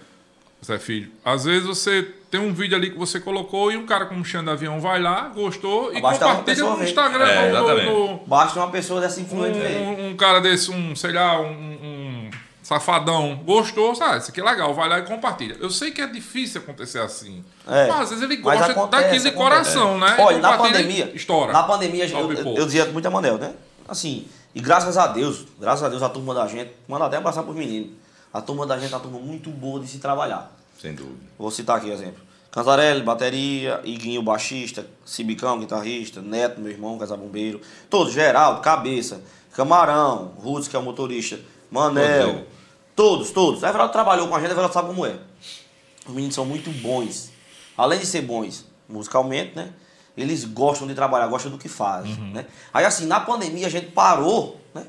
B: Zé Filho, às vezes você tem um vídeo ali que você colocou e um cara como Xande Avião vai lá, gostou e
D: Basta uma
B: compartilha
D: pessoa
B: no
D: ver.
B: Instagram.
F: É,
B: no- no-
F: exatamente.
B: no-
D: Basta uma pessoa dessa influente aí.
B: um, um cara desse, um, sei lá, um, um safadão gostou, sabe? Isso aqui é legal, vai lá e compartilha. Eu sei que é difícil acontecer assim.
D: É.
B: Mas às vezes ele
D: Mas
B: gosta
D: acontece,
B: daquilo de
D: acontece.
B: coração, né?
D: Olha,
B: E
D: na
B: compartilha e
D: pandemia.
B: Estoura.
D: Na pandemia, eu,
B: Sobe
D: eu,
B: pouco.
D: eu dizia muito a Manel, né? Assim, e graças a Deus, graças a Deus, a turma da gente, manda até abraçar pros meninos. A turma da gente é uma turma muito boa de se trabalhar.
F: Sem dúvida.
D: Vou citar aqui um exemplo. Cantarelli, bateria, Iguinho, baixista, Cibicão, guitarrista, Neto, meu irmão, casabombeiro, todos, Geraldo, Cabeça, Camarão, Rudes, que é o motorista, Manel, todos,
F: Todos.
D: todos. A Everaldo trabalhou com a gente, a Everaldo sabe como é. Os meninos são muito bons. Além de ser bons musicalmente, né? Eles gostam de trabalhar, gostam do que fazem, né? Aí assim, na pandemia a gente parou, né?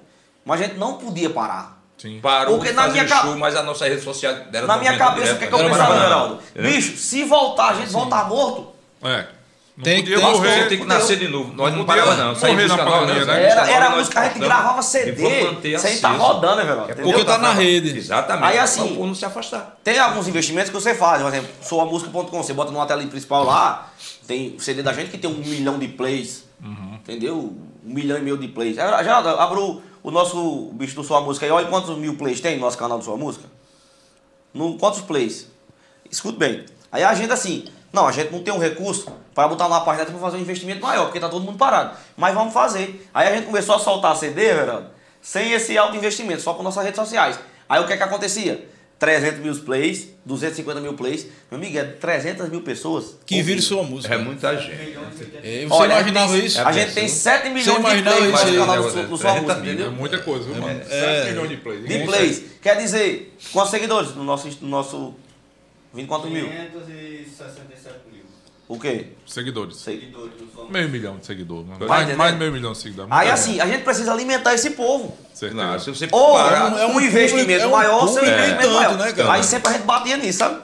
D: Mas a gente não podia parar.
B: Sim.
F: Parou
D: Porque
F: de
D: na
F: fazer
D: minha ca-
F: show, mas a nossa rede social deram
D: Na minha
F: movimento
D: cabeça, o
F: direto,
D: que é que eu
F: deram
D: pensava,
F: banana.
D: Geraldo? Bicho, se voltar, a gente voltar morto,
B: É. Não
C: Tem-
B: podia
C: tem-
B: morrer.
F: Você tem que nascer de novo. Nós não
B: Podia
F: parava, não. Saímos
B: morrer
F: dos
B: na
F: canal,
B: pandemia,
F: não.
B: né?
D: Era,
F: Saímos
D: era a
F: dos
D: música, a gente
F: canal, nós
D: gravava
F: cortamos. E vamos
D: CD,
F: manter
D: isso aí
F: aceso. É
D: tá rodando, né, velho?
C: Porque
D: Entendeu?
C: tá na rede.
F: Exatamente.
D: Aí, assim-
F: Pra o povo não se afastar.
D: Tem alguns investimentos que você faz, por exemplo, soamusica.com, você bota numa tela principal lá, tem o CD da gente que tem um milhão de plays, entendeu? Um milhão e meio de plays. Agora, Geraldo, abre o, o nosso bicho do Sua Música aí, olha quantos mil plays tem no nosso canal do Sua Música. No, quantos plays? Escuta bem. Aí a gente assim, não, a gente não tem um recurso para botar numa página para fazer um investimento maior, porque tá todo mundo parado. Mas vamos fazer. Aí a gente começou a soltar CD, Verano, sem esse alto investimento, só com nossas redes sociais. Aí o que é que acontecia? 300 mil plays, 250 mil plays. Meu amigo, é 300 mil pessoas.
C: Que vira sua música.
F: É muita gente.
C: É, você
D: Olha,
C: imaginava
D: a gente,
C: isso?
D: tem- A gente tem 7 milhões de
C: imaginava
D: plays
C: isso aí,
D: no canal do
F: né,
D: Sua- do
F: Zé?
D: Sua
F: 300
D: Música,
F: mil,
D: entendeu?
B: É muita coisa, viu, mano? 7 milhões de plays.
D: De plays. Quer dizer, quantos seguidores no nosso, no nosso 24 mil?
G: 567 mil
D: O quê?
B: Seguidores.
D: Sei.
G: seguidores no som.
B: Meio milhão de seguidores. né?
F: Vai
B: Mais,
D: entender?
B: mais de meio milhão de seguidores.
D: Aí
B: Muita
D: assim, a gente precisa alimentar esse povo.
B: gente.
F: Claro, se
B: Certeza.
F: você
D: Ou
F: parar,
C: é um
D: um,
C: público-
D: investimento
C: é um
D: maior, seu
C: público
D: investimento
C: tanto,
D: maior.
C: né, cara?
D: Aí sempre a gente batia nisso, sabe?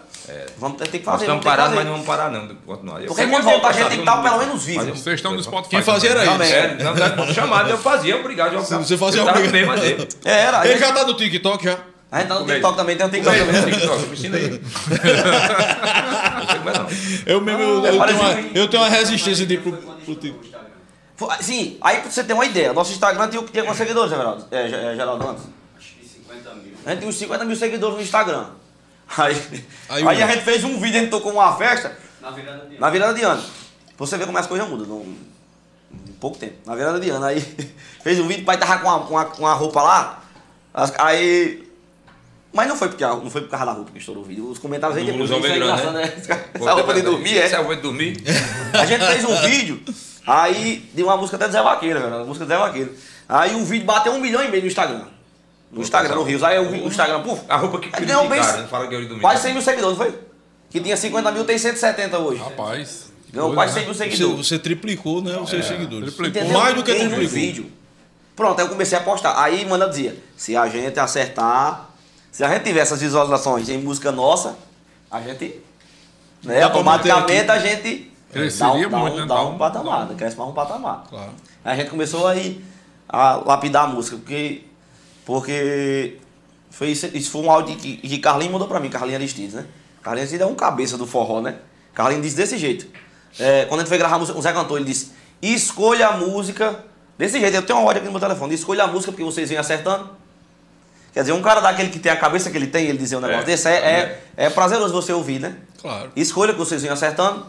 D: Vamos ter ter que
F: nós
D: fazer. vamos
F: estamos
D: ter que
F: parados, mas
D: fazer.
F: não vamos parar, não. de continuar. Eu
D: Porque
F: sei
D: quando
F: que um eu
D: voltar, a
F: vou
D: gente tem que estar
F: passar
D: pelo
F: todo
D: menos
F: mundo.
D: vivo.
B: Vocês estão no Spotify.
C: Quem fazia
B: também.
C: era
D: Também.
C: isso.
F: É, não, não, chamada eu fazia, obrigado. Eu,
C: Você fazia,
F: eu tava
C: obrigado.
F: bem, mas eu-
D: É, era. A
C: Ele
D: gente,
C: já tá no TikTok já.
D: a gente tá no
F: Como é?
D: TikTok também, tem um
F: Como
D: TikTok
F: é que é o
D: também.
F: TikTok? Me ensina aí. Não sei como é, não.
C: Eu mesmo, eu, eu tenho,
D: parecido,
C: uma,
D: hein?
C: eu tenho uma resistência de ir pro,
G: Foi quando
C: pro
G: estourou o
C: TikTok.
G: Instagram.
D: Foi- ah, Sim, aí pra você ter uma ideia, nosso Instagram tinha, tinha quantos seguidores, Geraldo? É, Ge- é, Geraldo antes?
G: Acho que 50 mil.
D: A gente tem uns 50 mil seguidores no Instagram. Aí,
C: Aí
D: aí,
C: o-
D: a gente fez um vídeo, a gente tocou uma festa,
G: Na virada de
D: Na virada de ano. Você vê como as coisas mudam num, em pouco tempo. Na virada de ano. Aí fez um vídeo, o pai tava com uma, com uma, com uma roupa lá. as- Aí. Mas não foi, porque, a- não foi por causa da roupa que estourou o vídeo. Os comentários aí
F: Do
D: depois.
F: blusão
D: isso é
F: bem grande,
D: engraçado,
F: né?
D: Essa roupa de dormir, é.
F: Essa roupa de dormir.
D: A gente fez um vídeo, aí de uma música até do Zé Vaqueiro, velho, uma música do Zé Vaqueiro. Aí o vídeo bateu um milhão e meio no Instagram. No Instagram, no Rios. Aí o o Instagram, puf.
F: A roupa que
D: Aí ganhou bem-
F: criticaram, não fala que eu de dormir.
D: Quase 100 mil seguidores, não foi? Que tinha 50 mil, tem 170 hoje.
B: Rapaz. que
D: Ganhou
B: coisa,
D: quase
B: né?
D: 100 mil
F: um
C: Você,
D: seguidores.
C: você triplicou, né, os
F: É,
C: seus seguidores.
B: triplicou.
D: Entendeu?
C: Mais do que
D: Tem um
C: triplicou.
D: vídeo. Pronto, aí eu comecei a postar. Aí manda dizia, se a gente acertar, se a gente tiver essas visualizações em música nossa, a gente, né,
C: Dá pra
D: automaticamente
C: manter
D: a gente
B: Cresceria
D: dá, um-
B: muito, né?
D: dá, um, dá
B: Dá
D: um
B: um-
D: patamar,
B: dá
D: cresce mais um patamar.
C: Claro.
D: Aí A gente começou aí a lapidar a música, porque Porque foi isso, isso foi um áudio que, que Carlinhos mandou pra mim, Carlinhos Aristides, né? Carlinhos Aristides é um cabeça do forró, né? Carlinhos disse desse jeito. É, quando a gente foi gravar a música, o Zé cantou, ele disse: escolha a música. Desse jeito, eu tenho uma ordem aqui no meu telefone, escolha a música porque vocês vêm acertando. Quer dizer, um cara daquele que tem a cabeça que ele tem, ele dizer um negócio
F: É,
D: desse, é, é, é prazeroso você ouvir, né?
C: Claro.
D: Escolha que vocês vêm acertando.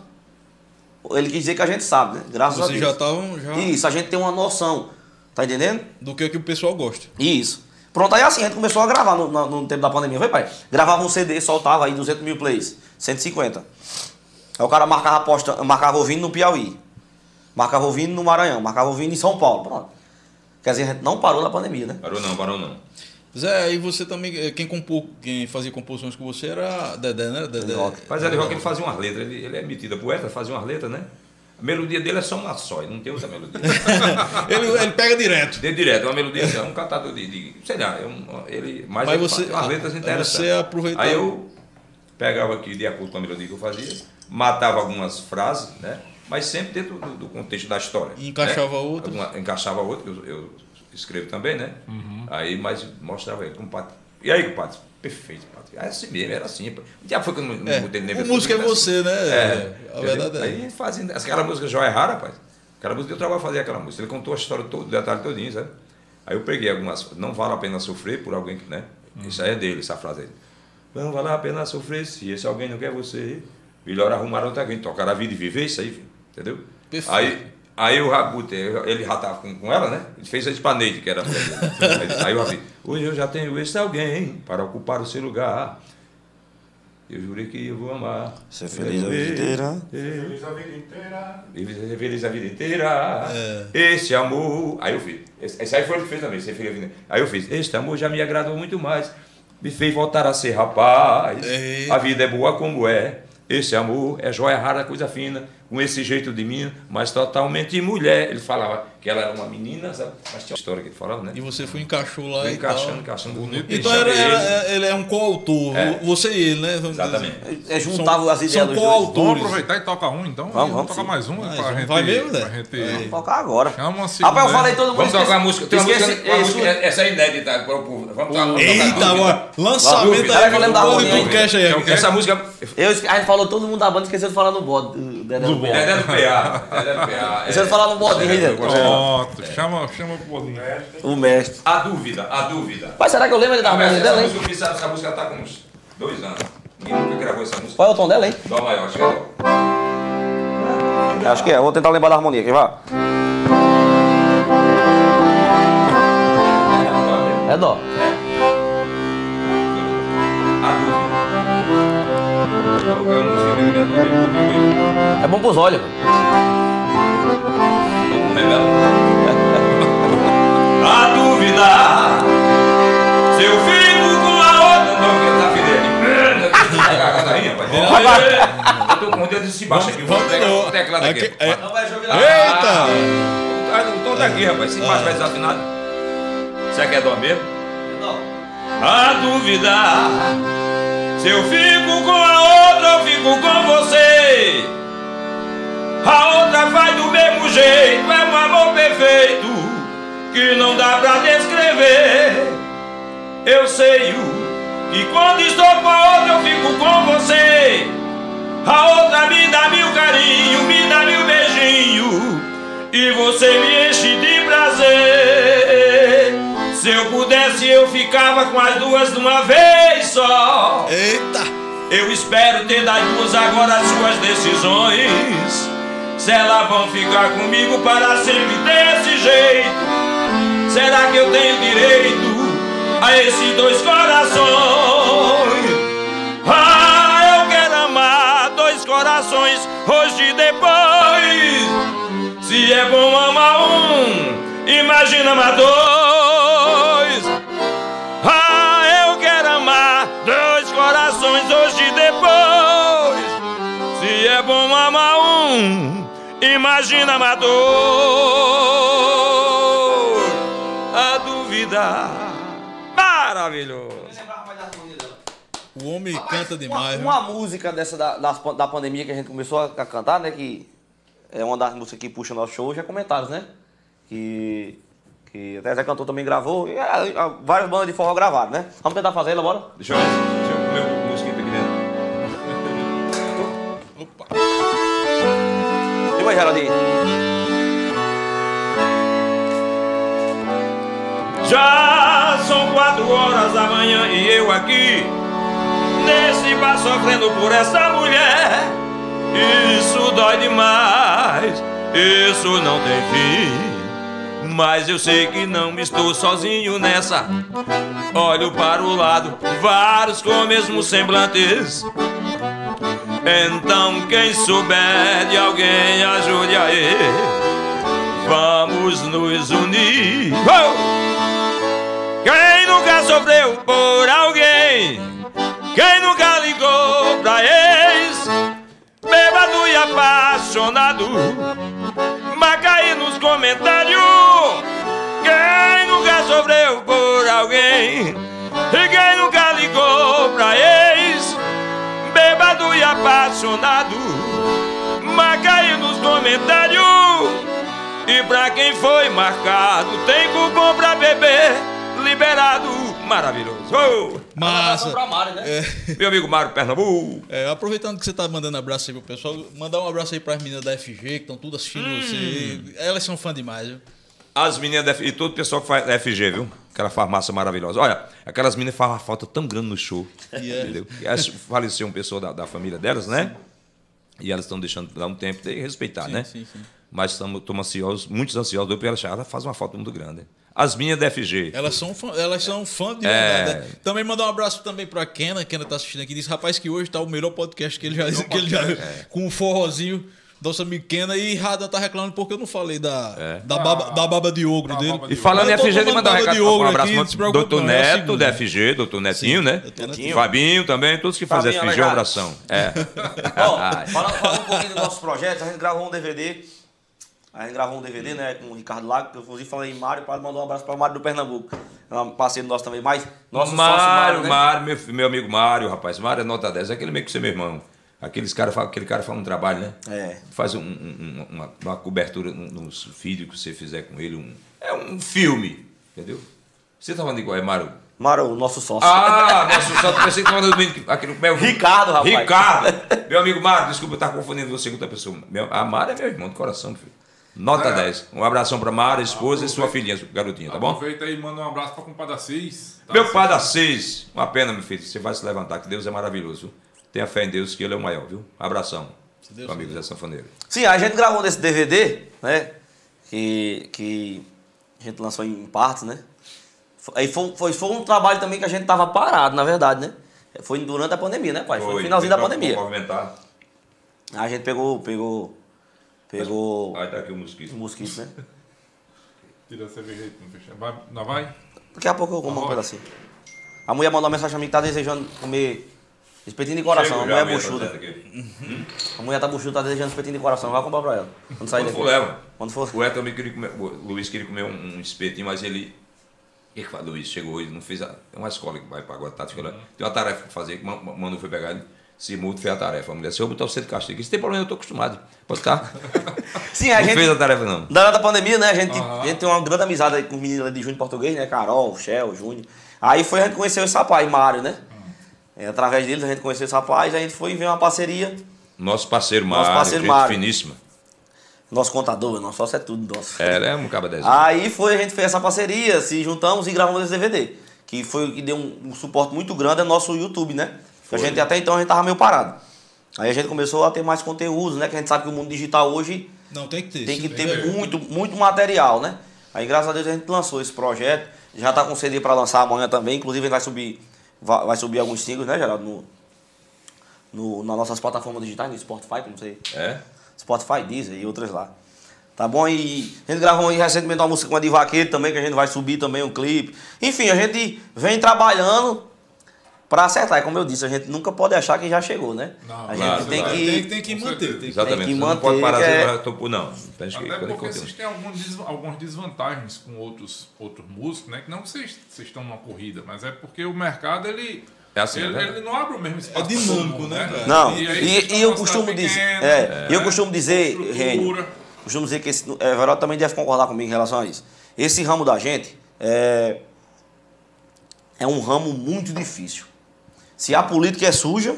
D: Ele quis dizer que a gente sabe, né? Graças a
C: Vocês já
D: Deus.
C: estavam já
D: Isso, a gente tem uma noção. Tá entendendo?
C: do que, que o pessoal gosta.
D: Isso. Pronto, aí assim, a gente começou a gravar no, no- no tempo da pandemia, foi pai? Gravava um CD, soltava aí 200 mil plays, 150. Aí o cara marcava, posta, marcava ouvindo no Piauí, marcava ouvindo no Maranhão, marcava ouvindo em São Paulo, pronto. Quer dizer, a gente não parou na pandemia, né?
F: Parou não, parou não.
C: Zé, aí você também, eh, quem, compô, quem fazia composições com você era Dedé, né? Dedé.
D: Rock.
F: Mas Zé de Rock ele fazia umas letras, ele, ele é metido a poeta, fazia umas letras, né? A melodia dele é só uma só, ele não tem outra melodia.
C: Ele, ele pega direto.
F: Dele direto, é uma melodia, é um catador de, de- sei lá, é um, ele, mas,
C: Mas
F: ele
C: você-
F: faz umas letras
C: ah,
F: interessantes.
C: você aproveitava.
F: Aí eu pegava aqui, de acordo com a melodia que eu fazia, matava algumas frases, né? Mas sempre dentro do, do contexto da história.
C: E encaixava
F: né?
C: outra.
F: Alguma- encaixava outra, que eu, eu escrevo também, né?
C: Uhum.
F: Aí, mas mostrava ele, compadre. E aí, compadre? Perfeito, compadre. É assim mesmo, era assim. pô. O diabo foi que eu não, não
C: É,
F: botei nem
C: o músico é você, né? a verdade é.
F: Aí fazendo. Aquela música Joia Rara, rapaz. Aquela música deu trabalho fazer aquela música. Ele contou a história todo, o detalhe todinho, sabe? Aí eu peguei algumas. Não vale a pena sofrer por alguém que, né?
C: Uhum.
F: Isso aí é dele, essa frase aí. Não vale a pena sofrer se esse alguém não quer você. Melhor arrumar outra alguém, tocar a vida e viver isso aí, filho. entendeu?
C: Perfeito.
F: Aí, aí eu já botei, ele já tava com, com ela, né? Ele fez esse paneiro que era a mulher dele. Aí eu abri. Hoje eu já tenho esse alguém para ocupar o seu lugar. Eu jurei que eu vou amar. É.
D: Ser é feliz a vida inteira. né?
E: Feliz a vida inteira.
F: E Ser feliz a vida inteira. Esse amor. Aí eu fiz. Esse, esse aí foi o que fez também. Ser feliz a vida inteira. Aí eu fiz. Este amor já me agradou muito mais. Me fez voltar a ser rapaz.
C: Ei.
F: A vida é boa como é. Esse amor é joia rara, coisa fina. Com esse jeito de mim, mas totalmente mulher. Ele falava que ela era uma menina, sabe? Mas tinha uma história que ele falava, né?
C: E você foi encaixou lá e
F: encaixando,
C: tal.
F: encaixando.
C: Então
F: deixando
C: era, era-
F: ele.
C: é- ele é um coautor,
F: É.
C: você e ele, né? Vamos dizer.
F: Exatamente.
D: É, juntava as ideias
C: são
D: dos dois.
C: coautores.
B: Vamos aproveitar e tocar um, então.
D: Vamos, vamos,
B: tocar
D: sim.
B: mais um, né?
C: Mais
B: pra
C: um.
B: gente...
C: Vai mesmo, né?
B: pra gente...
C: É.
D: Vamos tocar agora.
B: Chama uma segunda,
D: Rapaz, eu
B: né?
D: falei todo mundo.
F: assim, Vamos tocar a música. Tem uma música,
D: esqueci-
F: uma música-
D: esqueci-
F: essa é inédita para o povo. Vamos tocar vamos tocar
C: Eita,
F: dúvida.
C: ó, lançamento
F: Dúvida.
C: aí,
D: Eu lembro da
C: do
D: rodinha aí.
C: podcast aí.
B: Então,
C: amigo.
F: um Essa música
D: Eu esque- a gente falou todo mundo da banda, esqueceu de falar no bode. do- da- da-
B: bode.
F: Dedé É do PA. Dedé do É PA.
D: Vocês não falaram bode, hein, Dedé?
B: Pronto, chama, chama o bolinho.
D: O mestre.
F: A dúvida, a dúvida.
D: Mas será que eu lembro da
F: Mas
D: música
F: essa
D: dela, hein?
F: música, eu fiz, essa, essa música tá com uns dois anos. Ninguém nunca gravou essa música.
D: Qual é o tom dela, hein?
F: Dó maior, acho que é dó.
D: Acho que é, vou tentar lembrar da harmonia aqui, vá. É dó.
F: A dúvida. Eu não sei nem o nome,
D: É bom pros olhos. velho.
F: não lembro dela. A dúvida. Se eu fico com a outra. Não, porque tá filha. Eu tô com o dedo de baixo aqui. Vou
C: Vamos de
F: pegar
C: novo.
F: o teclado aqui.
C: Aqui, é-
G: Não vai jogar.
F: Ah,
C: Eita!
F: O tom tá aqui, rapaz. Se
C: Ah.
F: baixo vai desafinado. Será que é dó mesmo?
G: Não.
F: A dúvida
A: Se eu fico com a outra, eu fico com você. A outra faz do mesmo jeito, é um amor perfeito que não dá pra descrever. Eu sei o que quando estou com a outra, eu fico com você. A outra me dá mil carinho, me dá mil beijinho e você me enche de prazer. Se eu pudesse, eu ficava com as duas de uma vez só.
C: Eita!
A: Eu espero ter das duas agora as suas decisões. Se elas vão ficar comigo para sempre desse jeito, será que eu tenho direito a esses dois corações? Ah, eu quero amar dois corações hoje e depois. Se é bom amar um, imagina amar dois. Ah, eu quero amar dois corações hoje e depois. Se é bom amar um, imagina amar dois. A dúvida. Maravilhoso.
C: O homem canta demais.
D: Uma, uma
F: né?
D: música dessa da, das pan- da pandemia que a gente começou a, a cantar, né? Que é uma das músicas que puxa nosso show, já comentários, né? Que, que que até Zé Cantor também gravou, e, ah, ah, várias bandas de forró gravaram, né? Vamos tentar fazer ela, bora?
F: Deixa eu, deixa eu comer um mosquito aqui dentro.
D: Diga aí, Geraldinho.
A: Já são quatro horas da manhã e eu aqui Nesse bar sofrendo por essa mulher Isso dói demais, isso não tem fim Mas eu sei que não estou sozinho nessa Olho para o lado, vários com o mesmo semblantes Então quem souber de alguém ajude aí Vamos nos unir Oh! Quem nunca sofreu por alguém? Quem nunca ligou pra ex? Bêbado e apaixonado Marca aí nos comentários Quem nunca sofreu por alguém? E quem nunca ligou pra ex? Bêbado e apaixonado Marca aí nos comentários e pra quem foi marcado, tem cupom pra beber, liberado, maravilhoso. Ô,
C: Massa.
A: meu amigo Mário Pernambuco.
C: É, aproveitando que você tá mandando abraço aí pro pessoal, mandar um abraço aí pras meninas da FG, que estão tudo assistindo você. Elas são fã demais, viu?
F: As meninas da F- e todo o pessoal que faz da FG, viu? Aquela farmácia maravilhosa. Olha, aquelas meninas fazem uma falta tão grande no show.
C: Yeah.
F: Entendeu? E elas faleceram pessoa da, da família delas, né? E elas estão deixando dar um tempo de respeitar, né?
C: Sim, sim.
F: Mas estamos tamo ansiosos, muitos ansiosos, porque elas elas fazem uma falta muito grande. As minhas da FG.
C: Elas são fã, elas são fã de
F: É.
C: verdade. né? Também mandar um abraço também pra Kena, Kena tá assistindo aqui, diz, rapaz, que hoje tá o melhor podcast que ele já, que ele já com um forrozinho. Nosso amigo Kena e Radan tá reclamando porque eu não falei da, da, baba, da baba de ogro dele.
B: baba de
F: É. E falando em
C: Eu tô
F: FG, ele
C: tomando
F: mandar um
C: baba
F: recado,
C: de ogro
F: um abraço
C: aqui, não se
F: muito
C: preocupe
F: doutor
C: não, é a
F: Neto
C: segunda.
F: da FG, doutor Netinho, né?
C: doutor Netinho.
F: Fabinho também, todos que fazem
D: Fabinho,
F: FG, um
D: obrigado.
F: abração. É.
D: Ó, falando, falando um pouquinho dos nossos projetos, a gente gravou um DVD. A gente gravou um DVD, né, com o Ricardo Lago, que eu inclusive falei em Mário, para mandar um abraço para o Mário do Pernambuco. É um parceiro nosso também, mas nosso sócio Mário,
F: Mário,
D: né?
F: Mário, meu, fi- meu amigo Mário, rapaz. Mário é nota 10, é aquele meio que você é meu irmão. Aqueles cara, fa- aquele cara faz um trabalho, né?
D: É.
F: Faz um- um- um- uma, uma cobertura no- nos vídeos que você fizer com ele. um- é um filme, entendeu? Você tá falando igual, é Mário?
D: Mário, o nosso sócio.
F: Ah, nossa, só pensei que tava no domingo. que- Aquele, meu,
D: Ricardo, rapaz.
F: Ricardo. Meu amigo Mário, desculpa, eu tava confundindo você com outra pessoa. Meu, a Mário é meu irmão de coração, filho.
D: É.
F: Nota 10. Um abração pra Mário, esposa e sua filhinha, garotinha, tá bom?
B: Aproveita aí e manda um abraço pra compadre Assis. Tá
F: Meu pai da seis, uma pena, meu filho. Você vai se levantar, que Deus é maravilhoso. Tenha fé em Deus, que Ele é o maior, viu? Abração. Meu amigo Zé Sanfoneiro.
D: Sim, a gente gravou nesse DVD, né? Que, que a gente lançou em partes, né? Fo- Aí foi, foi, foi um trabalho também que a gente tava parado, na verdade, né? Foi durante a pandemia, né, pai? Foi, no finalzinho da
F: tentou
D: pandemia.
F: Movimentar.
D: A gente pegou, pegou, pegou
F: Aí tá aqui o mosquito.
D: mosquito, né?
B: Tira a cerveja aí, não fecha. Vai, não vai?
D: Daqui a pouco eu como um pedacinho. A mulher mandou uma mensagem pra mim que tá desejando comer espetinho de coração.
F: Chego
D: a mulher
F: já,
D: é
F: minha
D: buchuda.
F: tá dentro aqui.
D: A mulher tá buchuda, tá desejando espetinho de coração. Vai comprar pra ela. Quando sair
F: Quando
D: daqui.
F: for, leva.
D: Quando for.
F: O Ed também queria comer, o Luiz queria comer um, um espetinho, mas ele. Ele falou Luiz chegou hoje, não fez. A, é uma escola que vai pra agora, tá? Ela, tem uma tarefa pra fazer, que mandou foi pegar ele. Se muito fez a tarefa. A mulher, se eu botar você de castigo, isso tem problema, eu tô acostumado. Posso ficar?
D: Sim, É, a
F: não
D: gente.
F: fez a tarefa, não.
D: Durante a pandemia, né? A gente, a gente tem uma grande amizade aí com os meninos ali de Junho Português, né? Carol, Shell, Júnior. Aí foi a gente conheceu esse rapaz, Mário, né? É, através deles a gente conheceu esse rapaz, a gente foi ver uma parceria.
F: Nosso parceiro
D: Nosso
F: Mário,
D: parceiro
F: gente
D: Mário.
F: finíssima.
D: Nosso contador, nosso sócio é tudo nosso.
F: Ela é um cabo dez.
D: Aí foi, a gente fez essa parceria, se juntamos e gravamos esse DVD. Que foi o que deu um, um suporte muito grande ao nosso YouTube, né? Que a gente até então a gente tava meio parado. Aí a gente começou a ter mais conteúdo, né? Que a gente sabe que o mundo digital hoje
C: Não, tem que ter.
D: tem
C: sim,
D: que ter muito, muito material, né? Aí graças a Deus a gente lançou esse projeto. Já tá com CD para lançar amanhã também. Inclusive vai subir, vai, vai subir alguns singles, né, Geraldo? No, no, nas nossas plataformas digitais, no Spotify, que eu não sei.
F: É?
D: Spotify, Deezer e outras lá. Tá bom? E a gente gravou aí recentemente uma música com a de vaqueiro também, que a gente vai subir também um clipe. Enfim, a gente vem trabalhando pra acertar. E como eu disse, a gente nunca pode achar que já chegou, né?
B: Não,
D: a gente
F: claro,
D: tem
F: claro.
D: que.
C: Tem, tem que
B: Com
C: manter.
B: certeza.
C: Tem que...
F: Exatamente.
D: que
F: Você não
D: manter,
F: pode parar
D: que é-
F: é... topo, não. Acho que
B: Até
F: quando
B: porque vocês
F: acontece.
B: têm algum des- algumas desvantagens com outros, outros músicos, né? Que não que vocês, vocês estão numa corrida, mas é porque o mercado, ele...
F: É assim,
B: ele,
F: é verdade.
B: ele não abre o mesmo espaço.
C: É
B: pra todo
C: dinâmico,
B: mundo,
C: né, cara?
D: Não,
B: aí
D: e-
B: vocês
D: e
B: têm
D: eu
B: uma
D: costumo
B: cidade
D: dizer-
B: pequena,
D: é, e eu
B: né?
D: costumo dizer,
B: Estrutura.
D: Reni, Costumo dizer que esse, é, Everaldo também deve concordar comigo em relação a isso. Esse ramo da gente é, é um ramo muito difícil. Se a política é suja,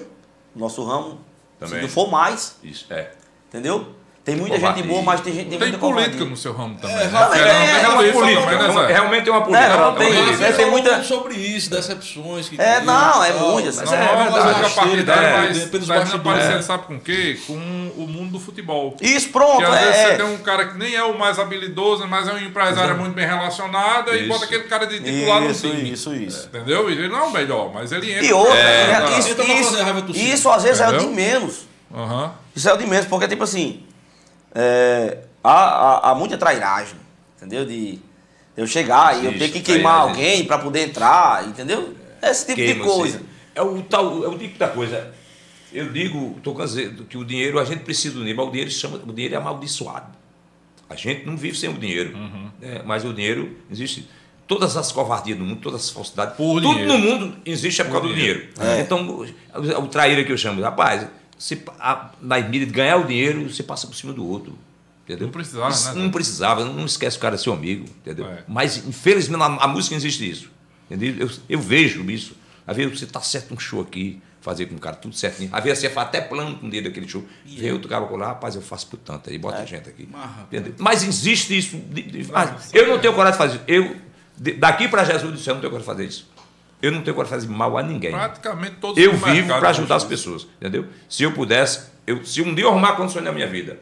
D: nosso ramo,
F: Também.
D: se não for mais,
F: Isso, é.
D: entendeu? Tem muita
F: Covardia.
D: gente boa, mas tem gente tem
B: Tem
D: muita
B: política
D: covardia.
B: no seu ramo também. né?
D: é, é, é
B: um
D: uma política,
F: É uma- realmente é uma
D: É,
F: política.
D: não,
F: uma- uma-
D: tem isso, né?
C: Tem
D: muita-
C: muita... sobre isso, decepções. Que
D: É,
C: teve
D: não,
C: e
D: é
C: tal,
F: assim,
D: muita,
C: mas
D: isso é
C: uma coisa
F: verdade.
B: contrapartida,
F: É,
B: mas
C: pelos
B: termina
C: bastidores.
B: parecendo, sabe com o quê? Com o mundo do futebol.
D: Isso, pronto.
B: Que às vezes
D: é,
B: você tem um cara que nem é o mais habilidoso, mas é um empresário muito bem relacionado e
F: Isso.
B: bota aquele cara de titular um tipo no
D: isso,
B: time.
D: isso, isso.
B: Entendeu? E ele não é o melhor, mas ele entra.
D: E outra, né?
B: tá.
D: isso,
C: Então não
D: isso,
C: fazer raiva do Ciro.
D: isso às vezes é o de
B: Entendeu?
D: menos.
B: Aham.
D: Isso é o de menos, porque, tipo assim, é, há, há- há muita trairagem, entendeu? De eu chegar e eu ter
F: Existe,
D: que queimar
F: trairagem.
D: alguém para poder entrar, entendeu? Esse tipo
F: Queima,
D: de coisa.
F: assim. É o tal, é o tipo da coisa. Eu digo, estou cansado, que o dinheiro, a gente precisa do dinheiro, mas o dinheiro, chama, o dinheiro é amaldiçoado. A gente não vive sem o dinheiro.
B: Uhum.
F: né? Mas o dinheiro existe. Todas as covardias do mundo, todas as falsidades,
B: Por
F: tudo
B: dinheiro.
F: no mundo existe é por causa do dinheiro. Então, o, o traíra que eu chamo, rapaz, se, pa- a, na mira de ganhar o dinheiro, você passa por cima do outro. Entendeu?
B: Não precisava,
F: Isso-
B: né,
F: Não
B: Zé?
F: precisava, não esquece que o cara é seu amigo, entendeu?
B: É.
F: Mas, infelizmente, na, a música existe isso. Entendeu? Eu, eu vejo isso. Às vezes você tá certo um show aqui, fazer com o cara tudo certinho. Às vezes você faz até plano com o dedo daquele show. Vem outro cara lá, rapaz, eu faço por tanto aí, bota gente aqui. Entendeu? Mas existe isso. de- de- ah, eu não tenho coragem de fazer isso. Eu, de- daqui para Jesus do céu, eu não tenho coragem de fazer isso. Eu não tenho coragem de fazer mal a ninguém.
B: Praticamente todos
C: um
F: Eu
B: os
F: vivo
B: mercados
F: para ajudar as
B: são
F: pessoas, entendeu? Se eu pudesse, eu, se um dia eu arrumar condições na minha vida,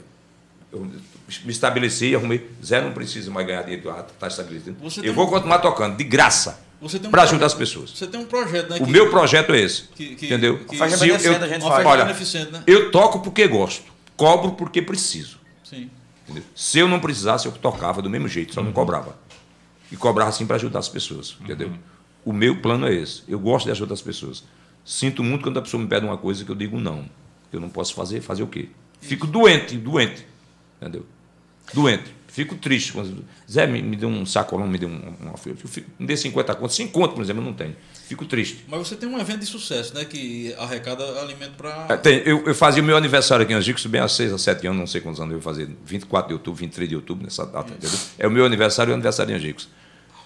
F: eu me estabeleci, arrumei. Zé não precisa mais ganhar dinheiro, está estabelecido.
C: Você tem
F: eu vou
C: um-
F: continuar tocando, de graça,
C: Você tem um
F: para
C: projeto.
F: ajudar as pessoas.
C: Você tem um projeto, né?
F: O
C: que-
F: meu projeto é esse,
C: Que- que-
F: entendeu?
C: que-
D: Faz
F: Se eu,
D: beneficente, a gente
F: eu,
C: Uma
D: faz.
C: oferta
F: olha,
C: beneficente, né?
F: eu toco porque gosto, cobro porque preciso.
C: Sim.
F: entendeu? Se eu não precisasse, eu tocava do mesmo jeito, só não cobrava. E cobrava assim para ajudar as pessoas, entendeu? O meu plano é esse. Eu gosto de ajudar as pessoas. Sinto muito quando a pessoa me pede uma coisa que eu digo não. Eu não posso fazer, fazer o quê? Fico doente, doente, entendeu? Doente. Fico triste. Quando... Zé me, me deu um sacolão, me deu um, uma. Eu fico, me dê 50 contas. 50, por exemplo, eu não tenho. Fico triste.
C: Mas você tem um evento de sucesso, né? Que arrecada alimento para.
F: É, tem- eu, eu fazia o meu aniversário aqui em Angico, isso bem há 6 a 7 anos, não sei quantos anos eu ia fazer, 24 de outubro, 23 de outubro, nessa data, entendeu? É o meu aniversário e o aniversário de Angicos.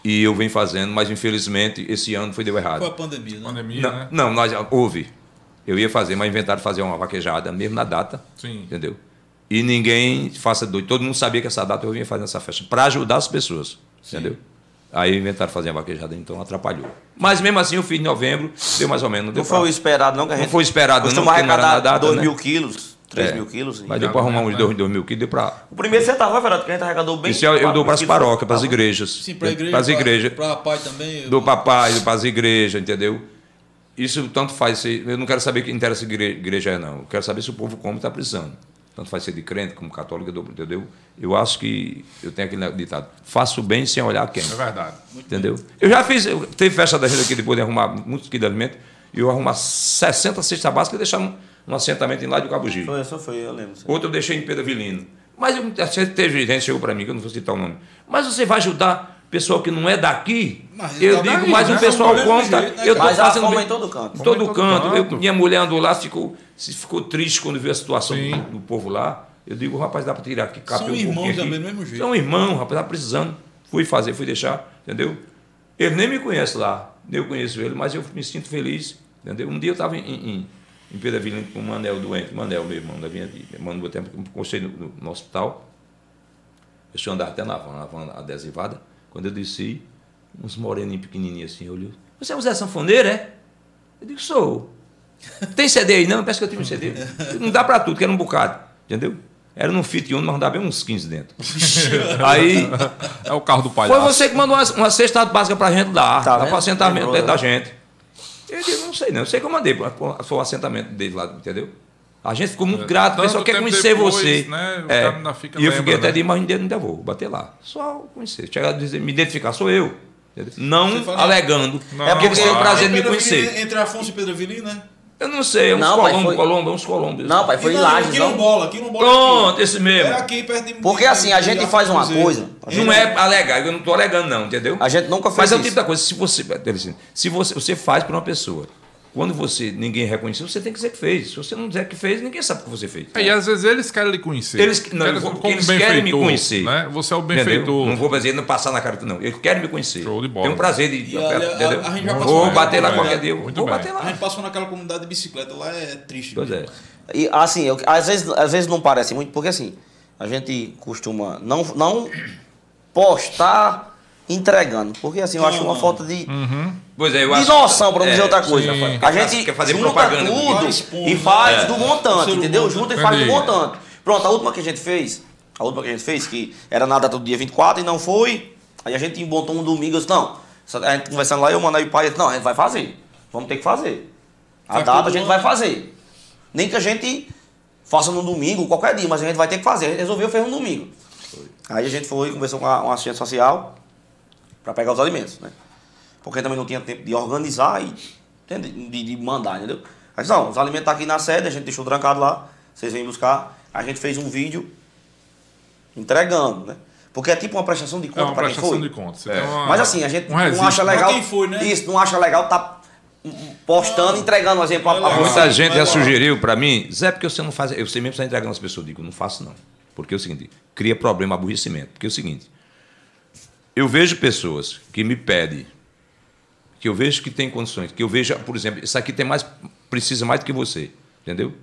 F: E eu venho fazendo, mas infelizmente esse ano foi deu
C: com a
F: errado.
C: pandemia, né?
B: Pandemia,
F: Não,
B: né?
F: não, nós houve. Eu ia fazer, mas inventaram fazer uma vaquejada mesmo na data,
B: Sim.
F: entendeu? E ninguém faça doido. Todo mundo sabia que essa data eu vinha fazendo essa festa para ajudar as pessoas, entendeu? Aí inventaram fazer a vaquejada, então atrapalhou. Mas mesmo assim eu fiz em novembro, deu mais ou menos, não deu
D: Não foi
F: pra-
D: o esperado, não, que a
F: Não
D: gente.
F: foi esperado, não,
D: costuma
F: porque não era
D: arrecadar
F: na data,
D: 2
F: né?
D: mil quilos, 3
F: É.
D: mil quilos.
F: Mas
D: e-
F: deu para arrumar uns
B: né?
F: dois, dois mil quilos, deu para.
D: O primeiro você estava, Fernando, que a gente arrecadou bem.
F: Isso é eu, eu dou para as
D: quilos. Tá
F: paróquias, para as igrejas.
C: Sim, para igreja.
F: Para as É, igrejas.
C: Para pai também. eu-
F: Do papai, para as igrejas, entendeu? Isso tanto faz ser. Eu não quero saber que interessa igre- igreja é, não. Eu quero saber se o povo como está precisando. Tanto faz ser de crente como católico, eu dou, entendeu? Eu acho que. Eu tenho aquele ditado: faço bem sem olhar quem.
B: É verdade.
F: Entendeu? Eu já fiz. eu- Teve festa da gente aqui depois de arrumar muitos quilos de alimento. E eu arrumar 60 cestas básicas e deixar um, um assentamento em lá de Cabo Giro.
D: Foi, só foi, eu lembro.
F: Outro eu deixei em Pedro Avilino. Mas eu, assim, teve gente que chegou para mim, que eu não vou citar o nome. Mas você vai ajudar pessoal que não é daqui?
C: Mas
F: eu
C: tá
F: digo,
C: daí,
F: mas
C: né?
F: o pessoal
C: Não tem
F: conta.
C: jeito, né,
F: eu tô
D: Mas a
F: fazendo
D: fome é
F: bem-
D: em todo canto.
F: em todo canto. Eu-
B: canto.
F: minha mulher andou lá, ficou, se- ficou triste quando viu a situação
B: Sim.
F: do, do povo lá. Eu digo, rapaz, dá para tirar aqui, cabe
C: São
F: um
C: irmãos
F: pouquinho aqui.
C: também, do mesmo jeito.
F: São irmãos, rapaz, tá precisando. Fui fazer, fui deixar, entendeu? Ele nem me conhece lá, nem eu conheço ele, mas eu me sinto feliz, entendeu? Um dia eu estava em, em, em Pedro Avilino com o Manel doente, Manel, meu irmão, da minha vida, mano, meu tempo, que eu me conheci no, no- no hospital. Eu só andava até na van, a van adesivada. Quando eu desci, uns moreninhos pequenininhos assim, olhou. Você é o Zé Sanfoneiro, é? Eu digo, sou. Tem CD aí? Não, parece que eu tive um CD. Não dá pra tudo, que era um bocado, entendeu? Era num Fit Uno, mas não dava bem uns 15 dentro. aí,
B: É o carro do
F: foi
B: palhaço.
F: você que mandou uma, uma cesta básica pra gente lá,
D: Tá
F: lá
D: vendo?
F: pro assentamento
D: Lembrou,
F: dentro
D: né?
F: da gente. Eu digo, não sei não, eu sei que eu mandei pro- pro- pro assentamento dele lá, entendeu? A gente ficou muito grato, o
B: É, Tanto
F: pessoal quer
B: tempo
F: conhecer
B: depois,
F: você.
B: né, o
F: É,
B: cara ainda fica
F: e eu
B: lembra,
F: fiquei até
B: né?
F: de imagem dele, ainda vou bater lá. Só conhecer. Chegar a dizer, me identificar, sou eu. entendeu? Não
C: fala-
F: alegando.
B: Não,
F: é porque eles têm o
B: claro.
F: prazer de me
C: Pedro Avelino,
F: conhecer.
C: né, Entre Afonso e Pedro Avelino, né?
F: Eu não sei, é uns
D: Não, pai,
F: colombo,
D: foi-
F: colombo, é uns colombo.
D: Não, pai, foi
C: E
D: em
F: Então,
C: não,
D: Lages,
F: um
D: não.
C: Quilombola, Quilombola.
F: Pronto, esse
C: aqui.
F: mesmo.
C: É aqui perto de.
D: Porque assim, a gente faz uma coisa. a gente-
F: Não é alegar, eu não estou alegando, não, entendeu?
D: A gente nunca fez
F: Mas é o
D: isso.
F: tipo da coisa, se você. Telecine, Se você, você faz para uma pessoa Quando você ninguém reconheceu, você tem que dizer que fez. Se você não dizer que fez, ninguém sabe o que você fez.
B: É, e às vezes eles querem lhe conhecer.
F: Eles- não, eu vou- eles querem me conhecer.
B: Né? Você é o
F: Entendeu?
B: benfeitor.
F: Não vou fazer, não passar na cara, não. Eles querem me conhecer.
B: Show de bola.
F: Tenho um prazer de
C: E ali, a-
F: entendeu?
C: a gente já passou
F: Vou
C: bem,
F: bater lá
B: muito
F: qualquer
B: bem.
F: dia.
B: Muito
F: Vou
B: bem.
F: bater
C: A
F: lá.
C: gente passou naquela comunidade de bicicleta, lá é triste.
F: Pois é.
D: E assim, eu- às, vezes, às vezes não parece muito, porque assim, a gente costuma não, não postar entregando. Porque assim, eu acho uma falta de,
F: Pois é, eu
D: de
F: acho.
D: noção, pra não dizer
F: é,
D: outra coisa.
B: sim.
D: A
F: Quer
D: gente
F: fa- quer fazer
D: junta
F: propaganda do
D: tudo
C: Bitcoin.
D: e faz
F: É.
D: do
C: O
D: montante,
C: ser
D: entendeu?
C: humano.
D: Junta e faz do
B: Entendi.
D: montante. Pronto, a última que a gente fez, a última que a gente fez, que era na data do dia 24 e não foi, aí a gente botou um domingo, eu disse, não, só- a gente conversando lá, eu mandei o pai, eu disse, não, a gente vai fazer, vamos ter que fazer. A
F: Tá
C: Faz
D: data
C: todo
D: a gente
C: ano.
F: né?"
D: vai fazer. Nem que a gente faça no domingo, qualquer dia, mas a gente vai ter que fazer. A gente resolveu, fez um domingo. Aí a gente foi e conversou com a- um assistente social para pegar os alimentos, né? Porque também não tinha tempo de organizar e entende? de, de mandar, entendeu? Mas não, os alimentos tá aqui na sede, a gente deixou trancado lá, vocês vêm buscar. A gente fez um vídeo entregando, né? Porque é tipo uma prestação de
B: É
D: conta
B: uma
D: para quem
B: prestação
D: foi.
B: de contas. Você
F: É.
B: tem uma-
D: Mas assim, a gente
B: um
D: não
B: registro.
D: acha
C: Pra
D: legal.
C: quem foi, né?
D: Isso, não acha legal tá hum, postando, entregando, mas exemplo, a, a
C: legal.
F: Muita gente
C: Ah, vai
F: já
C: lá.
F: sugeriu pra mim, Zé, porque você não faz. Eu sei mesmo que você está entregando as pessoas. Eu digo, não faço não. Porque é o seguinte, cria problema, aborrecimento. Porque é o seguinte, eu vejo pessoas que me pedem, que eu vejo que tem condições, que eu vejo, por exemplo, isso aqui tem mais, precisa mais do que você, entendeu?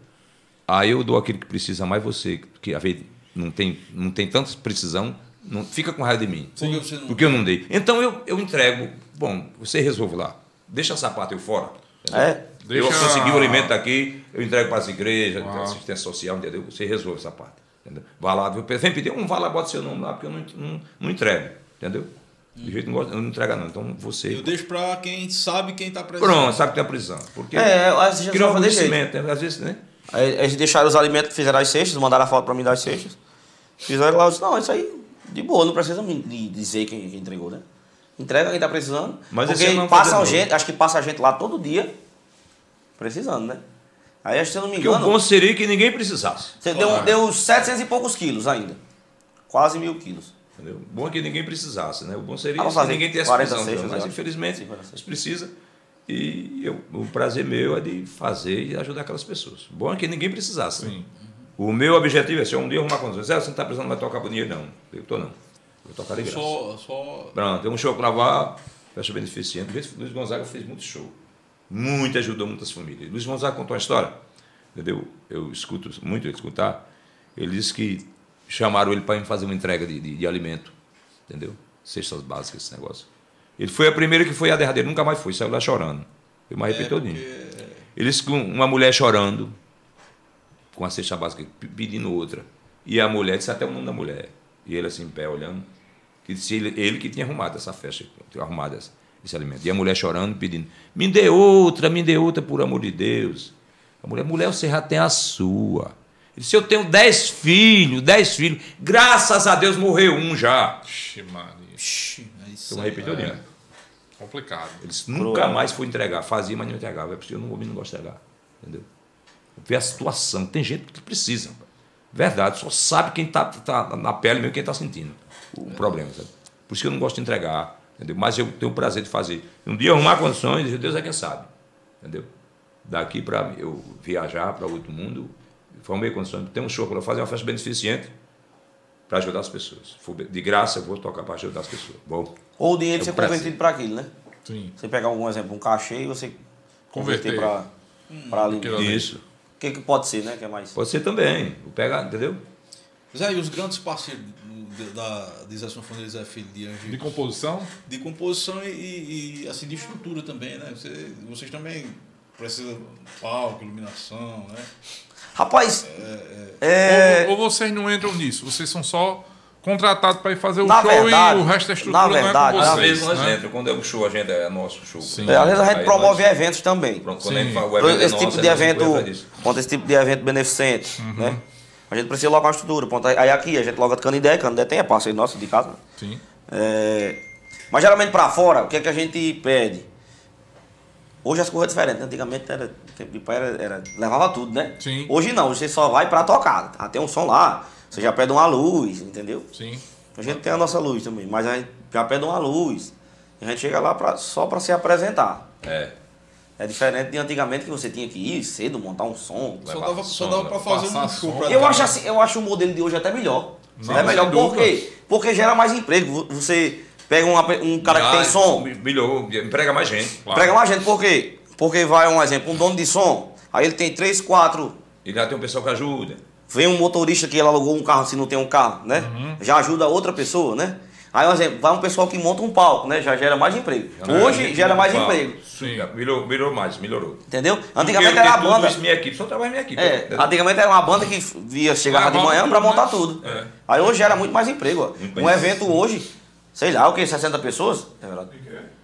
F: Aí eu dou aquilo que precisa mais você, que às vezes não tem, não tem tanta precisão, não, fica com raiva de mim.
C: Porque você não-
F: Porque eu não dei. Então eu, eu entrego. Bom, você resolve lá. Deixa essa parte eu fora. entendeu?
D: É.
F: Eu
B: Deixa-
F: consegui o alimento aqui, eu entrego para as igrejas, para assistência social, entendeu? Você resolve essa parte. Entendeu? Vá lá, viu? vem pedir um, vá lá, bota seu nome lá, porque eu não, não, não entrego. Entendeu? De jeito que não gosto, eu não entrego, não. Então você.
C: Eu deixo pra quem sabe quem tá presente.
F: Pronto, sabe que tem a prisão. Porque
D: É, eu acho que já
F: cria um
D: resolve desse
F: aborrecimento, né? às vezes, né?
D: Aí eles deixaram os alimentos, fizeram as cestas, mandaram a foto pra mim das cestas. Fizeram lá, eu disse, não, isso aí, de boa, não precisa me de- dizer quem, quem entregou, né? Entrega quem tá precisando.
F: Mas
D: porque
F: esse eu não
D: passa
F: fazendo
D: gente, acho que passa gente lá todo dia precisando, né? Aí acho que se eu não me
F: Porque o
D: engano,
F: bom Ah. seria que ninguém precisasse.
D: você deu, deu 700 e poucos quilos ainda. Quase mil quilos.
F: Entendeu? O bom é que ninguém precisasse, né? O bom seria
D: Ah, vamos
F: se
D: fazer
F: ninguém tivesse
D: 40
F: prisão.
D: cestas,
F: mas
D: eu acho.
F: infelizmente
D: 50 cestas.
F: eles precisam. E eu- o prazer meu é de fazer e ajudar aquelas pessoas. O bom é que ninguém precisasse. né? O meu objetivo é se um dia arrumar condições. Zé, você não está precisando mais tocar por dinheiro, não. Eu estou não. Eu tocar de graça.
C: Só, só...
F: Pronto, tem um show para lavar, festa beneficente. Luiz- Luiz Gonzaga fez muito show. Muito ajudou muitas famílias. Luiz Gonzaga contou uma história, entendeu? Eu escuto muito ele escutar. Ele disse que chamaram ele para fazer uma entrega de, de, de alimento, entendeu? Cestas básicas, esse negócio. Ele foi a primeira que foi a derradeira, nunca mais foi, saiu lá chorando. Eu me arrependi todinho. Ele disse que um- uma mulher chorando, com a cesta básica, pe- pedindo outra. E a mulher, disse até o nome da mulher. E ele assim, em pé, olhando. Que disse ele, ele que tinha arrumado essa festa, arrumado essa- esse alimento. E a mulher chorando, pedindo, me dê outra, me dê outra, por amor de Deus. A mulher, mulher, você já tem a sua. Ele disse, eu tenho dez filhos, dez filhos. Graças a Deus morreu um já.
B: Ixi, Maria.
C: Ixi, é isso
F: Eu me
C: aí.
F: arrependi olhando.
B: Complicado.
F: Ele disse, nunca mais foi entregar. Fazia, mas não entregava. É porque eu não vou, não gosto de entregar. Entendeu? Vê a situação. Tem gente que precisa. Verdade. Só sabe quem está na pele mesmo, quem está sentindo o problema. sabe? Por isso que eu não gosto de entregar. Entendeu? Mas eu tenho o prazer de fazer. Um dia arrumar condições, Deus é quem sabe. Entendeu? Daqui para eu viajar para outro mundo, formei condições. Tem um show para fazer uma festa beneficente para ajudar as pessoas. Se for De graça, eu vou tocar para ajudar as pessoas. Bom,
D: Ou o dinheiro
F: É um
D: ser
F: prazer.
D: convertido para aquilo, né?
B: Sim.
D: Você pegar algum exemplo, um cachê e você
B: Converter.
D: converter Hum. para para alimento.
B: aquilo
D: O
B: ali.
F: isso.
D: que, que pode ser, né? Que é mais.
F: Pode ser também. O pega, entendeu?
C: Zé, e os grandes parceiros do- de- da Desação Funeira Zé Filho de Angico?
B: De composição,
C: de composição e, e- e, assim de estrutura também, né? Você- vocês também precisam palco, iluminação, né?
D: Rapaz, é,
B: ou, ou vocês não entram nisso, vocês são só contratados para ir fazer o
D: Na
B: show
D: verdade,
B: e o resto da estrutura
D: na verdade,
B: não é
D: na
B: com
F: Às
B: vocês.
F: vezes nós
B: né?
F: entra, quando é um show, a agenda é nosso show.
B: Sim.
D: é, às vezes a gente
F: Aí
D: promove
F: nós-
D: eventos também.
F: Pronto, quando
B: Sim.
F: a gente fala, o
D: Então,
F: evento é
D: esse
F: nosso,
D: tipo de
F: a gente
D: evento,
F: cuida disso. Uhum.
D: contra esse tipo de evento beneficente, né? A gente precisa logo uma estrutura. Ponto. Aí aí aqui, a gente logo Canidé, Canidé tem, é parceiro nosso de casa.
B: Sim.
D: É, mas geralmente pra fora, o que é que a gente pede? Hoje as coisas são diferentes. Antigamente era, tempo de pai era, era- levava tudo, né?
B: Sim.
D: Hoje não, hoje você só vai pra tocar. Ah, Tem um som lá, você já pede uma luz, entendeu?
B: Sim.
D: A gente tem a nossa luz também, mas a gente já pede uma luz. A gente chega lá pra- só pra se apresentar.
F: É.
D: É diferente de antigamente que você tinha que ir cedo, montar um som.
C: Só
F: Levar
C: dava,
F: som,
C: só dava pra
F: levar-
C: fazer um
B: passar
C: show
B: som.
C: pra
D: Eu
C: dar.
D: acho, assim, eu acho o modelo de hoje até melhor.
B: Não,
D: é melhor.
B: sem
D: Por
B: dúvida.
D: quê? Porque gera mais emprego. Você pega uma pe- um cara que
F: Ah,
D: tem som,
F: me- Melhorou, emprega mais gente.
B: Claro.
D: prega mais gente. Por quê? Porque vai, um exemplo, um dono de som, aí ele tem três, quatro
F: E lá tem um pessoal que ajuda.
D: Vem um motorista que ele alugou um carro se não tem um carro, né? Já ajuda outra pessoa, né? Aí, um exemplo, vai um pessoal que monta um palco, né? Já gera mais emprego. Hoje gera mais
F: Fala.
D: emprego,
F: Sim. Melhorou, melhorou mais, melhorou.
D: entendeu?
F: Eu
D: Antigamente
F: tenho
D: era a
F: tudo
D: banda.
F: Isso, minha equipe, só trabalho minha equipe.
D: É,
F: Entendeu?
D: antigamente era uma banda que ia chegar de
B: Levava
D: manhã
B: tudo,
D: pra
B: né?
D: montar tudo.
F: É.
D: Aí hoje gera muito mais emprego. ó.
F: Muito
D: Um
F: bem.
D: evento hoje, sei lá, o que? 60 pessoas? É verdade.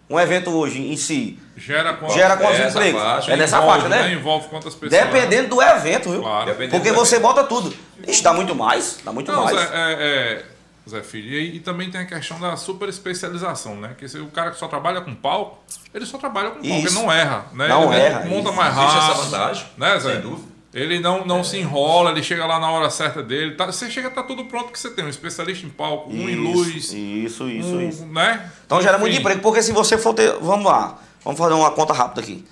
D: Um evento hoje em si
B: Gera quantas
D: gera quantos
F: essa
D: empregos?
F: faixa
D: É nessa
B: envolve,
D: faixa, né?
B: Envolve quantas pessoas.
D: Dependendo do evento, viu?
B: Um Claro.
F: Dependendo
D: Porque
F: do
D: você
F: evento.
D: bota tudo. Isso dá muito mais, dá muito
B: Não,
D: mais.
B: Zé, é, é, Zé Filho, e, e também tem a questão da super especialização, né? Que se o cara que só trabalha com palco, ele só trabalha com palco, ele
D: Isso.
B: não erra, né?
D: Não
B: ele
D: erra,
B: monta
D: isso.
B: mais
F: Existe
B: rápido.
F: essa vantagem,
B: né, Zé?
F: sem dúvida. É.
B: Ele não, não se enrola, ele chega lá na hora certa dele. tá- você chega, tá tudo pronto que você tem. Um especialista em palco, um em luz,
D: Isso, isso,
B: um,
D: isso.
B: né?
D: Então gera muito
B: Enfim.
D: emprego, porque se você for ter. Vamos lá, vamos fazer uma conta rápida aqui.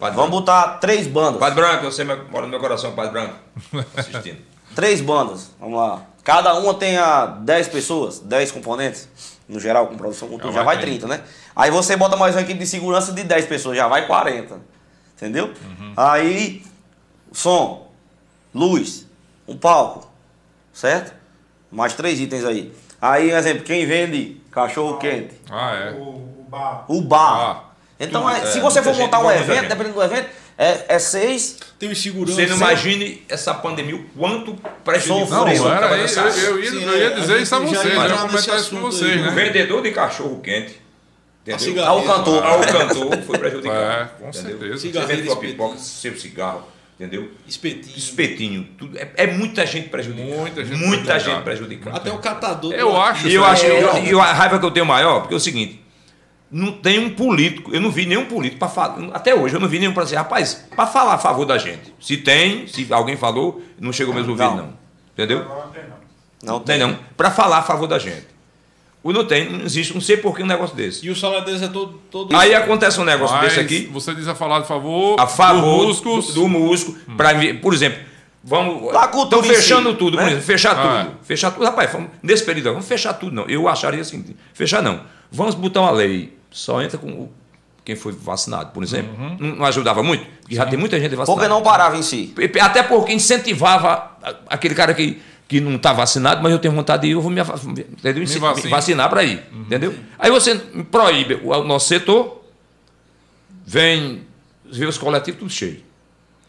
F: Padre
D: Vamos botar três bandas.
F: Padre Branco, você me- mora no meu coração, Padre Branco. Assistindo.
D: Três bandas, vamos lá. Cada uma tenha 10 pessoas, 10 componentes. No geral, com produção,
F: É
D: com tudo, já vai 30, né? Aí você bota mais uma equipe de segurança de 10 pessoas, já vai 40. Entendeu?
F: Uhum.
D: Aí, som, luz, um palco, certo? Mais três itens aí. Aí, um exemplo, quem vende cachorro quente?
B: Ah, é.
E: O, o bar.
D: O bar.
B: Ah,
D: então,
F: tudo,
D: é,
F: é,
D: se você for
F: muita
D: montar
F: gente,
D: um
F: muita
D: evento,
F: gente.
D: dependendo do evento, é, é seis.
C: Tem os seguranças.
F: Você não imagine essa pandemia, o quanto prejudicou
D: Sou
B: Não,
D: furioso,
F: o
B: era,
F: trabalho
B: eu,
F: dessa área.
B: eu, eu ia,
C: Sim,
B: eu ia
C: é, a
B: dizer isso a
C: gente já
B: vocês,
C: ia
B: eu ia
C: entrar
B: comentar
C: nesse
B: isso tá com
C: assunto
B: vocês,
C: aí.
F: O
B: né?
F: vendedor de cachorro quente, entendeu?
C: cigarro.
D: Ao cantor.
F: Ao cantor foi prejudicado.
B: É, com certeza.
F: Você
C: Cigarro,
F: vende sua
C: espetinho.
F: pipoca, seu cigarro, entendeu?
C: Espetinho.
F: Espetinho, tudo. É, é muita gente prejudicada.
B: Muita gente
F: Muita
B: prejudicada.
F: gente prejudicada.
C: Até o catador. É,
B: Eu acho,
F: E eu
B: Zé.
F: acho, eu-
B: né?
F: e a raiva que eu tenho maior, porque é o seguinte, não tem um político, eu não vi nenhum político para falar, até hoje eu não vi nenhum para dizer, rapaz, para falar a favor da gente. Se tem, se alguém falou, não chegou meus ouvidos não. Entendeu?
E: Agora não tem não.
D: Não
F: Não tem
D: tem.
F: não, para falar a favor da gente. O não tem, não existe, não sei por que um negócio desse.
C: E o salário deles é todo. todo
F: Aí acontece um negócio
B: Mas
F: desse aqui,
B: você diz a falar, por favor, Hum.
F: a favor
B: dos músicos.
F: do, do músico, pra mim, por exemplo, vamos.
D: Da cultura
F: Estão
D: em
F: fechando
D: si,
F: tudo,
D: né?
F: por exemplo, fechar
B: Ah,
F: tudo. Fechar tudo. Rapaz, vamos- nesse período agora, vamos fechar tudo, não. Eu acharia assim, fechar não. Vamos botar uma lei. Só entra com o- quem foi vacinado, por exemplo.
B: Uhum.
F: Não, não ajudava muito, porque já tem muita gente vacinada.
D: Porque não parava em si.
F: E- e- Até porque incentivava a- aquele cara que, que não está vacinado, mas eu tenho vontade de ir, eu vou me, ava- entendeu? Inci- me
B: vacina. Uhum.
F: vacinar para ir. Entendeu? Aí você proíbe o, o nosso setor, vem ver os coletivos tudo cheio.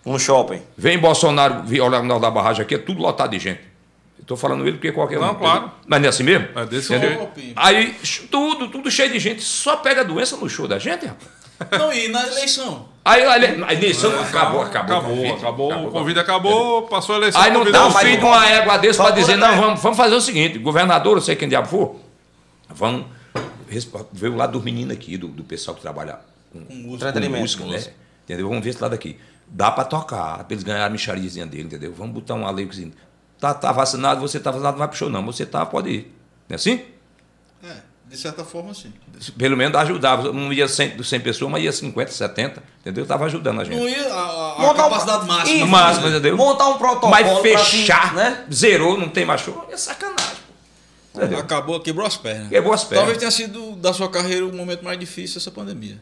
D: No Um shopping.
F: Vem Bolsonaro vi- olhar o nó da barragem aqui, é tudo lotado de gente. Estou falando ele porque qualquer um.
B: Não, claro.
F: entendeu? Mas não é assim mesmo?
B: É desse
F: Entendeu?
B: jeito.
F: Aí ch- tudo, tudo cheio de gente, só pega doença no show da gente, rapaz.
C: Não, e na eleição.
F: Aí olha, a eleição acabou, acabou.
B: Acabou,
F: o
B: acabou,
F: convite,
B: o convite acabou, passou a eleição.
F: Aí não
B: convidou
F: dá o
B: o
D: mas
F: fim
B: filho.
F: de uma égua desse
D: Só
F: para dizer,
D: muda,
F: não,
D: né?
F: vamos, vamos fazer o seguinte, governador, eu sei quem diabo for, vamos res- ver o lado dos meninos aqui, do, do pessoal que trabalha com, com
D: Entretenimento.
F: música, né? Entendeu? Vamos ver esse lado aqui. Dá para tocar, para eles ganharem a micharizinha dele, entendeu? Vamos botar uma lei que assim, tá, tá vacinado, você tá vacinado, não vai pro show não, você tá, pode ir. Não é assim?
C: É, de certa forma, sim.
F: Pelo menos ajudava, não ia 100, 100 pessoas, mas ia 50, 70, entendeu? Tava ajudando a gente.
C: Não ia a, a, a
D: Montar um-
C: capacidade máxima.
D: Isso.
F: Máxima, entendeu?
D: Montar um protocolo.
F: Mas
D: pra
F: fechar,
D: que, né?
F: zerou, não tem mais show, é sacanagem. pô.
B: É.
F: Entendeu?
C: Acabou, quebrou as pernas.
F: Quebrou as pernas.
C: Talvez tenha sido da sua carreira o momento mais difícil essa pandemia.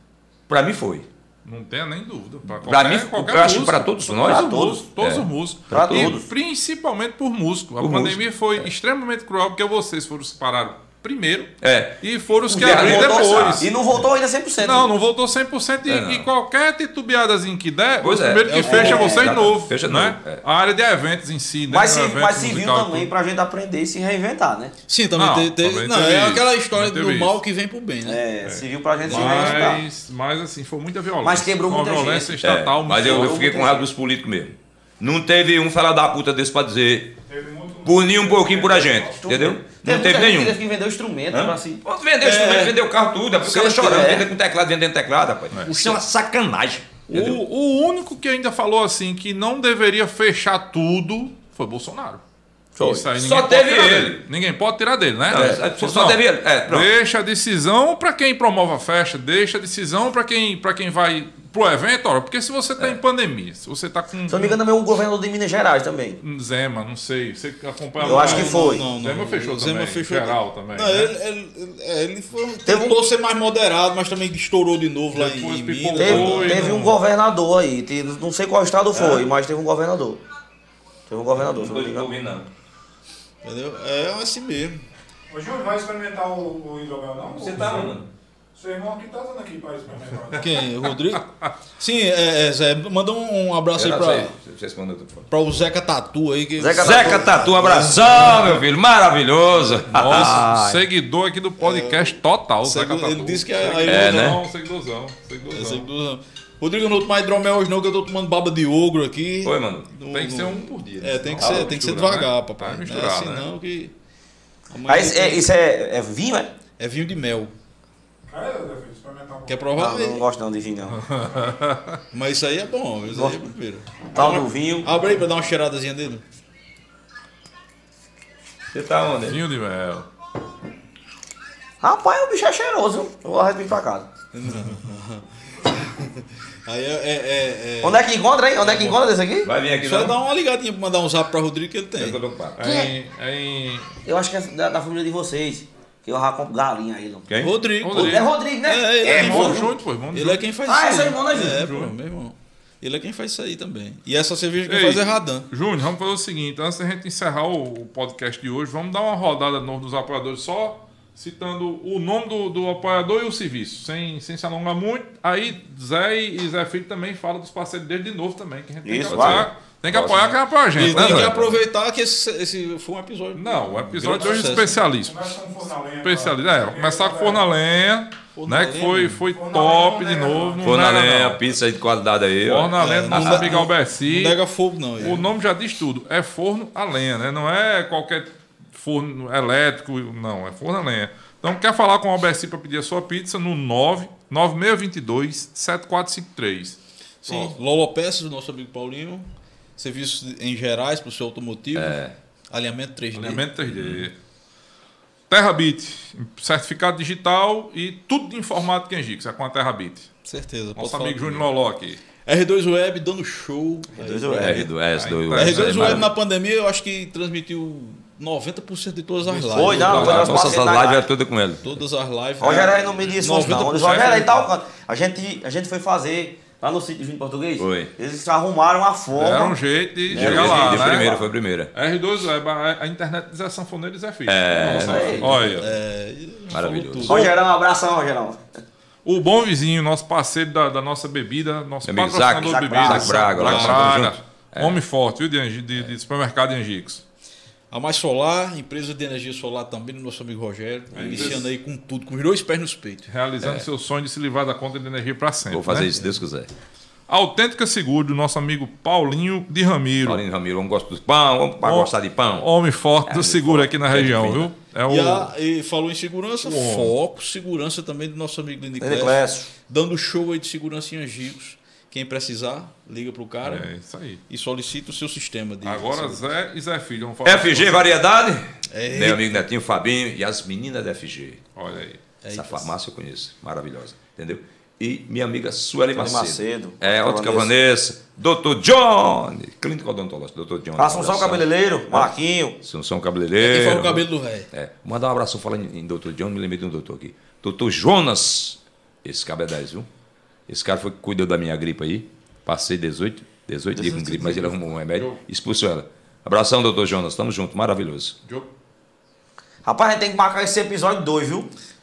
F: Pra mim foi.
B: Não tenha nem dúvida. Pra,
F: Pra
B: qualquer-
F: mim,
B: qualquer
F: eu acho que
B: músico.
F: pra todos nós.
B: Pra todos, todos
F: É.
B: os músicos.
D: Pra
B: e
D: todos.
B: principalmente por músico. A
F: Por
B: pandemia
F: músico,
B: foi extremamente cruel, porque vocês foram os que pararam primeiro
F: É.
B: e foram os que
F: Não
B: abriram
F: voltou,
B: depois.
D: E não voltou ainda 100%.
B: Não, não voltou 100% e,
F: É, não.
B: e qualquer titubeadazinha que der,
F: Pois
B: o
F: é.
B: primeiro que
F: É,
B: fecha é você de
F: exatamente.
B: novo.
F: Fecha de
B: né?
F: novo, é.
B: A área de eventos em si, né?
D: Mas, se,
B: Evento
D: mas serviu
B: musical e
D: também
B: tudo.
D: pra gente aprender e se reinventar, né?
C: Sim, também
B: Não,
C: teve. teve-
B: também
C: não,
B: teve
C: é
B: isso,
C: aquela história
B: também
C: do
B: teve
C: mal
B: isso.
C: que vem pro bem, né?
D: É, serviu pra gente se reinventar.
B: Mas, mas assim, foi muita violência.
D: Mas quebrou
B: Uma
D: muita gente.
B: violência estatal.
F: É, mas eu, eu
B: muito
F: fiquei com raiva dos políticos mesmo. Não teve um fala da puta desse pra dizer.
E: Teve muito.
F: Punir um pouquinho por a gente, entendeu? Não teve
D: muita gente que
F: nenhum.
D: teve que vendeu instrumento pra si.
F: Pô, Vendeu instrumento, vendeu carro, tudo. É porque ela
D: Certeza,
F: chorando,
D: é.
F: vendendo com teclado, vendendo teclado, rapaz. Isso é uma sacanagem.
B: O,
F: entendeu?
B: o único que ainda falou assim que não deveria fechar tudo foi Bolsonaro.
D: Foi.
B: Isso aí,
F: Só
B: ninguém pode
F: teve
B: tirar
F: ele.
B: dele. Ninguém pode tirar dele, né?
F: Não,
B: É.
F: só-
B: Função.
F: só teve ele. É, pronto.
B: Deixa a decisão para quem promove a festa, deixa a decisão para quem, pra quem vai pro evento, olha, porque se você tá
F: É.
B: em pandemia, se você tá com
D: Se eu não me engano, também é um governador de Minas Gerais também.
B: um Zema, não sei, você acompanha
D: Eu acho que
B: mais?
D: foi.
B: Zema fechou também, geral também,
C: Não,
B: né?
C: ele, ele, ele- é, ele foi,
D: Teve um-
C: tentou ser mais moderado, mas também estourou de novo lá em
B: Depois
C: em
B: pipocou.
C: Minas.
D: Teve,
B: Foi,
D: teve
B: não.
D: um governador aí, te- não sei qual
F: É.
D: estado foi, mas teve um governador. Teve um governador, se eu não me engano.
C: Entendeu? É assim mesmo.
E: Ô, Júlio, vai experimentar o, o hidromel, não?
F: Você tá onde?
E: Seu irmão aqui tá dando aqui pra experimentar.
C: Quem? O Rodrigo? Sim, é, é, Zé, manda um, um abraço aí
F: Era
C: pra,
F: você- Você respondeu tudo fora.
C: pra o Zeca Tatu aí. Que... um
D: Zeca
F: Zeca Tatu, um abração, meu filho. Maravilhoso.
D: Ah,
B: Nossa, seguidor aqui do podcast total,
C: Zeca-
B: Zeca Tatu.
C: ele disse que a, a
B: é,
C: Ilona-
B: né? Seguidorzão, seguidorzão.
C: É, seguidor- Rodrigo, eu não tomo mais hidromel hoje não, que eu tô tomando baba de ogro aqui.
F: Foi, mano.
C: No-
B: Tem que
C: no-
B: ser um por dia.
C: É, tem que
B: Não,
C: ser, tem que ser
B: mistura,
C: devagar,
B: né?
C: papai.
B: Vai
C: não é
B: misturar,
C: assim
B: né?
C: não que... amanhã
D: Aí, é- isso é, é vinho, é?
C: É vinho de mel.
E: Cara, eu devo experimentar um pouco.
C: Quer
D: Não,
C: provar?
D: não gosto não de vinho, não.
C: Mas isso aí é bom, isso aí é primeiro.
D: Tal do vinho.
C: Abre aí pra dar uma cheiradazinha dele.
F: Você tá onde?
B: Vinho de mel.
D: Rapaz, o bicho é cheiroso. viu? Eu vou arrepender pra casa.
C: Aí é. é, é, é...
D: Onde é que encontra, hein? Onde é que encontra desse aqui?
F: Vai vir aqui,
C: Só
F: não?
C: dá uma ligadinha pra mandar um zap pra Rodrigo que ele tem.
F: Eu tô preocupado.
B: É em, é em-
D: Eu acho que é da, da família de vocês. Que eu já compro galinha aí, não.
F: Quem?
C: Rodrigo.
B: Rodrigo.
D: É Rodrigo, né?
C: É, ele é
B: Irmão
D: Rodrigo.
B: junto, pô, irmão
C: Ele
B: junto.
C: é quem faz
D: Ah, é
C: isso.
D: seu
C: aí.
D: irmão, né, Júlio?
C: É, pô, meu irmão. Ele é quem faz isso aí também. E essa cerveja quem
B: Ei,
C: faz é Radan.
B: Júnior, vamos fazer o seguinte: antes da gente encerrar o, o podcast de hoje, vamos dar uma rodada de novo dos apoiadores, só citando o nome do, do apoiador e o serviço, sem, sem se alongar muito. Aí Zé e, e Zé Filho também falam dos parceiros dele de novo também, que a gente
D: Isso,
B: tem que
D: vai.
B: apoiar. Tem que apoiar quem apoia a
C: E
B: gente, né,
C: tem que
B: Zé?
C: aproveitar que esse, esse foi um episódio.
B: Não, o episódio
C: Grande
B: de hoje é
C: sucesso.
B: especialíssimo.
E: Começa com fornalenha.
B: Especialista. É, vou começar com o Forna Lenha, né? Que foi, foi
E: Forna
B: top
E: Lenha
B: de
E: né? não nega,
C: um
B: novo. não
F: Forna
B: nega,
F: lenha,
B: não.
F: pizza de qualidade aí. ó.
B: Forna Lenha,
C: É,
B: do
C: não
B: nosso
C: dá-
B: amigo
C: não-
B: Alberci.
C: Não nega fogo, não.
B: O
C: ele.
B: nome já diz tudo. É forno a lenha, né? Não é qualquer forno elétrico, não. É forno a lenha. Então, quer falar com o Alberci para pedir a sua pizza no 99622-7453.
C: Sim. Lolopeças, do nosso amigo Paulinho. Serviços em gerais pro seu automotivo.
F: É.
C: Alinhamento 3D.
B: Alinhamento 3D. Terrabit, certificado digital e tudo de informática em Gix, é com a Terrabit.
C: Certeza. pode
B: Nosso
C: falar
B: amigo
C: comigo.
B: Júnior Loló aqui.
C: R2 Web dando show.
F: R do S, né? do
B: Aí,
C: R2
F: Maravilha.
C: Web na pandemia eu acho que transmitiu 90% de todas as lives.
D: Foi, não, foi
F: Nossa,
D: nosso
F: essas
D: parceiro da
F: lives
D: live.
F: é tudo com ele.
C: Todas as lives.
D: Rogério aí não me
F: É,
D: disse isso, não.
C: 90%
D: Onde Rogério aí tal canto. A gente, a gente foi fazer lá no sítio de Junho Português.
F: Foi.
D: Eles arrumaram a forma.
B: Era um jeito de chegar
F: Ele-
B: lá,
F: ele
B: né?
F: Foi primeiro, foi primeiro.
B: R2 Web, é, a a internet de Zé Sanfoneiro e Zé Filho.
F: É.
B: Nossa,
D: É.
B: olha.
C: É, e falou
F: né? Maravilhoso.
C: tudo.
D: Rogerão, um abração, Rogerão.
B: O Bom Vizinho, nosso parceiro da, da nossa bebida, nosso
F: Meu amigo
B: patrocinador
F: Zac,
B: de bebida.
F: Zac
B: Zac
F: Braga, lá,
B: Braga.
F: tamo junto.
B: Homem forte, viu, de, Angi- de, de supermercado de Angicos.
C: A Mais Solar, empresa de energia solar também do nosso amigo Rogério.
B: É
C: iniciando aí com tudo, com os dois pés nos peitos.
B: Realizando seu sonho de se livrar da conta de energia para sempre.
F: É. Vou fazer
B: né?
F: isso, se Deus quiser.
B: Autêntica Seguro, do nosso amigo Paulinho de Ramiro.
F: Paulinho Ramiro, vamos gostar do um pão, vamos pra gostar de pão.
B: Homem forte do seguro aqui na região,
F: fina.
B: viu? É
C: E,
B: o.
C: a- e falou em segurança,
B: Uou.
C: foco, segurança também do nosso amigo Lindy
D: Ele
C: Clash,
D: conhece.
C: Dando show aí de segurança em Angicos. Quem precisar, liga pro cara
B: É isso aí.
C: e solicita o seu sistema de.
B: Agora Zé e Zé Filho. Vamos falar
F: FG Variedade,
C: É.
F: meu amigo Netinho, Fabinho e as meninas da FG.
B: Olha aí.
F: Essa farmácia eu conheço, maravilhosa, entendeu? E minha amiga Sueli
D: Sueli
F: Macedo.
D: Macedo,
F: é,
D: Dr.
F: Ótica
D: Vanessa.
F: Vanessa, Dr. John, clínica odontológica, Dr. John.
D: Assunção
F: abração.
D: um Cabeleireiro, Marquinho.
F: Assunção
C: Quem
F: um Cabeleireiro.
C: fala o cabelo do ré.
F: É, mandar um abraço falando em doutor John, me lembrei de um doutor aqui. Doutor Jonas. Esse cara é 10, viu? Esse cara foi que cuidou da minha gripe aí. Passei 18, 18 dias com gripe, mas ele arrumou um remédio e expulsou ela. Abração, doutor Jonas. Tamo junto, maravilhoso.
B: Diogo.
D: Rapaz, a gente tem que marcar esse episódio 2, viu?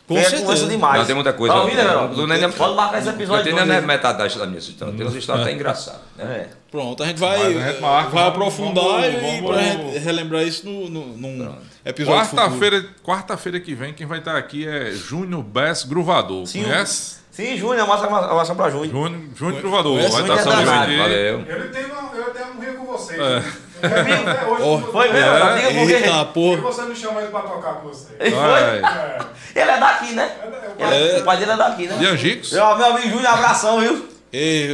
C: Com
D: Porque
C: certeza.
D: É conversa demais.
F: Não, tem muita coisa.
D: Tá ouvindo,
F: É,
D: Verão?
F: não tem nem-
D: Pode marcar esse
F: Não
D: episódio
F: tem nem
D: 2.
B: né?
F: metade das da minha história. Tem umas histórias até engraçadas. Né?
D: É.
C: Pronto, a gente vai,
B: Mas a gente marca,
C: vai
B: vamos-
C: aprofundar
B: vamos-
C: e
B: vamos-
C: pra gente relembrar isso no, no, num episódio futuro.
B: Quarta-feira quarta-feira que vem, quem vai estar aqui é Júnior Bess Gruvador.
D: Sim,
B: Conhece?
D: Sim, Júnior, amassa, amassa pra Júnior.
B: Júnior, Júnior Gruvador.
C: Conhece?
B: Vai estar
D: Júnior é danado.
B: São Júnior.
F: Valeu.
E: Eu tenho, uma- eu tenho um rio com vocês. Eu tenho até hoje com
D: Foi
E: vocês.
D: mesmo?
B: é
C: é,
D: Amiga, porque...
C: Eita,
E: E
C: porra.
E: você me chama ele pra tocar com você.
D: Ele foi?
B: Vai.
D: Ele é daqui, né?
E: É,
D: Ele- O pai dele é daqui, né?
B: De Angicos?
D: Meu, meu amigo Júnior, abração, viu?
C: Ei,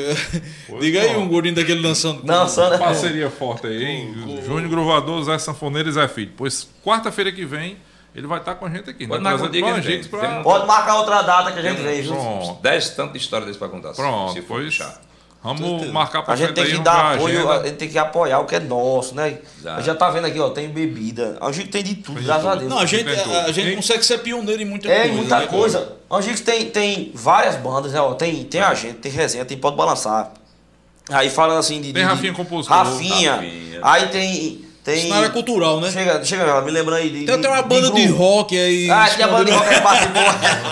C: diga aí um gordinho daquele lançando.
D: Não, só né?
B: Parceria forte aí, hein? Júnior Grovador, Zé Sanfoneiro e Zé Filho. Pois quarta-feira que vem ele vai estar com a gente aqui.
F: Pode
B: né?
F: marcar
B: Trazendo
F: um dia que
B: pra
F: ele
B: Angicos
F: vem.
B: pra...
D: Pode marcar outra data que a gente vem, viu?
B: Pronto,
F: Dez tanto de história desse pra contar. se-
B: pronto.
F: Se for
B: pois
F: deixar.
B: vamos marcar pra
D: A gente
B: frente
D: tem
B: aí,
D: que
B: vamos
D: dar
B: ver a
D: apoio,
B: agenda.
D: a gente tem que apoiar o que é nosso, né?
F: Exato.
D: A gente já tá vendo aqui, ó, tem bebida. A gente tem de tudo, graças a Deus.
C: Não, a gente, a, a gente
B: Hein?
C: consegue ser pioneiro em muita
D: É,
C: coisa.
D: e muita
C: né?
D: coisa. Angicos tem, tem várias bandas, né? ó, tem, tem a gente, tem resenha, tem Pode Balançar. Aí falando assim de. de-
B: Tem Rafinha
D: de-
B: Compositor.
D: Rafinha.
F: Rafinha.
D: Aí tem.
C: Isso
D: tem
C: na área cultural, né?
D: Chega, chega, ela me lembrando aí de.
C: Tem até uma
D: de-
C: banda de
D: grupo.
C: rock aí.
D: Ah, tem a banda de rock que participou.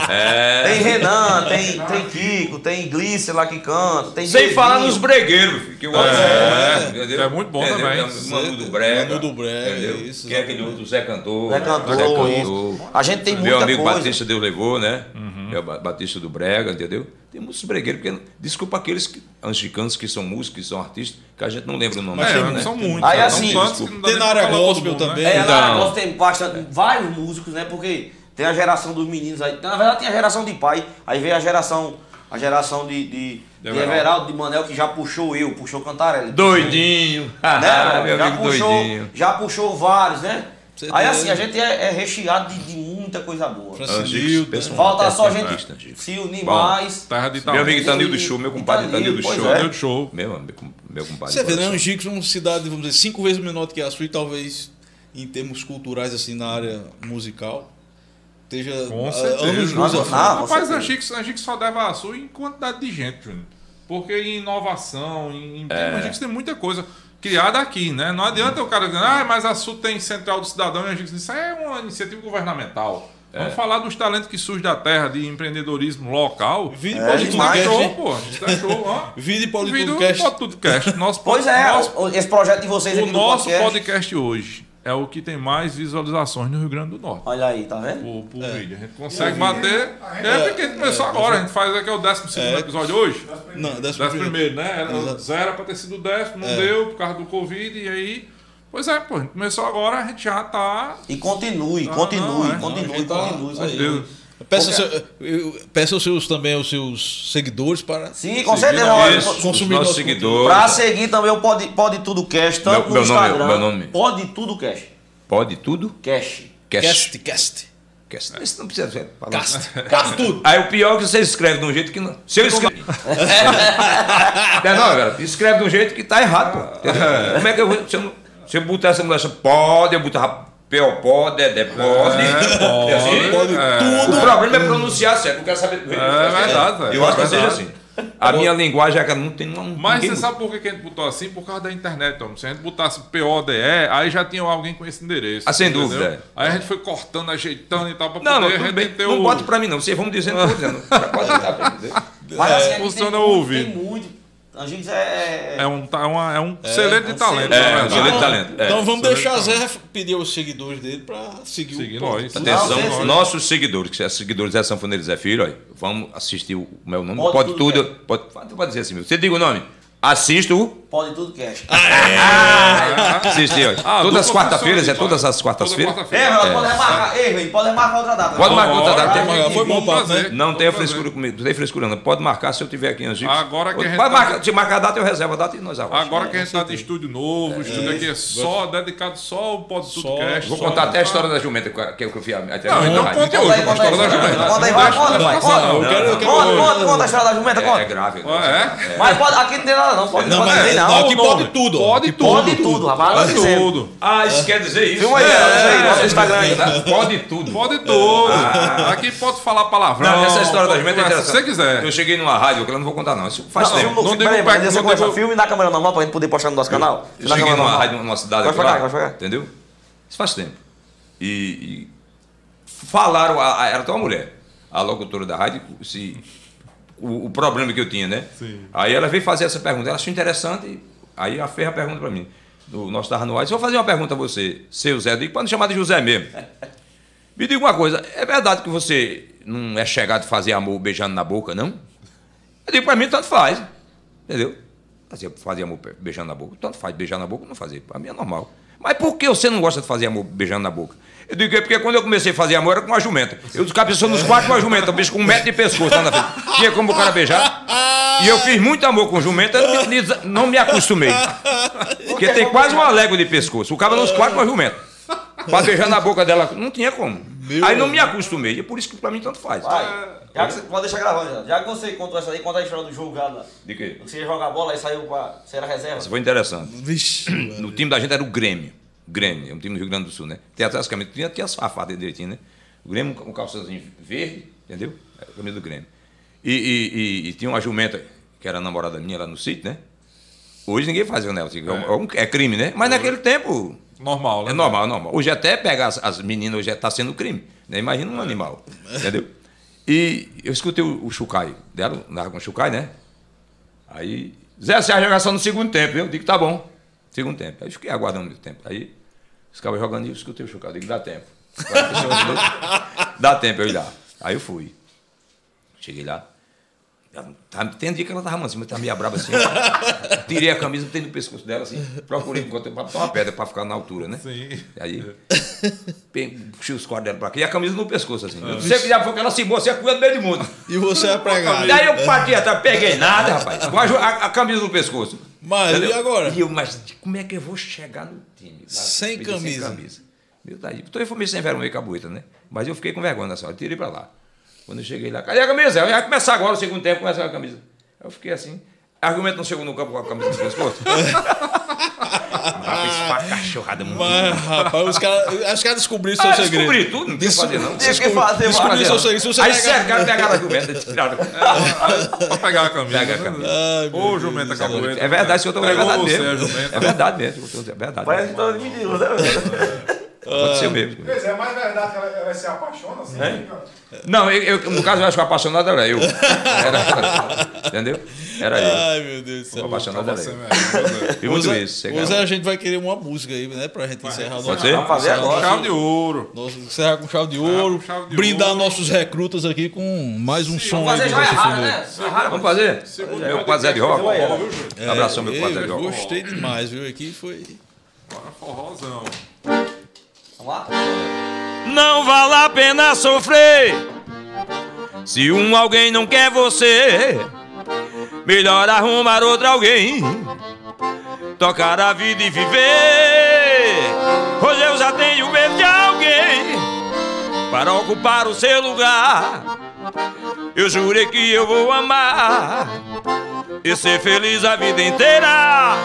F: É.
D: Tem Renan, tem, tem Kiko, tem Glícia lá que canta. Tem
F: Sem
D: Dieguinho.
F: falar nos bregueiros, meu filho, que eu
B: um
F: gosto.
B: É,
F: muito,
B: que é muito bom
F: Entendeu?
B: também.
F: É, Manu do Brega.
C: Manu do Brega,
F: entendeu?
C: isso,
F: Quem é aquele outro? Zé Cantor.
D: Zé
F: né?
D: Cantor,
F: Zé
D: isso. A gente tem
F: Meu
D: muita
F: amigo
D: coisa.
F: Batista, Deus levou, né?
B: Uhum.
F: É o Ba- Batista do Brega, entendeu? Tem muitos bregueiros, porque, desculpa aqueles que, angicanos que são músicos, que são artistas, que a gente não lembra o nome
B: É,
F: deles, né?
B: são muitos.
D: Aí,
B: né?
D: assim,
B: são tantos que não dá
C: tem
B: nem pra
C: na área
B: falar todo
C: gospel
B: mundo, né?
C: também.
D: É,
F: Então.
D: lá agora tem bastante, vários músicos, né? Porque tem a geração dos meninos aí. Na verdade, tem a geração de pai, aí vem a geração, a geração de, de, de
B: Everaldo.
D: Everaldo, de Manel, que já puxou eu, puxou Cantarelli.
F: Doidinho.
D: Né?
F: meu
D: já,
F: amigo
D: puxou,
F: doidinho.
D: já puxou vários, né?
C: Você
D: aí
C: tá
D: assim,
C: doido.
D: a gente é, é recheado de, de muita coisa boa.
C: Francinildo.
F: Angicos,
D: Falta
F: pensa
D: só a
F: num
D: gente
F: artista, Angicos.
D: se unir
F: Bom,
D: mais.
B: Terra de
F: Meu amigo
B: talento.
F: Itanildo Show, meu compadre
D: Itanildo,
F: Itanildo
D: pois
F: Show. né?
D: é.
B: Deu de show.
F: Meu, amigo, meu compadre.
C: Você vê, né?
F: olha só.
C: Angicos é uma cidade, vamos dizer, cinco vezes menor do que a sua e talvez em termos culturais, assim, na área musical, esteja
B: Com
C: ah,
B: certeza.
C: anos luz à
D: Ah,
C: frente.
D: com
B: Rapaz,
D: certeza.
B: a Gix, a Gix só deve a sua em quantidade de gente, Júnior. Porque em inovação, em, em
D: É.
B: a Gix tem muita coisa criada aqui, né? Não adianta o cara dizer, ah, mas a Sul tem Central do Cidadão e a Gix. Isso é uma iniciativa governamental.
D: É.
B: Vamos falar dos talentos que surgem da terra, de empreendedorismo local.
C: Vini
D: É,
C: pode
B: A gente tá
D: demais,
C: podcast,
B: show,
C: hein?
B: pô. A gente tá show, ó.
C: Vini pode
B: Vídeo
C: podcast.
B: Pode Tudo Cast. um Nosso
D: Pois é,
B: nosso-
D: o- esse projeto de vocês
B: o
D: aqui do
B: nosso
D: podcast.
B: podcast hoje é o que tem mais visualizações no Rio Grande do Norte
D: Olha aí, tá vendo?
B: por, por
F: É.
B: vídeo. A gente consegue bater.
E: A
B: É,
E: gente-
B: porque a gente começou agora, a gente faz aqui é o 12
C: É.
B: episódio hoje.
C: Não, décimo
B: 11 primeiro,
C: primeiro.
B: né? Era,
C: Exato.
B: zero pra ter sido o décimo, não
F: É.
B: deu por causa do Covid, e aí. Pois é, pô, a gente começou agora, a gente já tá.
D: E continue,
B: Não,
D: continue,
B: não, é.
C: Não, a
D: continue,
C: gente tá-
D: continue.
C: tá aí.
B: Deus.
C: Peça, seu- eu- peça os seus, também aos seus seguidores para
D: Sim, com certeza.
C: nós.
D: olha,
F: é Isso,
D: co-
F: os
C: consumir
F: nossos
C: nosso
F: seguidores.
D: Pra seguir também o Pode, pode Tudo Cash, tanto
F: Meu-
D: no
F: meu nome,
D: Instagram.
F: meu nome.
D: Pode Tudo Cash.
F: Pode tudo?
D: Cash.
F: Cast.
C: Cast, cast.
F: Cast. Isso não precisa falar.
C: Cast. Cast tudo.
F: Aí o pior é que você escreve de um jeito que não. Se eu escrever. não, não, cara, escreve de um jeito que tá errado, pô. Entendeu? Como é que eu vou. Se eu, não- se eu botar essa mudança, pode, eu botar P.O. pode, Dedé pode. assim,
C: Pode
F: O
C: tudo.
F: problema é pronunciar certo, não quero saber do jeito que
B: É
F: você quer.
B: verdade, velho.
F: Eu acho que
B: É
F: seja
B: verdade.
F: assim. A minha linguagem é que não tem uma.
B: Mas
F: ninguém
B: você sabe por que que a gente botou assim? Por causa da internet, Tom. Se a gente botasse PODE, aí já tinha alguém com esse endereço.
F: Ah, sem
B: entendeu?
F: dúvida.
B: Aí a gente foi cortando, ajeitando e tal, pra
F: Não, não,
B: a
F: tudo
B: gente
F: bem.
B: ter
F: Não
B: o-
F: bote pra mim, não. Vocês vão me dizendo tudo, né? Pode botar pra mim, entendeu?
D: Mas assim, a gente
B: Funciona
D: tem
B: o
D: muito,
B: ouvido.
D: Tem muito. A gente é.
B: É um, tá- uma- é um celeiro de talento,
D: celeiro.
B: na
F: É, um
B: verdade.
F: celeiro de talento. É.
C: Então vamos
B: Excelente
C: deixar Zé pedir aos seguidores dele para seguir,
B: Seguir
C: o Pode
B: nós.
C: Tudo.
F: Atenção,
D: Não, sim, sim.
F: nossos seguidores, que são seguidores da Sanfoneira Zé Filho, olha, vamos assistir o meu nome.
D: Pode
F: Pode,
D: tudo,
F: tudo. pode, pode, pode dizer assim, meu. Você diga o nome. Assisto.
D: Pode Tudo Cash.
C: Ah, é?
F: Assistir, olha.
B: Ah,
F: todas as
B: dupla
F: quartas-feiras,
B: funciona,
F: é todas
B: vai.
F: as quartas-feiras.
B: Toda
D: É, Everaldo, pode remarcar. Ei, velho, pode remarcar outra data.
F: Pode marcar outra
B: Bora,
F: data.
B: vai,
C: marcar. Foi bom
B: vamos
C: papo,
B: fazer.
C: né?
F: Não
B: Vamos
F: tenha
B: fazer.
F: frescura comigo, não tem frescura não. Pode marcar se eu tiver aqui em Angicos.
B: Agora que a gente
F: Pode
B: tá-
F: marcar, se marcar a data eu reservo a data e nós arrumamos.
B: Agora que a gente tá de estúdio novo, o estúdio aqui é só dedicado só ao podcast.
F: Vou contar até a história da jumenta que eu que eu fui até
B: Não, então conte hoje, a história da jumenta.
D: Conta aí, vai, conta, vai, conta.
C: Não, eu quero- eu quero-
D: Conta, conta, conta a história da
F: É,
D: jumenta,
F: é
D: conta.
F: grave.
B: Ah, é?
D: Mas pode, aqui não tem nada, não. Pode,
C: Não,
D: pode
C: mas
D: dizer, não.
B: tipo,
C: aqui pode
B: nome.
C: tudo. ó.
B: Pode
C: Aqui
B: tudo.
D: Pode tudo, rapaz. nós
B: Pode
D: dizemos.
B: tudo.
F: Ah, isso quer dizer isso?
D: Filma aí, filma aí, bota no Instagram aí.
F: Pode tudo.
B: Pode tudo. Aqui pode falar palavrão.
F: Não, essa história da
B: pode
F: jumenta é
B: conversar,
F: interessante.
B: Se você quiser.
F: Eu cheguei numa rádio, que eu não vou contar não, isso faz
D: Não,
F: tempo.
B: não
D: filma- Peraí,
B: digo
D: peraí,
B: pé,
D: deixa
B: não
D: eu começar.
B: digo-
D: Filme na câmera normal pra gente poder postar no nosso canal.
F: Eu
D: Na
F: cheguei
D: câmera
F: numa
D: é normal.
F: rádio né? numa cidade
D: Vai
F: aqui
D: pra
F: lá,
D: cá, vai pra cá.
F: entendeu? Isso faz tempo. E, e falaram, a- a- era tua mulher, a locutora da rádio, se, o, o problema que eu tinha, né?
B: Sim.
F: Aí ela veio fazer essa pergunta, ela achou interessante, e aí ela fez a pergunta pra mim. No, nós estávamos no ar, disse, vou fazer uma pergunta a você, seu Zé, eu digo, pode me chamar de José mesmo. Me diga uma coisa, é verdade que você não é chegado a fazer amor beijando na boca, não? Eu digo, pra mim tanto faz. Entendeu? Fazia, fazia amor pe- beijando na boca, tanto faz beijar na boca, não fazia. Pra mim é normal. Mas por que você não gosta de fazer amor beijando na boca? Eu digo, é porque quando eu comecei a fazer amor era com uma jumenta. Eu descabeçou nos quatro com a jumenta, o bicho com um metro de pescoço lá na frente. Tinha como o cara beijar. E eu fiz muito amor com jumenta, eu me- me- não me acostumei. Porque tem quase uma légua de pescoço. O cara nos quatro com a jumenta. Pra beijar na boca dela, não tinha como. Aí não me acostumei. É por isso que pra mim tanto faz.
D: Vai. Já que, você- pode deixar gravando já. Já que você contou essa aí, conta a história do jogo lá. da-
F: De quê?
D: Você ia jogar bola e saiu com a. Você era reserva?
F: Isso foi interessante.
C: Vixe,
F: No
C: mano.
F: time da gente era o Grêmio. Grêmio, é um time do Rio Grande do Sul, né? Tem atrás a camisa, tinha, tinha as farfadas direitinho, né? O Grêmio com um calçãozinho verde, entendeu? Era a camisa do Grêmio. E, e- e- e tinha uma jumenta, que era a namorada minha lá no sítio, né? Hoje ninguém faz, né? É, um- é crime, né? Mas naquele tempo.
B: Normal, né?
F: É normal, é normal. Hoje até pegar as, as meninas hoje está sendo crime. Né? Imagina um animal. Entendeu? E eu escutei o, o Chucai dela, narra com o Chucai, né? Aí, Zé, você vai jogar só no segundo tempo. Eu digo, tá bom. Segundo tempo. Aí eu fiquei aguardando muito tempo. Aí, os caras jogando e eu escutei o Chucai. Eu digo, dá tempo. 40 segundos, dá tempo eu ir lá. Aí eu fui. Cheguei lá. Ela tá- Tem dia que ela tava mansinha, mas tava meio braba assim. Tirei a camisa, botei no pescoço dela assim. Procurei enquanto eu pra botar uma pedra pra ficar na altura, né?
B: Sim.
F: Aí, pe- puxei os quadros dela pra cá e a camisa no pescoço, assim. Eu sei que já foi que ela se boa, você cuida do meio do mundo.
C: E você é pregado.
F: Daí eu parti atrás, peguei nada, rapaz. Com a, ju- a- a camisa no pescoço.
C: Mas,
F: Entendeu?
C: e agora?
F: E eu, mas como é que eu vou chegar no time? lá?
C: Sem
F: Me disse,
C: camisa.
F: Sem camisa. Meu, daí. Então eu fui meio sem vergonha e cabueta, né? Mas eu fiquei com vergonha nessa hora, tirei pra lá. Quando eu cheguei lá, cadê a camisa? Vai começar agora o segundo tempo, começa a camisa. Eu fiquei assim. Argumento não chegou no campo com a camisa no pescoço? Rapaz, uma cachorrada muito.
C: Mas, rapaz, os caras os cara descobriram seu
F: Ah,
C: segredo.
F: descobri tudo, não tinha que fazer, não.
D: Tinha que fazer,
C: desculpa.
D: mano.
C: Descobri seu segredo. Se você
F: Aí
C: pegar-
F: cercaram, pegaram a jumenta, tiraram.
B: Pra pegar a camisa.
F: Pega a
B: né?
F: camisa.
C: Ai, meu
B: Ô, jumenta capoeira.
F: É verdade, eu tô é
B: Pegou
F: verdade
B: você,
F: mesmo.
B: jumenta.
F: É verdade mesmo, é verdade.
D: Parece que todo menino, né? velho?
F: Aconteceu mesmo.
E: Pois é, mas é verdade que ela, ela se apaixona, assim,
D: É?
E: fica-
F: Não, eu, eu- no caso, eu acho que o apaixonado era eu. Era, entendeu? Era eu.
C: Ai, meu Deus do
F: O
C: céu.
F: apaixonado era
B: Você
F: eu.
B: mesmo.
F: E
C: Ô,
F: muito
C: Zé-
F: isso.
C: ô, Zé,
F: chegava.
C: a gente vai querer uma música aí, né? Pra gente encerrar o
F: Pode
C: nosso.
F: ser?
D: Vamos fazer agora.
B: Chave de ouro.
C: nosso- encerrar com chave de ouro.
B: com chave de
C: brindar
B: ouro.
C: nossos recrutas aqui com mais um som
D: Fazer
C: aí do
D: joia
C: Zé
D: rara,
C: Fernando.
D: né? Joia rara.
F: Ah, Vamos fazer? Meu quadro Zé de rock. Um Abração, meu
C: Ei,
F: quadro Zé de
C: eu
F: rock.
C: É, Gostei demais, viu? Aqui foi.
B: Agora forrozão.
D: Vamos lá?
F: Não vale a pena sofrer Se um alguém não quer você Melhor arrumar outro alguém Tocar a vida e viver Hoje eu já tenho medo de alguém Para ocupar o seu lugar Eu jurei que eu vou amar E ser feliz a vida inteira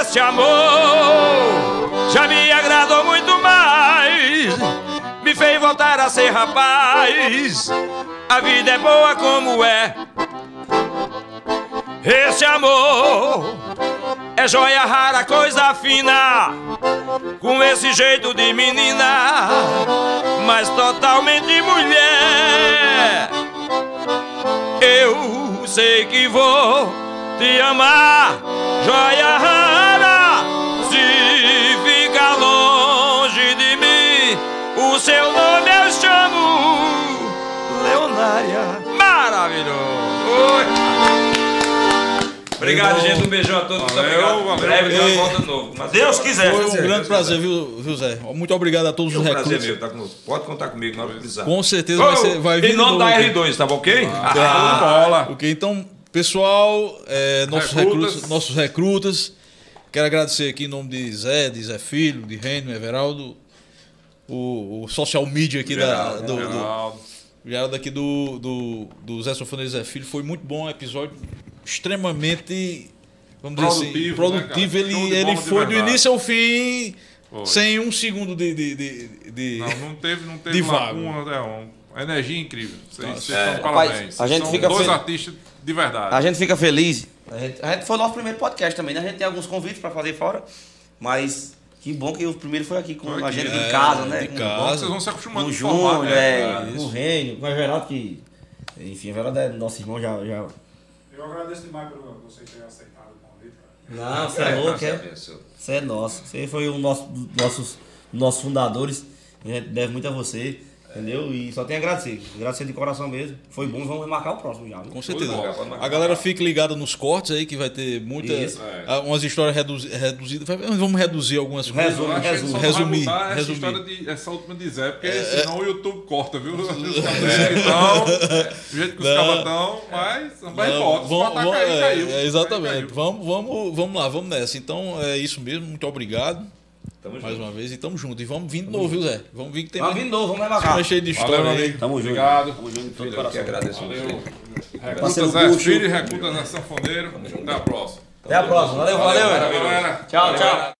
F: Esse amor já me agradou muito mais. Me fez voltar a ser rapaz. A vida é boa como é. Esse amor é joia rara, coisa fina. Com esse jeito de menina, mas totalmente mulher. Eu sei que vou te amar, joia rara. Se ficar longe de mim, o seu nome eu chamo Leonária. Maravilhoso! Oi. Obrigado,
C: Irmão.
F: gente. Um beijão a todos.
B: Valeu,
F: obrigado.
B: valeu.
F: Breve tem
C: Ei.
F: uma volta de novo. Mas
D: Deus quiser.
C: Foi um grande prazer, viu, viu, Zé? Muito obrigado a todos
F: É um
C: os
F: prazer
C: recrutas.
F: meu. Tá conosco. Pode contar comigo na hora que precisar.
C: Com certeza vai, ser, vai vir.
F: em
C: de
F: nome
C: novo
F: da
C: aqui.
F: R2, tá bom, ok?
B: Ah, bola.
C: Ok, então, pessoal, é, nossos,
B: Recrutas.
C: recrutas. nossos recrutas, quero agradecer aqui em nome de Zé, de Zé Filho, de Reino, Everaldo, o, o social media aqui da, do, do,
B: Geraldo.
C: Geraldo aqui do, do, do Zé Sofoneiro e Zé Filho. Foi muito bom, um episódio extremamente, vamos dizer assim,
B: Produtivo, né,
C: produtivo.
B: cara? Show
C: ele
B: de
C: ele
B: bola de
C: foi do
B: verdade.
C: início ao fim,
B: Foi.
C: sem um segundo de... de, de, de-
B: Não, não teve, não teve
C: De vago. Tá
B: lacuna, né? Uma energia incrível. Vocês vocês
C: Nossa.
B: estão de
D: É, Rapaz,
B: parabéns.
D: a gente
B: São
D: fica
B: dois
D: feliz.
B: artistas de verdade.
D: A gente fica feliz. A gente, a gente foi o nosso primeiro podcast também, né? A gente tem alguns convites pra fazer fora, mas que bom que o primeiro foi aqui com
B: Foi
D: a
B: aqui.
D: gente
C: É,
D: em casa, né?
C: de
D: Com-
C: casa.
B: Vocês vão se
D: Com,
B: acostumando com
D: o
B: o formato,
D: Júnior,
B: né?
D: é, com o Reino, com o Everaldo, que. Enfim, o Everaldo é nosso irmão, já. já...
E: Eu agradeço demais por vocês terem aceitado o convite. cara.
D: Não, você é louco, é? Você é nosso. Você foi um nosso, nossos, nossos fundadores. A gente deve muito a você. Entendeu? E só tem a agradecer. Agradecer de coração mesmo. Foi bom, vamos remarcar o próximo já. viu?
C: Com certeza.
H: Pois é, pode marcar.
C: A galera fica ligada nos cortes aí, que vai ter muitas.
D: Isso.
B: É.
C: ah, Umas histórias reduzi- reduzidas. Vai- Vamos reduzir algumas coisas.
D: Resumo,
B: Eu acho que ele só
D: resumo,
B: não vai
C: resumir,
B: botar Essa,
C: resumir.
B: história de, essa última de Zé, porque
D: É,
B: senão o YouTube corta, viu? Então, do jeito que os
C: Não.
B: cabas estão, mas é vai
C: Não,
B: embora. Se
C: vamos-
B: botar
C: vamos-
B: cair,
C: é,
B: caiu.
C: é,
B: Cair,
C: exatamente.
B: caiu.
C: Vamos, vamos, vamos lá, vamos nessa. Então é isso mesmo. Muito obrigado
H: Tamo
C: mais
H: junto.
C: uma vez e tamo junto. E vamos vindo novo, viu, Zé? Vamos vir que tem
D: Vamos
C: mais.
D: vir de novo, vamos
C: Tá
D: remarcar.
C: cheio de
B: Valeu,
C: história,
B: meu
C: né?
B: amigo.
D: Tamo junto.
B: Obrigado.
D: Tamo junto de todo
H: Eu que
D: coração.
H: agradeço a vocês.
B: Recuta Zé Filho, recuta Zé Sanfoneiro. Até a próxima.
D: Até a próxima. Valeu, valeu.
B: Galera.
I: Tchau, tchau.